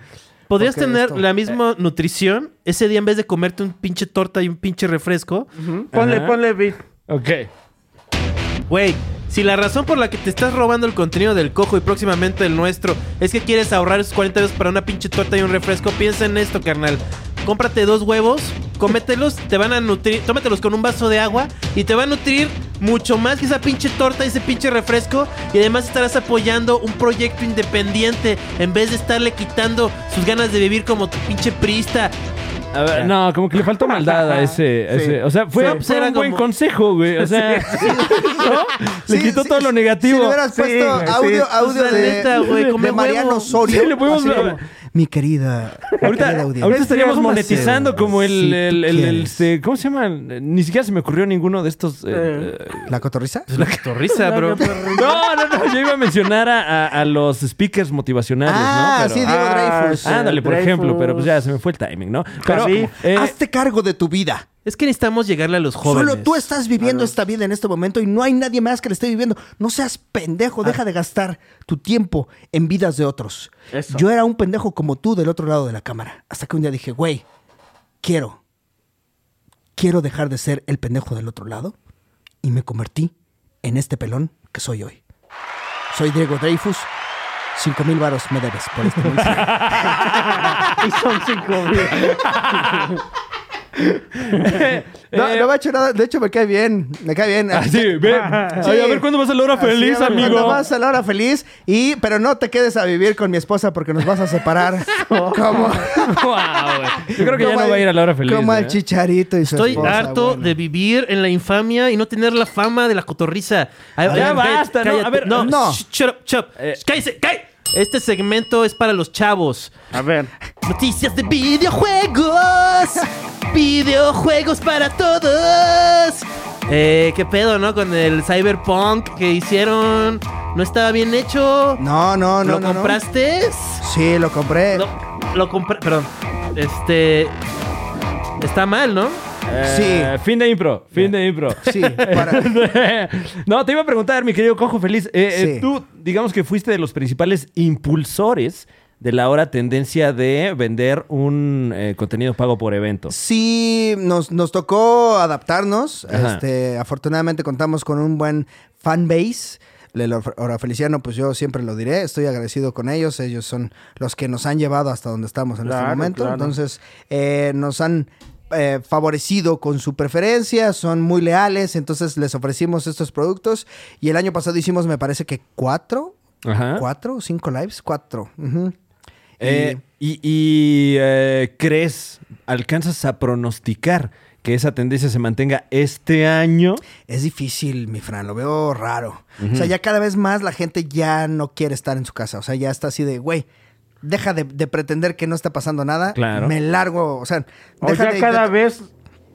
S3: podrías
S5: Porque
S3: tener
S5: esto- eh.
S3: la misma nutrición ese día en vez de comerte un pinche torta y un pinche refresco.
S2: Ujú. Ponle,
S4: Ajá.
S2: ponle beat.
S4: Ok.
S3: Güey, si la razón por la que te estás robando el contenido del cojo y próximamente el nuestro es que quieres ahorrar esos 40 euros para una pinche torta y un refresco, piensa en esto, carnal. Cómprate dos huevos, cómetelos, te van a nutrir, tómatelos con un vaso de agua y te va a nutrir mucho más que esa pinche torta y ese pinche refresco. Y además estarás apoyando un proyecto independiente en vez de estarle quitando sus ganas de vivir como tu pinche prista.
S4: A ver, no, como que le [LAUGHS] faltó maldad a ese. a
S2: Sí.
S4: ese- O sea, fue,
S3: Sí.
S4: fue
S3: Pues era
S4: un buen
S3: como-
S4: consejo, güey. O
S5: [LAUGHS]
S4: sea, ¿no? le
S5: Sí,
S4: quitó
S5: sí,
S4: todo lo
S5: sí,
S4: negativo.
S5: Si le hubieras
S2: Sí,
S5: puesto
S2: güey, sí.
S5: audio, audio
S3: Pues la
S5: de,
S3: neta, güey,
S5: de
S3: come
S5: Mariano
S3: huevo.
S5: Osorio.
S4: Sí, le podemos-
S5: así como, Mi querida. mi querida
S4: Ahorita,
S5: audiencia.
S4: ahorita estaríamos
S2: Sí,
S4: monetizando
S5: sí,
S4: como el,
S5: si
S4: el-
S5: tú
S4: el- el-
S5: quieres.
S4: este, ¿cómo se llama? Ni siquiera se me ocurrió ninguno de estos. eh,
S2: Eh.
S4: eh,
S5: ¿La cotorriza?
S3: Es la
S5: [LAUGHS]
S3: cotorriza, bro.
S4: No, no, no. Yo iba a mencionar a, a- a los speakers motivacionales,
S5: Ah,
S4: ¿no? Pero-
S5: sí, Diego
S2: Ah,
S5: Dreyfus.
S2: sí.
S4: Ándale, por
S2: Dreyfus.
S4: ejemplo, pero
S2: [LAUGHS]
S4: pues ya se me fue el timing, ¿no? Pero,
S2: Sí.
S4: eh,
S5: Hazte cargo de tu vida.
S3: Es que necesitamos llegarle a los jóvenes.
S5: Solo tú estás viviendo esta vida en este momento y no hay nadie más que la esté viviendo. No seas pendejo, deja de gastar tu tiempo en vidas de otros.
S2: Eso.
S5: Yo era un pendejo como tú del otro lado de la cámara. Hasta que un día dije, güey, quiero. Quiero dejar de ser el pendejo del otro lado. Y me convertí en este pelón que soy hoy. Soy Diego Dreyfus. Cinco mil varos me debes por este mensaje.
S2: Y son 5 mil.
S5: No, no me ha hecho nada. De hecho, me cae bien. Me cae bien.
S4: [LAUGHS] así, ven. Ay, a ver cuándo vas a la hora
S5: Así,
S4: feliz,
S5: a ver,
S4: amigo.
S5: cuando vas a la hora feliz y pero no te quedes a vivir con mi esposa porque nos vas
S4: [LAUGHS]
S5: a separar. como
S4: Guau, güey. Yo creo que ya
S5: como
S4: no
S5: al-
S4: va a ir a la hora feliz.
S5: Como
S4: ¿eh?
S5: al chicharito y su
S3: Estoy
S5: esposa,
S3: harto
S5: bueno.
S3: de vivir en la infamia y no tener la fama de la cotorriza. A-
S4: Ya
S3: a-
S4: basta,
S3: cállate.
S4: no, a ver,
S3: no,
S5: no.
S3: sh- shut up, shut up.
S4: Eh.
S3: Sh- cállese, cállese. Este segmento es para los chavos.
S2: A ver.
S3: Noticias de videojuegos. videojuegos para todos. Eh, qué pedo, ¿no? Con el Cyberpunk que hicieron. No estaba bien hecho.
S5: No, no, no.
S3: ¿Lo
S5: no, no.
S3: compraste?
S5: Sí, lo compré.
S3: No, lo compré. Perdón. Este. Está mal, ¿no?
S4: Eh, Fin de impro, fin de impro.
S5: Sí, para-
S4: [LAUGHS] no, te iba a preguntar, mi querido Cojo Feliz. eh, eh,
S5: Sí.
S4: tú, digamos que fuiste de los principales impulsores de la ahora tendencia de vender un eh, contenido pago por evento.
S5: Sí, nos, nos tocó adaptarnos.
S4: Ajá.
S5: Este, afortunadamente contamos con un buen fan base. El Or- Orafeliciano, pues yo siempre lo diré, estoy agradecido con ellos, ellos son los que nos han llevado hasta donde estamos en
S2: Claro,
S5: este momento,
S2: claro.
S5: entonces eh, nos han eh, favorecido con su preferencia, son muy leales, entonces les ofrecimos estos productos y el año pasado hicimos, me parece que cuatro,
S4: Ajá.
S5: cuatro, cinco lives, cuatro. ujú.
S4: ¿Ah? Eh, y y, eh, crees, alcanzas a pronosticar que esa tendencia se mantenga este año.
S5: Es difícil, mi Fran, lo veo raro. O sea, ya cada vez más la gente ya no quiere estar en su casa. O sea, ya está así de, güey, deja de, de pretender que no está pasando nada.
S4: Claro.
S5: Me largo, o sea,
S2: O
S5: deja
S2: sea,
S5: de...
S2: cada
S5: de-
S2: vez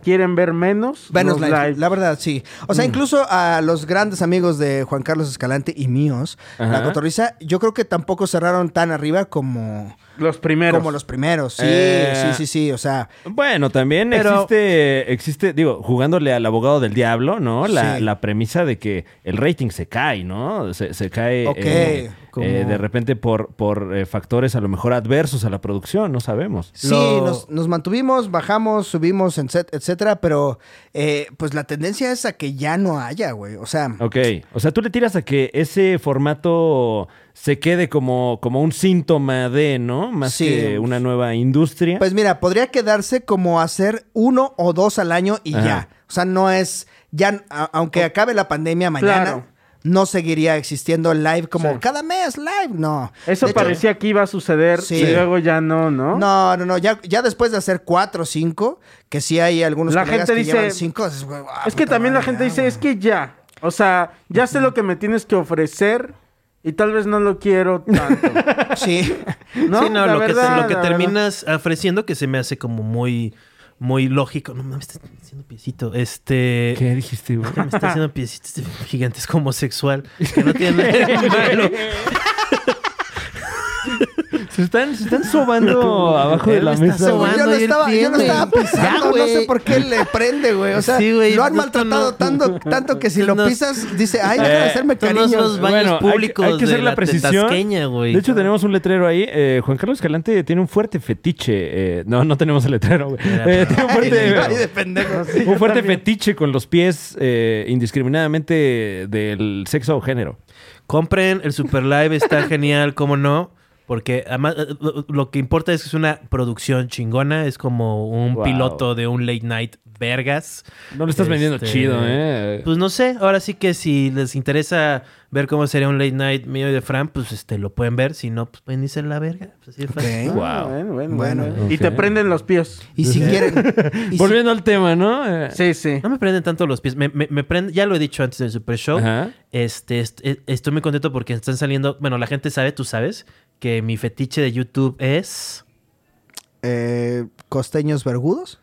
S2: quieren ver menos.
S5: Menos
S2: los
S5: live,
S2: live.
S5: la verdad, sí. O sea, incluso a los grandes amigos de Juan Carlos Escalante y míos,
S4: Ajá.
S5: la cotorriza, yo creo que tampoco cerraron tan arriba como,
S2: Los primeros.
S5: Como los primeros, sí,
S4: Eh.
S5: sí, sí, sí, o sea,
S4: Bueno, también
S5: Pero-
S4: existe, existe, digo, jugándole al abogado del diablo, ¿no? La,
S5: Sí.
S4: la premisa de que el rating se cae, ¿no? Se, se cae
S5: Ok,
S4: eh,
S5: como-
S4: eh, de repente por, por eh, factores a lo mejor adversos a la producción, no sabemos.
S5: sí,
S2: Lo-
S5: nos, nos mantuvimos, bajamos, subimos, etc- etcétera, pero eh, pues la tendencia es a que ya no haya, güey, o sea,
S4: Ok, o sea, tú le tiras a que ese formato se quede como, como un síntoma de, ¿no? Más
S5: Sí.
S4: que una nueva industria.
S5: Pues mira, podría quedarse como hacer uno o dos al año y
S4: Ajá.
S5: ya. O sea, no es. Ya, a- aunque acabe la pandemia mañana,
S2: Claro.
S5: no seguiría existiendo el live como
S2: Sí.
S5: cada mes live. No.
S2: Eso
S5: De hecho,
S2: parecía que iba a suceder
S5: Sí.
S2: y luego ya no, ¿no?
S5: No, no, no. Ya, ya después de hacer cuatro o cinco, que sí hay algunos
S2: La
S5: colegas
S2: gente
S5: que
S2: dice-
S5: llevan cinco. Es, güey, ah,
S2: Es que
S5: puta
S2: también la
S5: madre,
S2: gente
S5: ya,
S2: dice,
S5: güey.
S2: es que ya. O sea, ya sé lo que me tienes que ofrecer y tal vez no lo quiero tanto.
S5: [LAUGHS] Sí.
S2: [LAUGHS] No,
S3: Sí, no,
S2: La
S3: lo,
S2: verdad,
S3: que, lo que
S2: la
S3: terminas ofreciendo que se me hace como muy, muy lógico. No mames, está haciendo piecito. Este.
S4: ¿Qué dijiste, güey?
S3: Me está haciendo piecitos de gigantes como sexual. Que no tiene
S2: [LAUGHS]
S3: nada de malo.
S4: [LAUGHS] Se están, se están [LAUGHS] sobando abajo de
S3: Él
S4: la
S3: me está
S4: mesa. güey.
S3: sobando.
S5: Yo no,
S3: y él
S5: estaba, yo no
S3: tiene.
S5: estaba pisando,
S3: Ya,
S5: no sé
S3: güey.
S5: por qué le prende, güey. O sea,
S3: Sí, güey,
S5: lo han
S4: pues
S3: no, tú
S5: maltratado
S3: no.
S5: tanto, tanto que si lo
S3: No.
S5: pisas, dice, ay, deja de hacerme
S3: Son
S5: cariño.
S3: los baños
S4: Bueno, hay que-
S3: públicos
S4: hay que hacer
S3: de
S4: la
S3: la,
S4: precisión.
S3: Tetasqueña, güey.
S4: De hecho, tenemos un letrero ahí. eh, Juan Carlos Escalante tiene un fuerte fetiche. eh, no, no tenemos el letrero, güey. Eh, tiene un
S5: Ay, de
S4: fuerte,
S5: pendejos.
S4: [LAUGHS] un fuerte fetiche con los pies eh, indiscriminadamente del sexo o género.
S3: Compren el Super Live, está genial, cómo no. Porque además eh, lo- lo que importa es que es una producción chingona, es como un
S4: Wow.
S3: piloto de un late night vergas.
S4: No lo estás vendiendo
S3: Este,
S4: chido, ¿eh?
S3: Pues no sé, ahora sí que si les interesa ver cómo sería un late night mío y de Fran, pues este lo pueden ver, si no, pues pueden irse a la verga. Pues, así de fácil.
S5: Ok.
S2: Ah,
S4: Wow.
S2: Bueno, bueno,
S5: Bueno.
S2: bueno. Y
S4: Ok.
S2: te prenden los pies.
S5: Y si
S4: [LAUGHS]
S5: quieren. y si-
S4: Volviendo al tema, ¿no? Eh,
S2: Sí, sí.
S3: No me prenden tanto los pies, me, me- me prenden- ya lo he dicho antes del Super Show,
S4: Ajá.
S3: Este, est- e- estoy muy contento porque están saliendo. Bueno, la gente sabe, tú sabes, que mi fetiche de YouTube es.
S5: eh, costeños vergudos.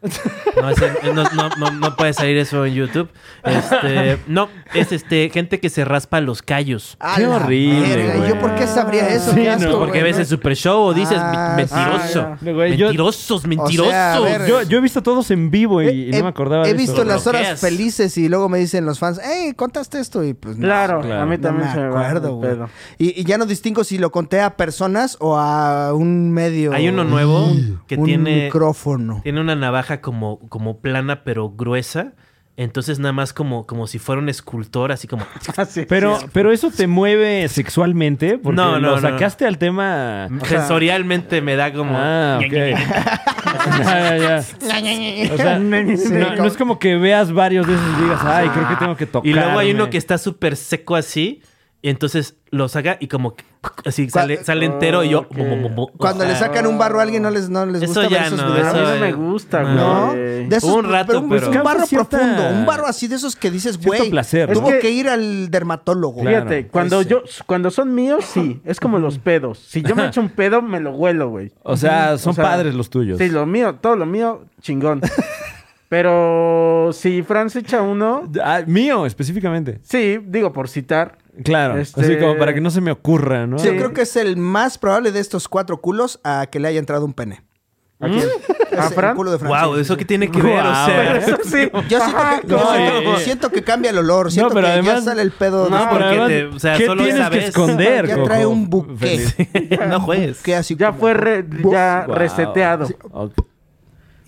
S3: No, ese- eh, no, no- no- no puede salir eso en YouTube. Este, no, es este, gente que se raspa los callos.
S5: ¡A
S4: Qué
S5: la
S4: horrible,
S5: verga!
S4: güey.
S5: ¿Yo por qué sabría
S4: Sí,
S5: eso? Ah, Qué
S4: no,
S5: asco,
S4: Esto,
S3: porque
S5: güey,
S3: ves
S5: ¿no?
S3: el super show o dices "Mi-
S5: Ah,
S3: mentiroso.
S2: ah,
S4: ya. Güey, yo-
S3: mentirosos, mentirosos.
S5: O sea, a ver,
S4: Yo, yo he visto todos en vivo y, y
S5: He-
S4: no me acordaba
S5: He
S4: de
S5: visto
S4: eso.
S5: las
S3: Lo que
S5: horas
S3: es.
S5: felices y luego me dicen los fans, hey, contaste esto y pues no,
S2: Claro,
S4: Claro.
S2: a mí
S5: no
S2: también
S5: me
S2: se me va
S5: acuerdo,
S2: el
S5: güey. [LAUGHS]
S2: pedo.
S5: Y, y ya no distingo si lo conté a personas o a un medio.
S3: Hay uno nuevo que
S5: un
S3: tiene.
S5: micrófono.
S3: Tiene una navaja como, como plana pero gruesa. Entonces nada más como, como si fuera un escultor, así como...
S2: Así es.
S4: Pero, pero eso te mueve sexualmente porque
S3: No, no,
S4: lo
S3: no.
S4: sacaste al tema.
S3: sensorialmente me da como...
S4: Ah, ok. [LAUGHS] Ya, ya, ya. O sea, [LAUGHS] no, no es como que veas varios de esos y digas, ay, creo que tengo que tocar.
S3: Y luego hay uno que está súper seco así. Y entonces lo saca y como que así sale, sale entero y yo.
S2: Ok.
S3: mo, mo, mo, mo.
S5: Cuando
S3: O
S5: le
S3: sea,
S5: sacan un barro a alguien no les, no les
S3: Eso
S5: gusta ver
S3: ya
S5: esos
S3: no,
S5: videos.
S2: a mí
S3: eso-
S2: no me gusta, güey.
S5: No,
S2: De-
S5: de esos,
S3: Un rato,
S5: un,
S3: pero-
S5: un barro
S4: Causa cierta-
S5: profundo, un barro así de esos que dices,
S4: Cierto
S5: güey,
S4: placer, ¿no?
S5: tuvo
S2: Es que-
S5: que ir al dermatólogo.
S2: Fíjate,
S4: Claro.
S2: cuando
S5: Ese.
S2: yo, cuando son míos, sí, es como los pedos. Si yo me echo un pedo, me lo huelo, güey.
S4: O sea, son
S2: O sea,
S4: padres los tuyos.
S2: Sí, lo mío, todo lo mío, chingón. Pero si Fran se echa uno,
S4: Ah, mío, específicamente.
S2: sí, digo por citar.
S4: Claro.
S2: Este-
S4: Así como para que no se me ocurra, ¿no?
S5: Yo creo que es el más probable de estos cuatro culos a que le haya entrado un pene.
S2: ¿A quién? ¿A
S5: Es ¿Mm? el
S2: Fran? [LAUGHS]
S5: culo de Francia.
S3: Wow, ¿eso qué tiene que ver? O
S4: Guau.
S3: sea,
S2: Eso
S5: [LAUGHS]
S2: sí.
S4: [LAUGHS]
S5: Yo siento que, yo
S4: No,
S5: siento,
S4: eh, eh.
S5: siento que cambia el olor. Siento
S4: pero
S5: que
S4: además-
S5: ya sale el pedo.
S2: No,
S5: de-
S2: porque
S4: además,
S3: te- o sea,
S4: ¿qué
S3: solo
S4: tienes
S3: esa
S4: que
S3: vez?
S4: esconder?
S5: ya trae
S4: Coco?
S5: un buque.
S4: Feliz.
S5: [LAUGHS]
S3: no pues. juegues.
S5: que así
S2: Ya
S5: como-
S2: fue re- ya
S4: Wow.
S2: reseteado.
S4: Ok.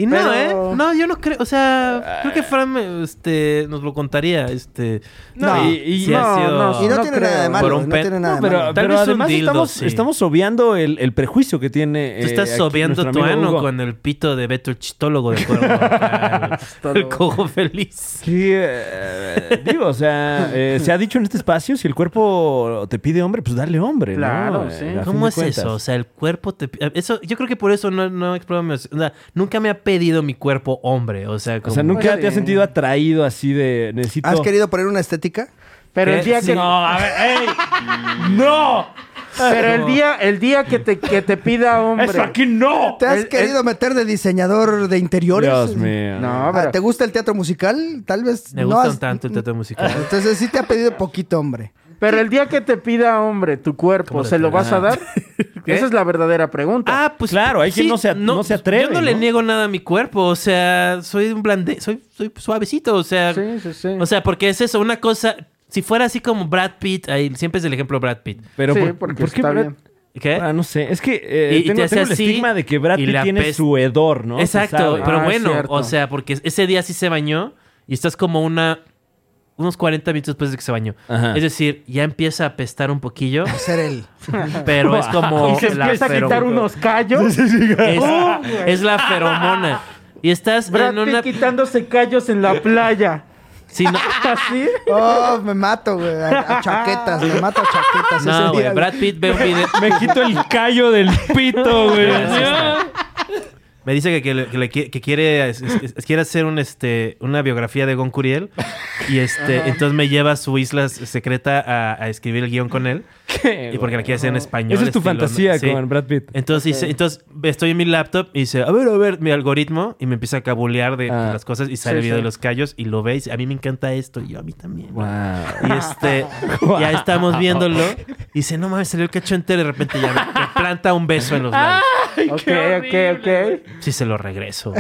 S3: Y no,
S2: Pero-
S3: ¿eh? No, yo no creo. O sea, creo que Fran este, nos lo contaría. Este,
S5: No,
S3: y,
S4: y-
S3: ha
S2: no,
S3: sido-
S5: Y no,
S2: No
S5: tiene
S2: creo.
S5: nada de
S3: Por
S5: malo.
S3: un
S5: No
S3: pe-
S5: tiene
S4: No,
S5: nada de
S4: pero,
S5: malo.
S3: Tal
S4: pero
S3: vez un
S4: además
S3: dildo,
S4: estamos,
S3: sí.
S4: estamos obviando el, el prejuicio que tiene. eh,
S3: Tú estás sobeando
S4: sobeando
S3: tu ano con el pito de Beto el chitólogo de
S4: [LAUGHS]
S3: cuervo. acá, [LAUGHS] el- el cojo feliz.
S4: Sí, eh, digo, o sea, eh, se ha dicho en este espacio, si el cuerpo te pide hombre, pues dale hombre, ¿no?
S2: Claro,
S4: Eh,
S2: sí.
S4: a fin
S3: ¿Cómo
S4: de
S3: es
S4: cuentas.
S3: eso? O sea, el cuerpo te... Eso, yo creo que por eso no, no exploro mi... O sea, nunca me ha pedido mi cuerpo hombre. O sea,
S4: O
S3: como...
S4: sea, nunca
S2: Oye.
S4: te has sentido atraído así de necesito...
S5: ¿Has querido poner una estética?
S2: Pero el día que
S4: No, a ver, ¡ey! ¡No!
S2: pero el día el día que te que te
S3: [LAUGHS]
S2: pida hombre.
S4: ¡Eso aquí no!
S5: ¿Te has
S2: El-
S5: querido meter de diseñador de interiores?
S4: Dios mío.
S2: No,
S5: Ah,
S2: pero
S5: ¿Te gusta el teatro musical? Tal vez
S3: Me
S5: no
S3: gustan
S5: has-
S3: tanto el teatro musical.
S5: Entonces sí te ha pedido poquito, hombre.
S2: Pero el día que te pida hombre tu cuerpo,
S3: ¿Cómo le
S2: ¿se lo
S3: pega?
S2: vas a dar?
S3: [LAUGHS] ¿Qué?
S2: Esa es la verdadera pregunta.
S3: [LAUGHS] Ah, pues
S4: Claro, hay quien no se a- no se atreve,
S3: Yo no, le
S4: ¿no?
S3: niego nada a mi cuerpo, o sea, soy un blande, soy, soy suavecito, o sea,
S2: sí, sí, sí.
S3: Ah. o sea, porque es eso, una cosa, si fuera así como Brad Pitt, ahí siempre es el ejemplo Brad Pitt,
S4: Pero
S2: Sí,
S4: por-
S2: porque
S4: ¿por qué
S2: está
S4: Brad-
S2: bien.
S3: ¿qué?
S4: Ah, no sé. Es que eh,
S3: Y- y te
S4: tengo,
S3: hace
S4: tengo el
S3: así,
S4: estigma de que Brad
S3: y
S4: Pitt
S3: la
S4: tiene
S3: pes-
S4: su hedor, ¿no? Se
S3: Exacto,
S4: sabe. [LAUGHS]
S3: pero
S2: Ah,
S3: bueno,
S2: es cierto.
S3: o sea, porque ese día sí se bañó y estás como una unos 40 minutos después de que se bañó.
S4: Ajá.
S3: Es decir, ya empieza a apestar
S2: [LAUGHS]
S3: un poquillo,
S5: Ser él.
S3: pero es como
S2: y se
S3: la
S2: empieza a quitar
S3: feromona. [LAUGHS]
S2: unos callos. [LAUGHS]
S3: Es,
S2: ¡Oh, güey!
S3: es la feromona. Y estás
S2: Brad
S3: en
S2: Pitt
S3: una
S2: quitándose callos en
S3: [LAUGHS]
S2: la playa.
S3: sí,
S2: [LAUGHS]
S3: no-
S2: ¿Así?
S5: Oh, me mato, güey. A, a chaquetas, me mato a chaquetas.
S3: No,
S5: ese
S3: güey,
S5: día,
S3: Brad Pitt ve un video.
S8: Me quito el callo del
S4: [LAUGHS]
S8: pito, güey.
S3: [LAUGHS] Me dice que, que le- que le qui- que quiere, es- es- es- quiere hacer un, este, una biografía de Gon Curiel. Y este, entonces me lleva a su isla s- secreta a, a escribir el guión con él. Y porque la quiere hacer en español.
S4: Esa es tu
S3: estilo, ¿no?
S4: fantasía
S3: Sí.
S4: con Brad Pitt.
S3: Entonces, dice- entonces estoy en mi laptop y dice, a ver, a ver, mi algoritmo. Y me empieza a cabulear de
S4: Ah.
S3: las cosas y sale el
S2: Sí,
S3: video
S2: sí.
S3: de los callos y lo ve y dice, a mí me encanta esto. Y yo, a mí también.
S4: Wow.
S3: Y
S4: [LAUGHS]
S3: este, ya estamos viéndolo. Y dice, no mames, salió el cacho entero. Y de repente ya me, me planta un beso en los labios.
S2: Ok, ok, ok.
S3: Sí se
S8: [LAUGHS]
S3: lo regreso.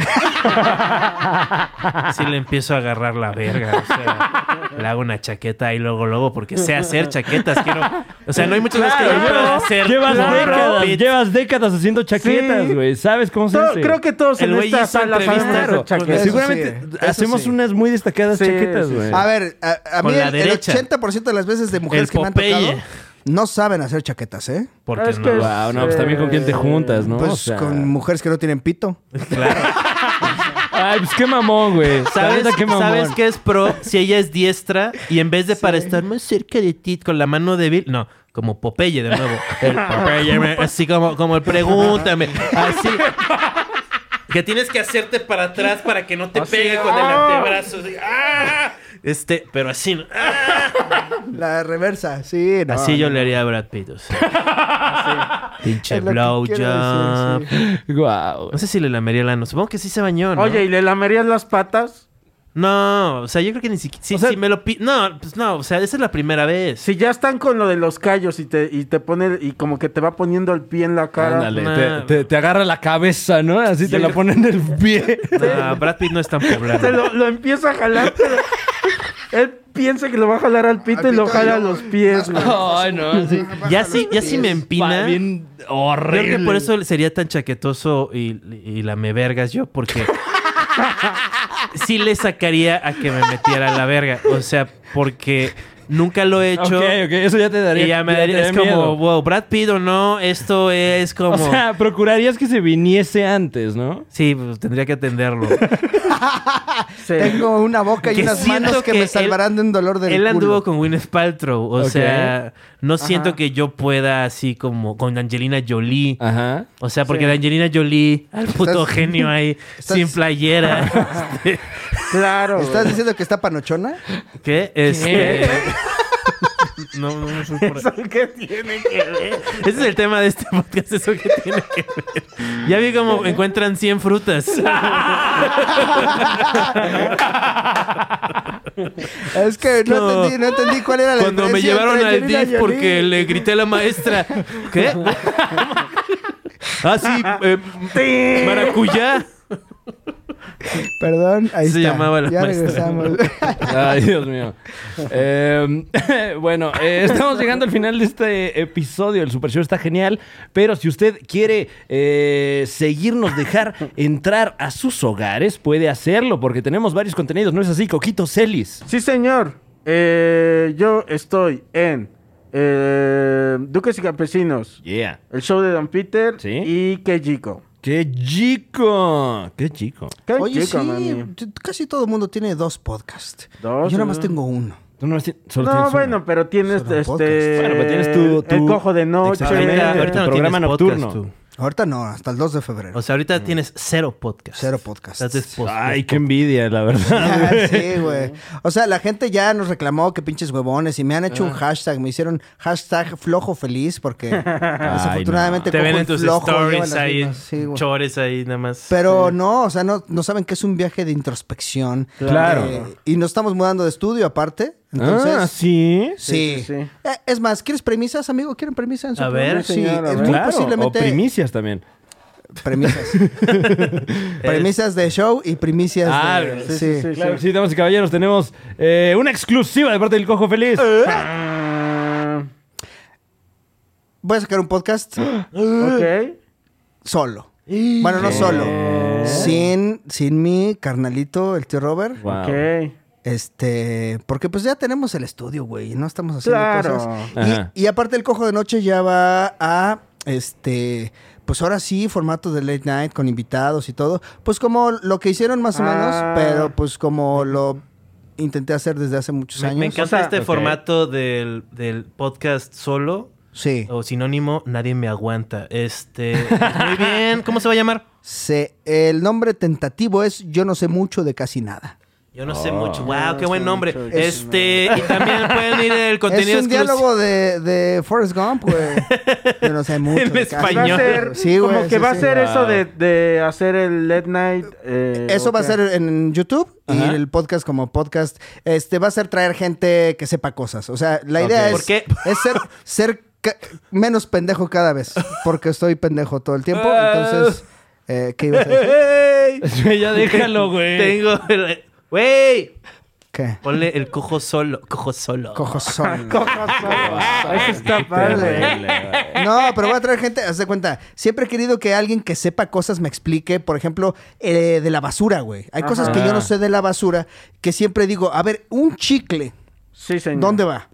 S3: sí le empiezo a agarrar la verga. O sea, le hago una chaqueta y luego, luego, porque sé hacer chaquetas. Quiero... O sea, no hay muchas veces que yo pueda hacer.
S8: Llevas
S3: como
S8: décadas,
S3: Brad Pitt.
S8: llevas décadas haciendo chaquetas,
S2: Sí.
S8: güey. ¿Sabes cómo se
S2: Todo-
S8: hace?
S2: creo que todos
S3: El
S2: en
S3: güey
S2: esta
S3: hizo
S2: sala saben
S3: entrevistas
S2: hacer
S3: con-
S2: chaquetas.
S5: Eso
S4: Seguramente
S5: sí, eso
S4: hacemos
S5: sí.
S4: unas muy destacadas
S2: Sí,
S4: chaquetas,
S2: sí,
S4: güey.
S2: sí.
S5: A ver, a, a
S3: Con
S5: mí
S3: la
S5: el, el
S3: derecha.
S5: 80% de las veces de mujeres
S3: El
S5: que me han tocado
S3: Popeye.
S5: no saben hacer chaquetas, ¿eh?
S3: ¿Por
S2: Ah,
S3: qué
S2: es
S3: no?
S2: que-
S4: Wow, no, pues también con quién te juntas, ¿no?
S5: pues
S4: O sea,
S5: con mujeres que no tienen pito.
S3: Claro.
S4: Ay, pues qué mamón, güey. La
S3: ¿Sabes,
S4: neta, qué mamón.
S3: ¿Sabes qué es pro? Si ella es diestra y en vez de para estar más cerca de ti con la mano débil, no, como Popeye de
S5: [LAUGHS]
S3: nuevo. El Popeye, me- así como, como el pregúntame. Así. Que tienes que hacerte para atrás para que no te pegue con el
S2: ¡ah!
S3: antebrazo. así, ¡ah! Este, pero así. ¿no? ¡ah!
S5: La reversa, sí. no,
S3: así yo
S5: no,
S3: le haría a Brad Pitt. o sea.
S5: [LAUGHS]
S3: Pinche
S5: Es lo que quiero
S3: blowjob.
S5: decir,
S4: Guau.
S3: No sé si le lamería el ano. Supongo que sí se bañó, ¿no?
S2: Oye, ¿y le lamerías las patas?
S3: No, o sea, yo creo que ni siquiera. Si, si me lo pi- No, pues no, o sea, esa es la primera vez.
S2: Si ya están con lo de los callos y te, y te pone y como que te va poniendo el pie en la cara.
S4: Ándale,
S3: No.
S4: te, te- te agarra la cabeza, ¿no? Así te la ponen del
S3: [LAUGHS]
S4: pie.
S3: No, Ah, Brad Pitt no es tan
S2: Te
S3: poblano.
S2: lo, lo empieza a jalar, pero él piensa que lo va a jalar al pito
S5: Al
S2: y lo
S5: pito,
S2: jala a
S5: yo-
S2: los pies, güey.
S4: Ay, no, así.
S3: Ya sí, ya sí me empina. Yo
S4: Bien
S3: creo
S4: horrible.
S3: que por eso sería tan chaquetoso y, y la me vergas yo, [LAUGHS] porque sí le sacaría a que me metiera la verga. O sea, porque nunca lo he hecho.
S4: Ok, ok, eso ya te daría.
S3: Y ya me
S4: te
S3: daría, es
S4: miedo.
S3: como, wow, Brad Pitt o no, esto es como.
S4: O sea, procurarías que se viniese antes, ¿no?
S3: sí, pues, tendría que atenderlo.
S2: Sí.
S5: Tengo una boca y
S3: Que
S5: unas
S3: siento
S5: manos que,
S3: que
S5: me salvarán de un dolor del
S3: Él anduvo
S5: culo.
S3: con Gwyneth Paltrow, o
S4: Ok.
S3: sea, no siento que yo pueda así como con Angelina Jolie.
S4: Ajá.
S3: O sea, porque la Angelina Jolie, al puto
S5: Ah. Estás-
S3: genio ahí,
S5: [LAUGHS] estás-
S3: sin
S5: [LAUGHS]
S3: playera. este,
S2: Claro.
S5: ¿Estás
S2: güey.
S5: diciendo que está panochona?
S3: ¿Qué? Este, [LAUGHS] no, no, no soy por ahí.
S2: ¿Qué tiene que ver?
S3: Ese es el tema de este podcast, eso que tiene que ver. Ya vi cómo encuentran 100 frutas.
S5: Es que no,
S3: No.
S5: entendí, no entendí cuál era la
S3: Cuando me
S5: diferencia
S3: llevaron
S5: entre
S3: al
S5: Angelina
S3: DIF
S5: Jolie.
S3: porque le grité a la maestra. ¿Qué? Ah, sí, eh, maracuyá.
S5: Perdón, ahí
S3: Se
S5: está.
S3: llamaba la
S5: ya
S3: maestra. [LAUGHS]
S5: regresamos.
S4: Ay, Dios mío. Eh, [LAUGHS] bueno, eh, estamos llegando al final de este episodio. El Super Show está genial. Pero si usted quiere eh, seguirnos, dejar entrar a sus hogares, puede hacerlo porque tenemos varios contenidos. ¿No es así, Coquito Celis?
S2: Sí, señor. Eh, yo estoy en eh, Duques y Campesinos,
S4: Yeah.
S2: el show de Don Peter
S4: Sí.
S2: y Kejiko.
S4: ¡Qué chico! ¡Qué chico!
S2: ¿Qué
S5: Oye,
S2: chico,
S5: sí,
S2: mami?
S5: t- casi todo el mundo tiene dos podcasts.
S2: Dos,
S5: Yo nada más
S2: ¿no?
S5: tengo uno.
S4: Tú no, tienes- solo tienes
S2: No,
S4: uno.
S2: bueno, pero tienes
S5: Solo un
S2: este.
S5: podcast.
S4: Bueno, pero tienes tu- tu-
S2: el cojo de noche.
S4: Exactamente.
S3: Ahorita, ahorita no
S4: Programa
S3: tienes
S4: nocturno.
S3: podcast tú.
S5: Ahorita no, hasta el 2 de febrero.
S3: O sea, ahorita tienes cero podcast.
S5: Cero podcast.
S3: Estás despo-
S4: Ay, qué envidia, la [LAUGHS] verdad.
S5: Ah, sí, güey. O sea, la gente ya nos reclamó que pinches huevones y me han hecho un hashtag. Me hicieron hashtag flojo feliz porque desafortunadamente
S3: Te
S5: Coco
S3: ven
S5: el
S3: en tus
S5: Flojo lleva
S3: stories
S5: las
S3: ahí,
S5: mismas. Sí, güey.
S3: chores ahí nada más.
S5: Pero no, o sea, no, no saben que es un viaje de introspección.
S4: Claro.
S5: Eh, y nos estamos mudando de estudio aparte. Entonces,
S4: ah, sí.
S5: sí.
S2: Sí, sí, sí.
S5: Eh, Es más, ¿quieres premisas, amigo? ¿Quieren premisas? en su
S3: A ver,
S5: programa? sí,
S2: señor, a
S5: es
S2: ver.
S5: muy
S4: Claro,
S5: posiblemente
S4: o primicias también.
S5: premisas. premisas de show y primicias
S4: Ah,
S5: de
S4: sí,
S5: sí.
S2: sí,
S4: Claro que sí, damas y caballeros, tenemos eh, una exclusiva de parte del Cojo Feliz.
S5: Eh,
S2: Ah,
S5: Voy a sacar un podcast
S2: ok. Eh,
S5: solo. Bueno, no solo. Sin, sin mi carnalito, el tío Robert.
S4: Wow.
S2: Ok.
S5: Este, porque pues ya tenemos el estudio, güey, y no estamos haciendo
S2: Claro.
S5: cosas.
S4: Ajá.
S5: Y, y aparte el cojo de noche ya va a este, pues ahora sí, formato de late night con invitados y todo, pues como lo que hicieron más o menos,
S2: Ah.
S5: pero pues como lo intenté hacer desde hace muchos
S3: Me,
S5: años.
S3: me encanta
S2: O sea,
S3: este
S2: ok.
S3: formato del, del podcast solo
S5: Sí.
S3: o sinónimo Nadie me aguanta.
S4: [LAUGHS]
S3: Este, muy bien. ¿Cómo se va a llamar?
S5: Se- el nombre tentativo es Yo no sé mucho de casi nada.
S3: Yo no
S4: Ah.
S3: sé mucho.
S2: No,
S3: Wow,
S2: no
S3: qué
S2: sé
S3: buen nombre.
S2: mucho. Es
S3: Este, y también pueden ir el contenido
S5: es un
S3: exclusivo.
S5: diálogo de, de Forrest
S3: [LAUGHS]
S5: Gump, güey. Yo no sé mucho.
S3: En
S5: de casi
S2: Va a
S3: español.
S2: ser,
S5: Sí, güey,
S2: como que
S5: sí,
S2: va
S5: sí.
S2: a ser eso
S4: Wow.
S2: de, de hacer el late night. eh,
S5: Eso va a
S2: ok.
S5: ser en YouTube
S4: Ajá.
S5: y el podcast como podcast. Este va a ser traer gente que sepa cosas. O sea, la idea
S4: Ok.
S5: es,
S3: ¿Por qué?
S5: es
S3: [LAUGHS]
S5: ser, ser ca- menos pendejo cada vez. Porque estoy pendejo todo el tiempo.
S3: [LAUGHS]
S5: Entonces, eh, ¿qué ibas a decir?
S4: [LAUGHS]
S3: ¡Ey!
S4: ya déjalo, güey.
S3: [LAUGHS] Tengo. el- ¡Güey!
S5: ¿Qué?
S3: Ponle el cojo solo. Cojo solo.
S5: Cojosón.
S2: Eso está padre.
S4: Dale.
S5: No, pero voy a traer gente, haz de cuenta. Siempre he querido que alguien que sepa cosas me explique, por ejemplo, eh, de la basura, güey. Hay cosas que yo no sé de la basura, que siempre digo, a ver, un chicle,
S2: Sí, señor.
S5: ¿Dónde va?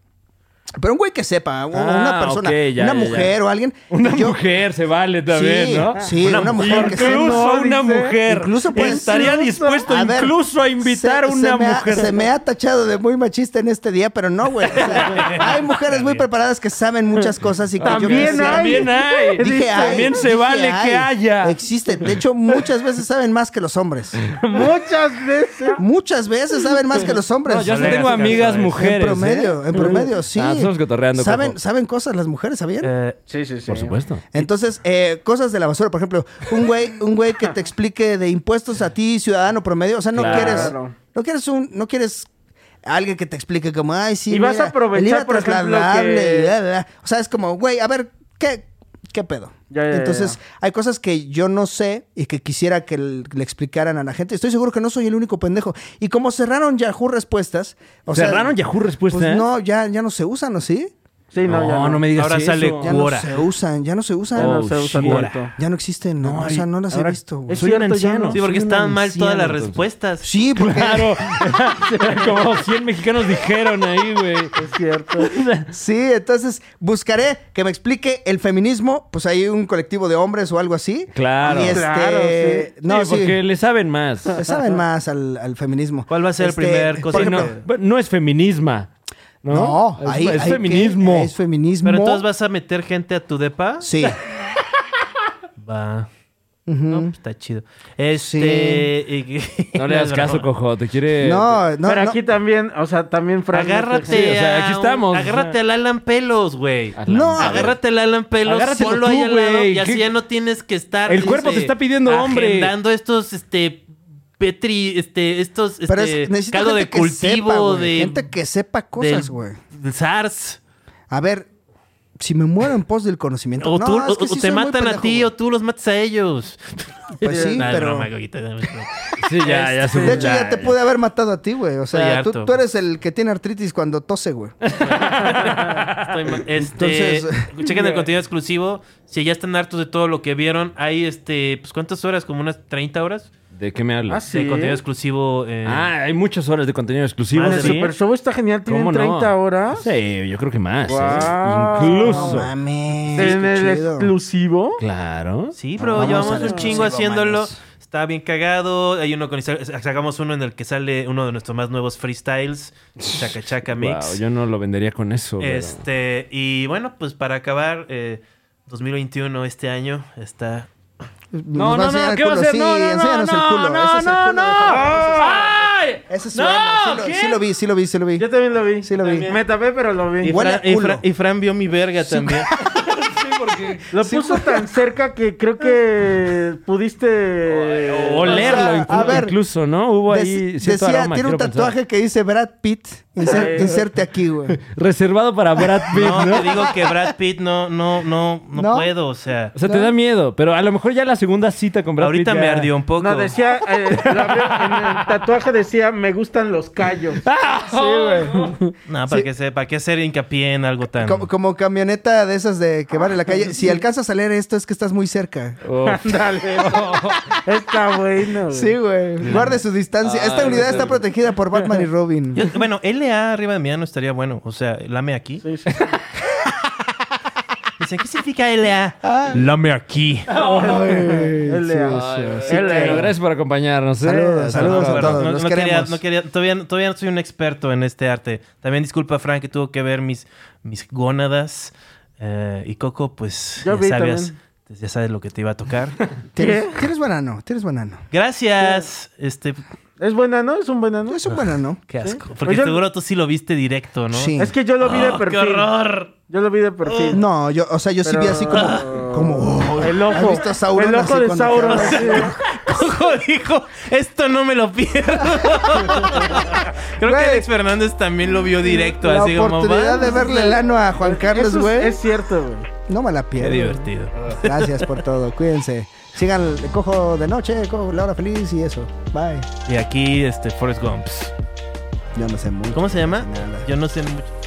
S5: Pero un güey que sepa, o una
S4: Mm. Ah,
S5: persona,
S4: ok, ya,
S5: una
S4: ya, ya.
S5: mujer o alguien.
S4: Una
S5: yo-
S4: mujer se vale también,
S5: sí,
S4: ¿no?
S5: sí, una, mujer que sepa.
S4: Incluso
S2: no,
S4: una
S2: dice.
S4: mujer.
S5: Incluso puede
S4: Estaría
S5: ser.
S4: dispuesto
S5: ver,
S4: incluso a invitar a
S5: se- se
S4: una
S5: me ha-
S4: mujer.
S5: se me ha tachado de muy machista en este día, pero no, güey. O
S4: [LAUGHS]
S5: sea, hay mujeres muy preparadas que saben muchas cosas y que yo
S2: También
S5: quisiera-
S2: hay.
S4: También hay.
S5: Dije,
S2: Dice,
S5: "Ay",
S4: También se
S5: dije,
S4: vale
S5: "Ay".
S4: que haya.
S5: Existen. De hecho, muchas veces saben más que los hombres.
S2: Muchas veces.
S5: Muchas veces saben más que los hombres.
S4: No, yo sí
S3: Alegas,
S4: tengo amigas
S3: alegas.
S4: mujeres.
S5: en promedio,
S4: ¿eh?
S5: en promedio, sí.
S4: Ah, estamos cotorreando.
S5: ¿Saben,
S4: Coco.
S5: saben cosas las mujeres, ¿sabían?
S3: Eh,
S2: Sí, sí, sí.
S4: Por supuesto.
S5: Entonces, eh, cosas de la basura, por ejemplo, un güey, un güey que te explique de impuestos a ti, ciudadano promedio, o sea, no
S4: Claro.
S5: quieres, no quieres un, no quieres alguien que te explique como, ay, sí,
S2: Y vas a aprovechar,
S5: el IVA
S2: por ejemplo,
S5: trasladable,
S2: que-
S5: y bla, bla, bla". o sea, es como, güey, a ver, ¿qué, qué pedo?
S2: Ya, ya, ya,
S5: Entonces,
S2: ya.
S5: hay cosas que yo no sé y que quisiera que l- le explicaran a la gente. Estoy seguro que no soy el único pendejo. Y como cerraron Yahoo Respuestas, o sea,
S4: ¿Cerraron Yahoo Respuesta? eh?
S5: Pues no, ya, ya no se usan, ¿o sí?
S2: Sí, no,
S4: No,
S2: ya
S4: no, me digas
S3: Ahora
S4: eso.
S3: sale
S5: Ya
S3: Quora.
S5: no se usan, ya no se usan.
S2: Ya no
S4: Oh,
S2: se usa
S4: shit.
S2: tanto.
S5: Ya no existen, no, o sea, no las he
S4: ahora-
S5: visto. güey.
S2: es
S4: Soy un
S2: cierto, ya
S4: anciano.
S2: no.
S3: sí, porque
S4: Soy un
S3: estaban mal todas
S4: anciano,
S3: las
S4: entonces.
S3: respuestas.
S5: Sí, porque
S4: Claro. [LAUGHS] Como 100 mexicanos dijeron ahí, güey.
S2: Es cierto.
S5: sí, entonces buscaré que me explique el feminismo, pues hay un colectivo de hombres o algo así.
S4: Claro.
S5: Y este,
S2: Claro, sí.
S5: no,
S4: sí, porque le saben más.
S5: le saben más al, al feminismo.
S3: ¿Cuál va a ser el
S5: Este,
S3: primer
S5: por
S3: cosa?
S4: Sí,
S5: ejemplo,
S4: no, pero no es feminisma. No,
S5: No,
S4: es,
S5: ahí-
S4: es
S5: ahí que-
S4: feminismo.
S5: Es feminismo.
S3: Pero entonces vas a meter gente a tu depa. [LAUGHS]
S5: Sí.
S3: Va. No, pues está chido. Este. y-
S4: No le
S3: [LAUGHS]
S4: hagas caso, cojo. Te quiere.
S5: No, no,
S2: Pero
S5: no.
S2: aquí también, o sea, también Fran.
S3: Agárrate.
S4: Sí, o sea, aquí
S3: a un-
S4: estamos.
S3: agárrate al Alan Pelos, güey.
S4: A la-
S5: No, a ver,
S3: Agárrate al Alan Pelos,
S4: Agárratelo
S3: ponlo ahí
S4: tú,
S3: al lado
S4: güey.
S3: y así
S4: ¿Qué-
S3: ya no tienes que estar.
S4: El cuerpo te está pidiendo hombre.
S3: Dando estos, este, petri, este, estos,
S5: pero
S3: este,
S5: es, necesito
S3: caldo
S5: gente
S3: de
S5: que
S3: cultivo
S5: sepa, güey,
S3: de
S5: gente que sepa cosas,
S3: del-
S5: güey.
S3: del SARS.
S5: A ver, si me muero en pos del
S3: [LAUGHS]
S5: conocimiento.
S3: O,
S5: No,
S3: tú,
S5: es que
S3: o- o
S5: sí
S3: te
S5: soy muy
S3: matan a
S5: pendejo,
S3: ti
S5: güey.
S3: o tú los matas a ellos.
S5: Pues
S3: [LAUGHS]
S5: sí,
S3: No, es
S5: pero- Este,
S3: broma, Coquito,
S5: [LAUGHS]
S3: no, es broma.
S4: Sí, ya, ya se
S5: De hecho, ya te pude haber matado a ti, güey. O sea,
S3: Estoy
S5: tú,
S3: harto.
S5: tú eres el que tiene artritis cuando tose, güey.
S3: Estoy mal. Este,
S5: Entonces-
S3: chequen el contenido exclusivo. Si ya están hartos de todo lo que vieron, hay este, pues cuántas horas, como unas 30 horas
S4: ¿De qué me
S2: Ah,
S4: hablas?
S2: sí.
S3: de contenido exclusivo. eh,
S4: Ah, hay muchas horas de contenido exclusivo.
S3: Madre
S2: El
S4: ¿sí?
S2: Super Show está genial. Tienen
S4: ¿Cómo no?
S2: 30 horas.
S4: Sí, yo creo que más. ¿eh?
S2: Guau.
S4: Incluso.
S5: No mames.
S2: En
S5: qué
S2: el
S5: chido.
S2: exclusivo.
S4: claro.
S3: Sí, pero
S5: Vamos
S3: llevamos
S5: al
S3: un
S5: exclusivo,
S3: chingo haciéndolo.
S5: manes.
S3: Está bien cagado. Hay uno con Isaac- sacamos uno en el que sale uno de nuestros más nuevos freestyles,
S4: [LAUGHS]
S3: Chaca Chaca Mix.
S4: Wow, yo no lo vendería con eso. pero-
S3: Este, y bueno, pues para acabar, eh, 2021, este año, está.
S4: No,
S5: Nos
S4: no,
S5: enseñar
S4: no,
S5: el
S4: ¿qué va a
S5: culo.
S4: hacer?
S5: Sí,
S4: No, no, no,
S5: enséñanos el
S4: no,
S5: culo. Ese
S4: no,
S5: es el
S4: no,
S5: culo de Juan.
S4: no.
S3: ¡Ay!
S5: Ese es su
S3: ¡No!
S5: ano. Sí lo-
S3: ¿Qué?
S5: Sí lo vi, sí lo vi, sí lo vi.
S2: Yo también lo vi.
S5: Sí lo vi.
S2: También. Me tapé, pero lo vi.
S3: Y,
S5: Huele
S3: Fran,
S5: a
S3: y
S5: culo.
S3: Fra- y Fran vio mi verga también.
S2: Lo puso tan cerca que creo que pudiste.
S4: Olerlo
S5: O sea,
S4: incluso,
S5: a ver,
S4: incluso, ¿no? Hubo ahí
S5: Dec-
S4: cierto
S5: decía,
S4: aroma,
S5: tiene un
S4: quiero pensar.
S5: tatuaje que dice Brad Pitt Inser- inserte
S4: [LAUGHS]
S5: aquí, güey.
S4: Reservado para Brad Pitt,
S3: No,
S4: ¿no?
S3: te digo que Brad Pitt no, no, no, no,
S5: ¿No?
S3: puedo, o sea.
S4: O sea, te da miedo, pero a lo mejor ya la segunda cita con Brad
S3: ahorita
S4: Pitt
S3: me
S4: ya-
S3: ardió un poco.
S2: No, decía, eh, la- en el tatuaje decía, me gustan los callos.
S3: No, para, que se, para qué hacer hincapié en algo tan.
S5: Como, como camioneta de esas de que van en la calle. Si alcanzas a leer esto, es que estás muy cerca.
S3: Oh.
S2: Ándale. Está bueno. güey.
S5: Sí, güey. Guarde su distancia.
S2: Ah,
S5: Esta unidad está protegida por Batman
S2: [LAUGHS]
S5: y Robin.
S3: Yo- bueno, LA arriba de Miano estaría bueno. O sea, lame aquí.
S2: Sí, sí.
S3: Dicen, ¿qué significa LA?
S5: Ah.
S7: Lame aquí.
S2: Él le-
S5: sí,
S4: Pero
S5: claro.
S4: gracias por acompañarnos. ¿eh?
S5: Saludos,
S4: Hasta
S5: saludos
S4: luego.
S5: a todos.
S3: No,
S5: Los
S3: no quería,
S5: queremos.
S3: no quería- todavía, todavía no soy un experto en este arte. También disculpa, Frank, que tuvo que ver mis, mis gónadas. Eh, y Coco, pues
S2: Yo
S3: ya
S2: vi
S3: sabes,
S2: también.
S3: ya sabes lo que te iba a tocar.
S5: ¿Tienes, tienes buen ano, tienes buen ano.
S3: Gracias. Este,
S2: ¿Es buena, no? ¿Es un buen ano?
S5: Es un buen ano.
S3: qué asco. Porque
S2: Oigan-
S3: seguro tú sí lo viste directo, ¿no?
S5: Pues Sí.
S2: Es que yo lo vi de
S3: Oh, ¡Qué
S2: perfil.
S3: [LAUGHS] horror!
S2: Yo lo vi de perfil.
S5: No, yo, o sea, yo sí vi así
S2: [LAUGHS]
S5: como, como oh,
S2: El
S5: ¿has
S2: ojo.
S5: visto a Sauron
S2: el ojo
S5: así
S2: de
S5: con-
S2: Sauron. así.
S3: Coco dijo, esto no me lo pierdo.
S5: [LAUGHS]
S3: Creo
S5: Güey.
S3: que Alex Fernández también lo vio directo,
S5: La
S3: así como
S5: oportunidad
S3: "Vamos".
S5: de verle el ano a Juan Carlos,
S2: Eso es-
S5: güey.
S2: Es cierto, güey.
S5: No me la
S3: Qué
S5: pierdo.
S3: divertido.
S5: Gracias por todo. Cuídense. Sigan el cojo de noche, cojo la hora feliz y eso. Bye.
S3: Y aquí, este, Forrest Gumps.
S5: Yo no sé mucho.
S3: ¿Cómo se llama?
S5: Nada.
S3: Yo no sé mucho.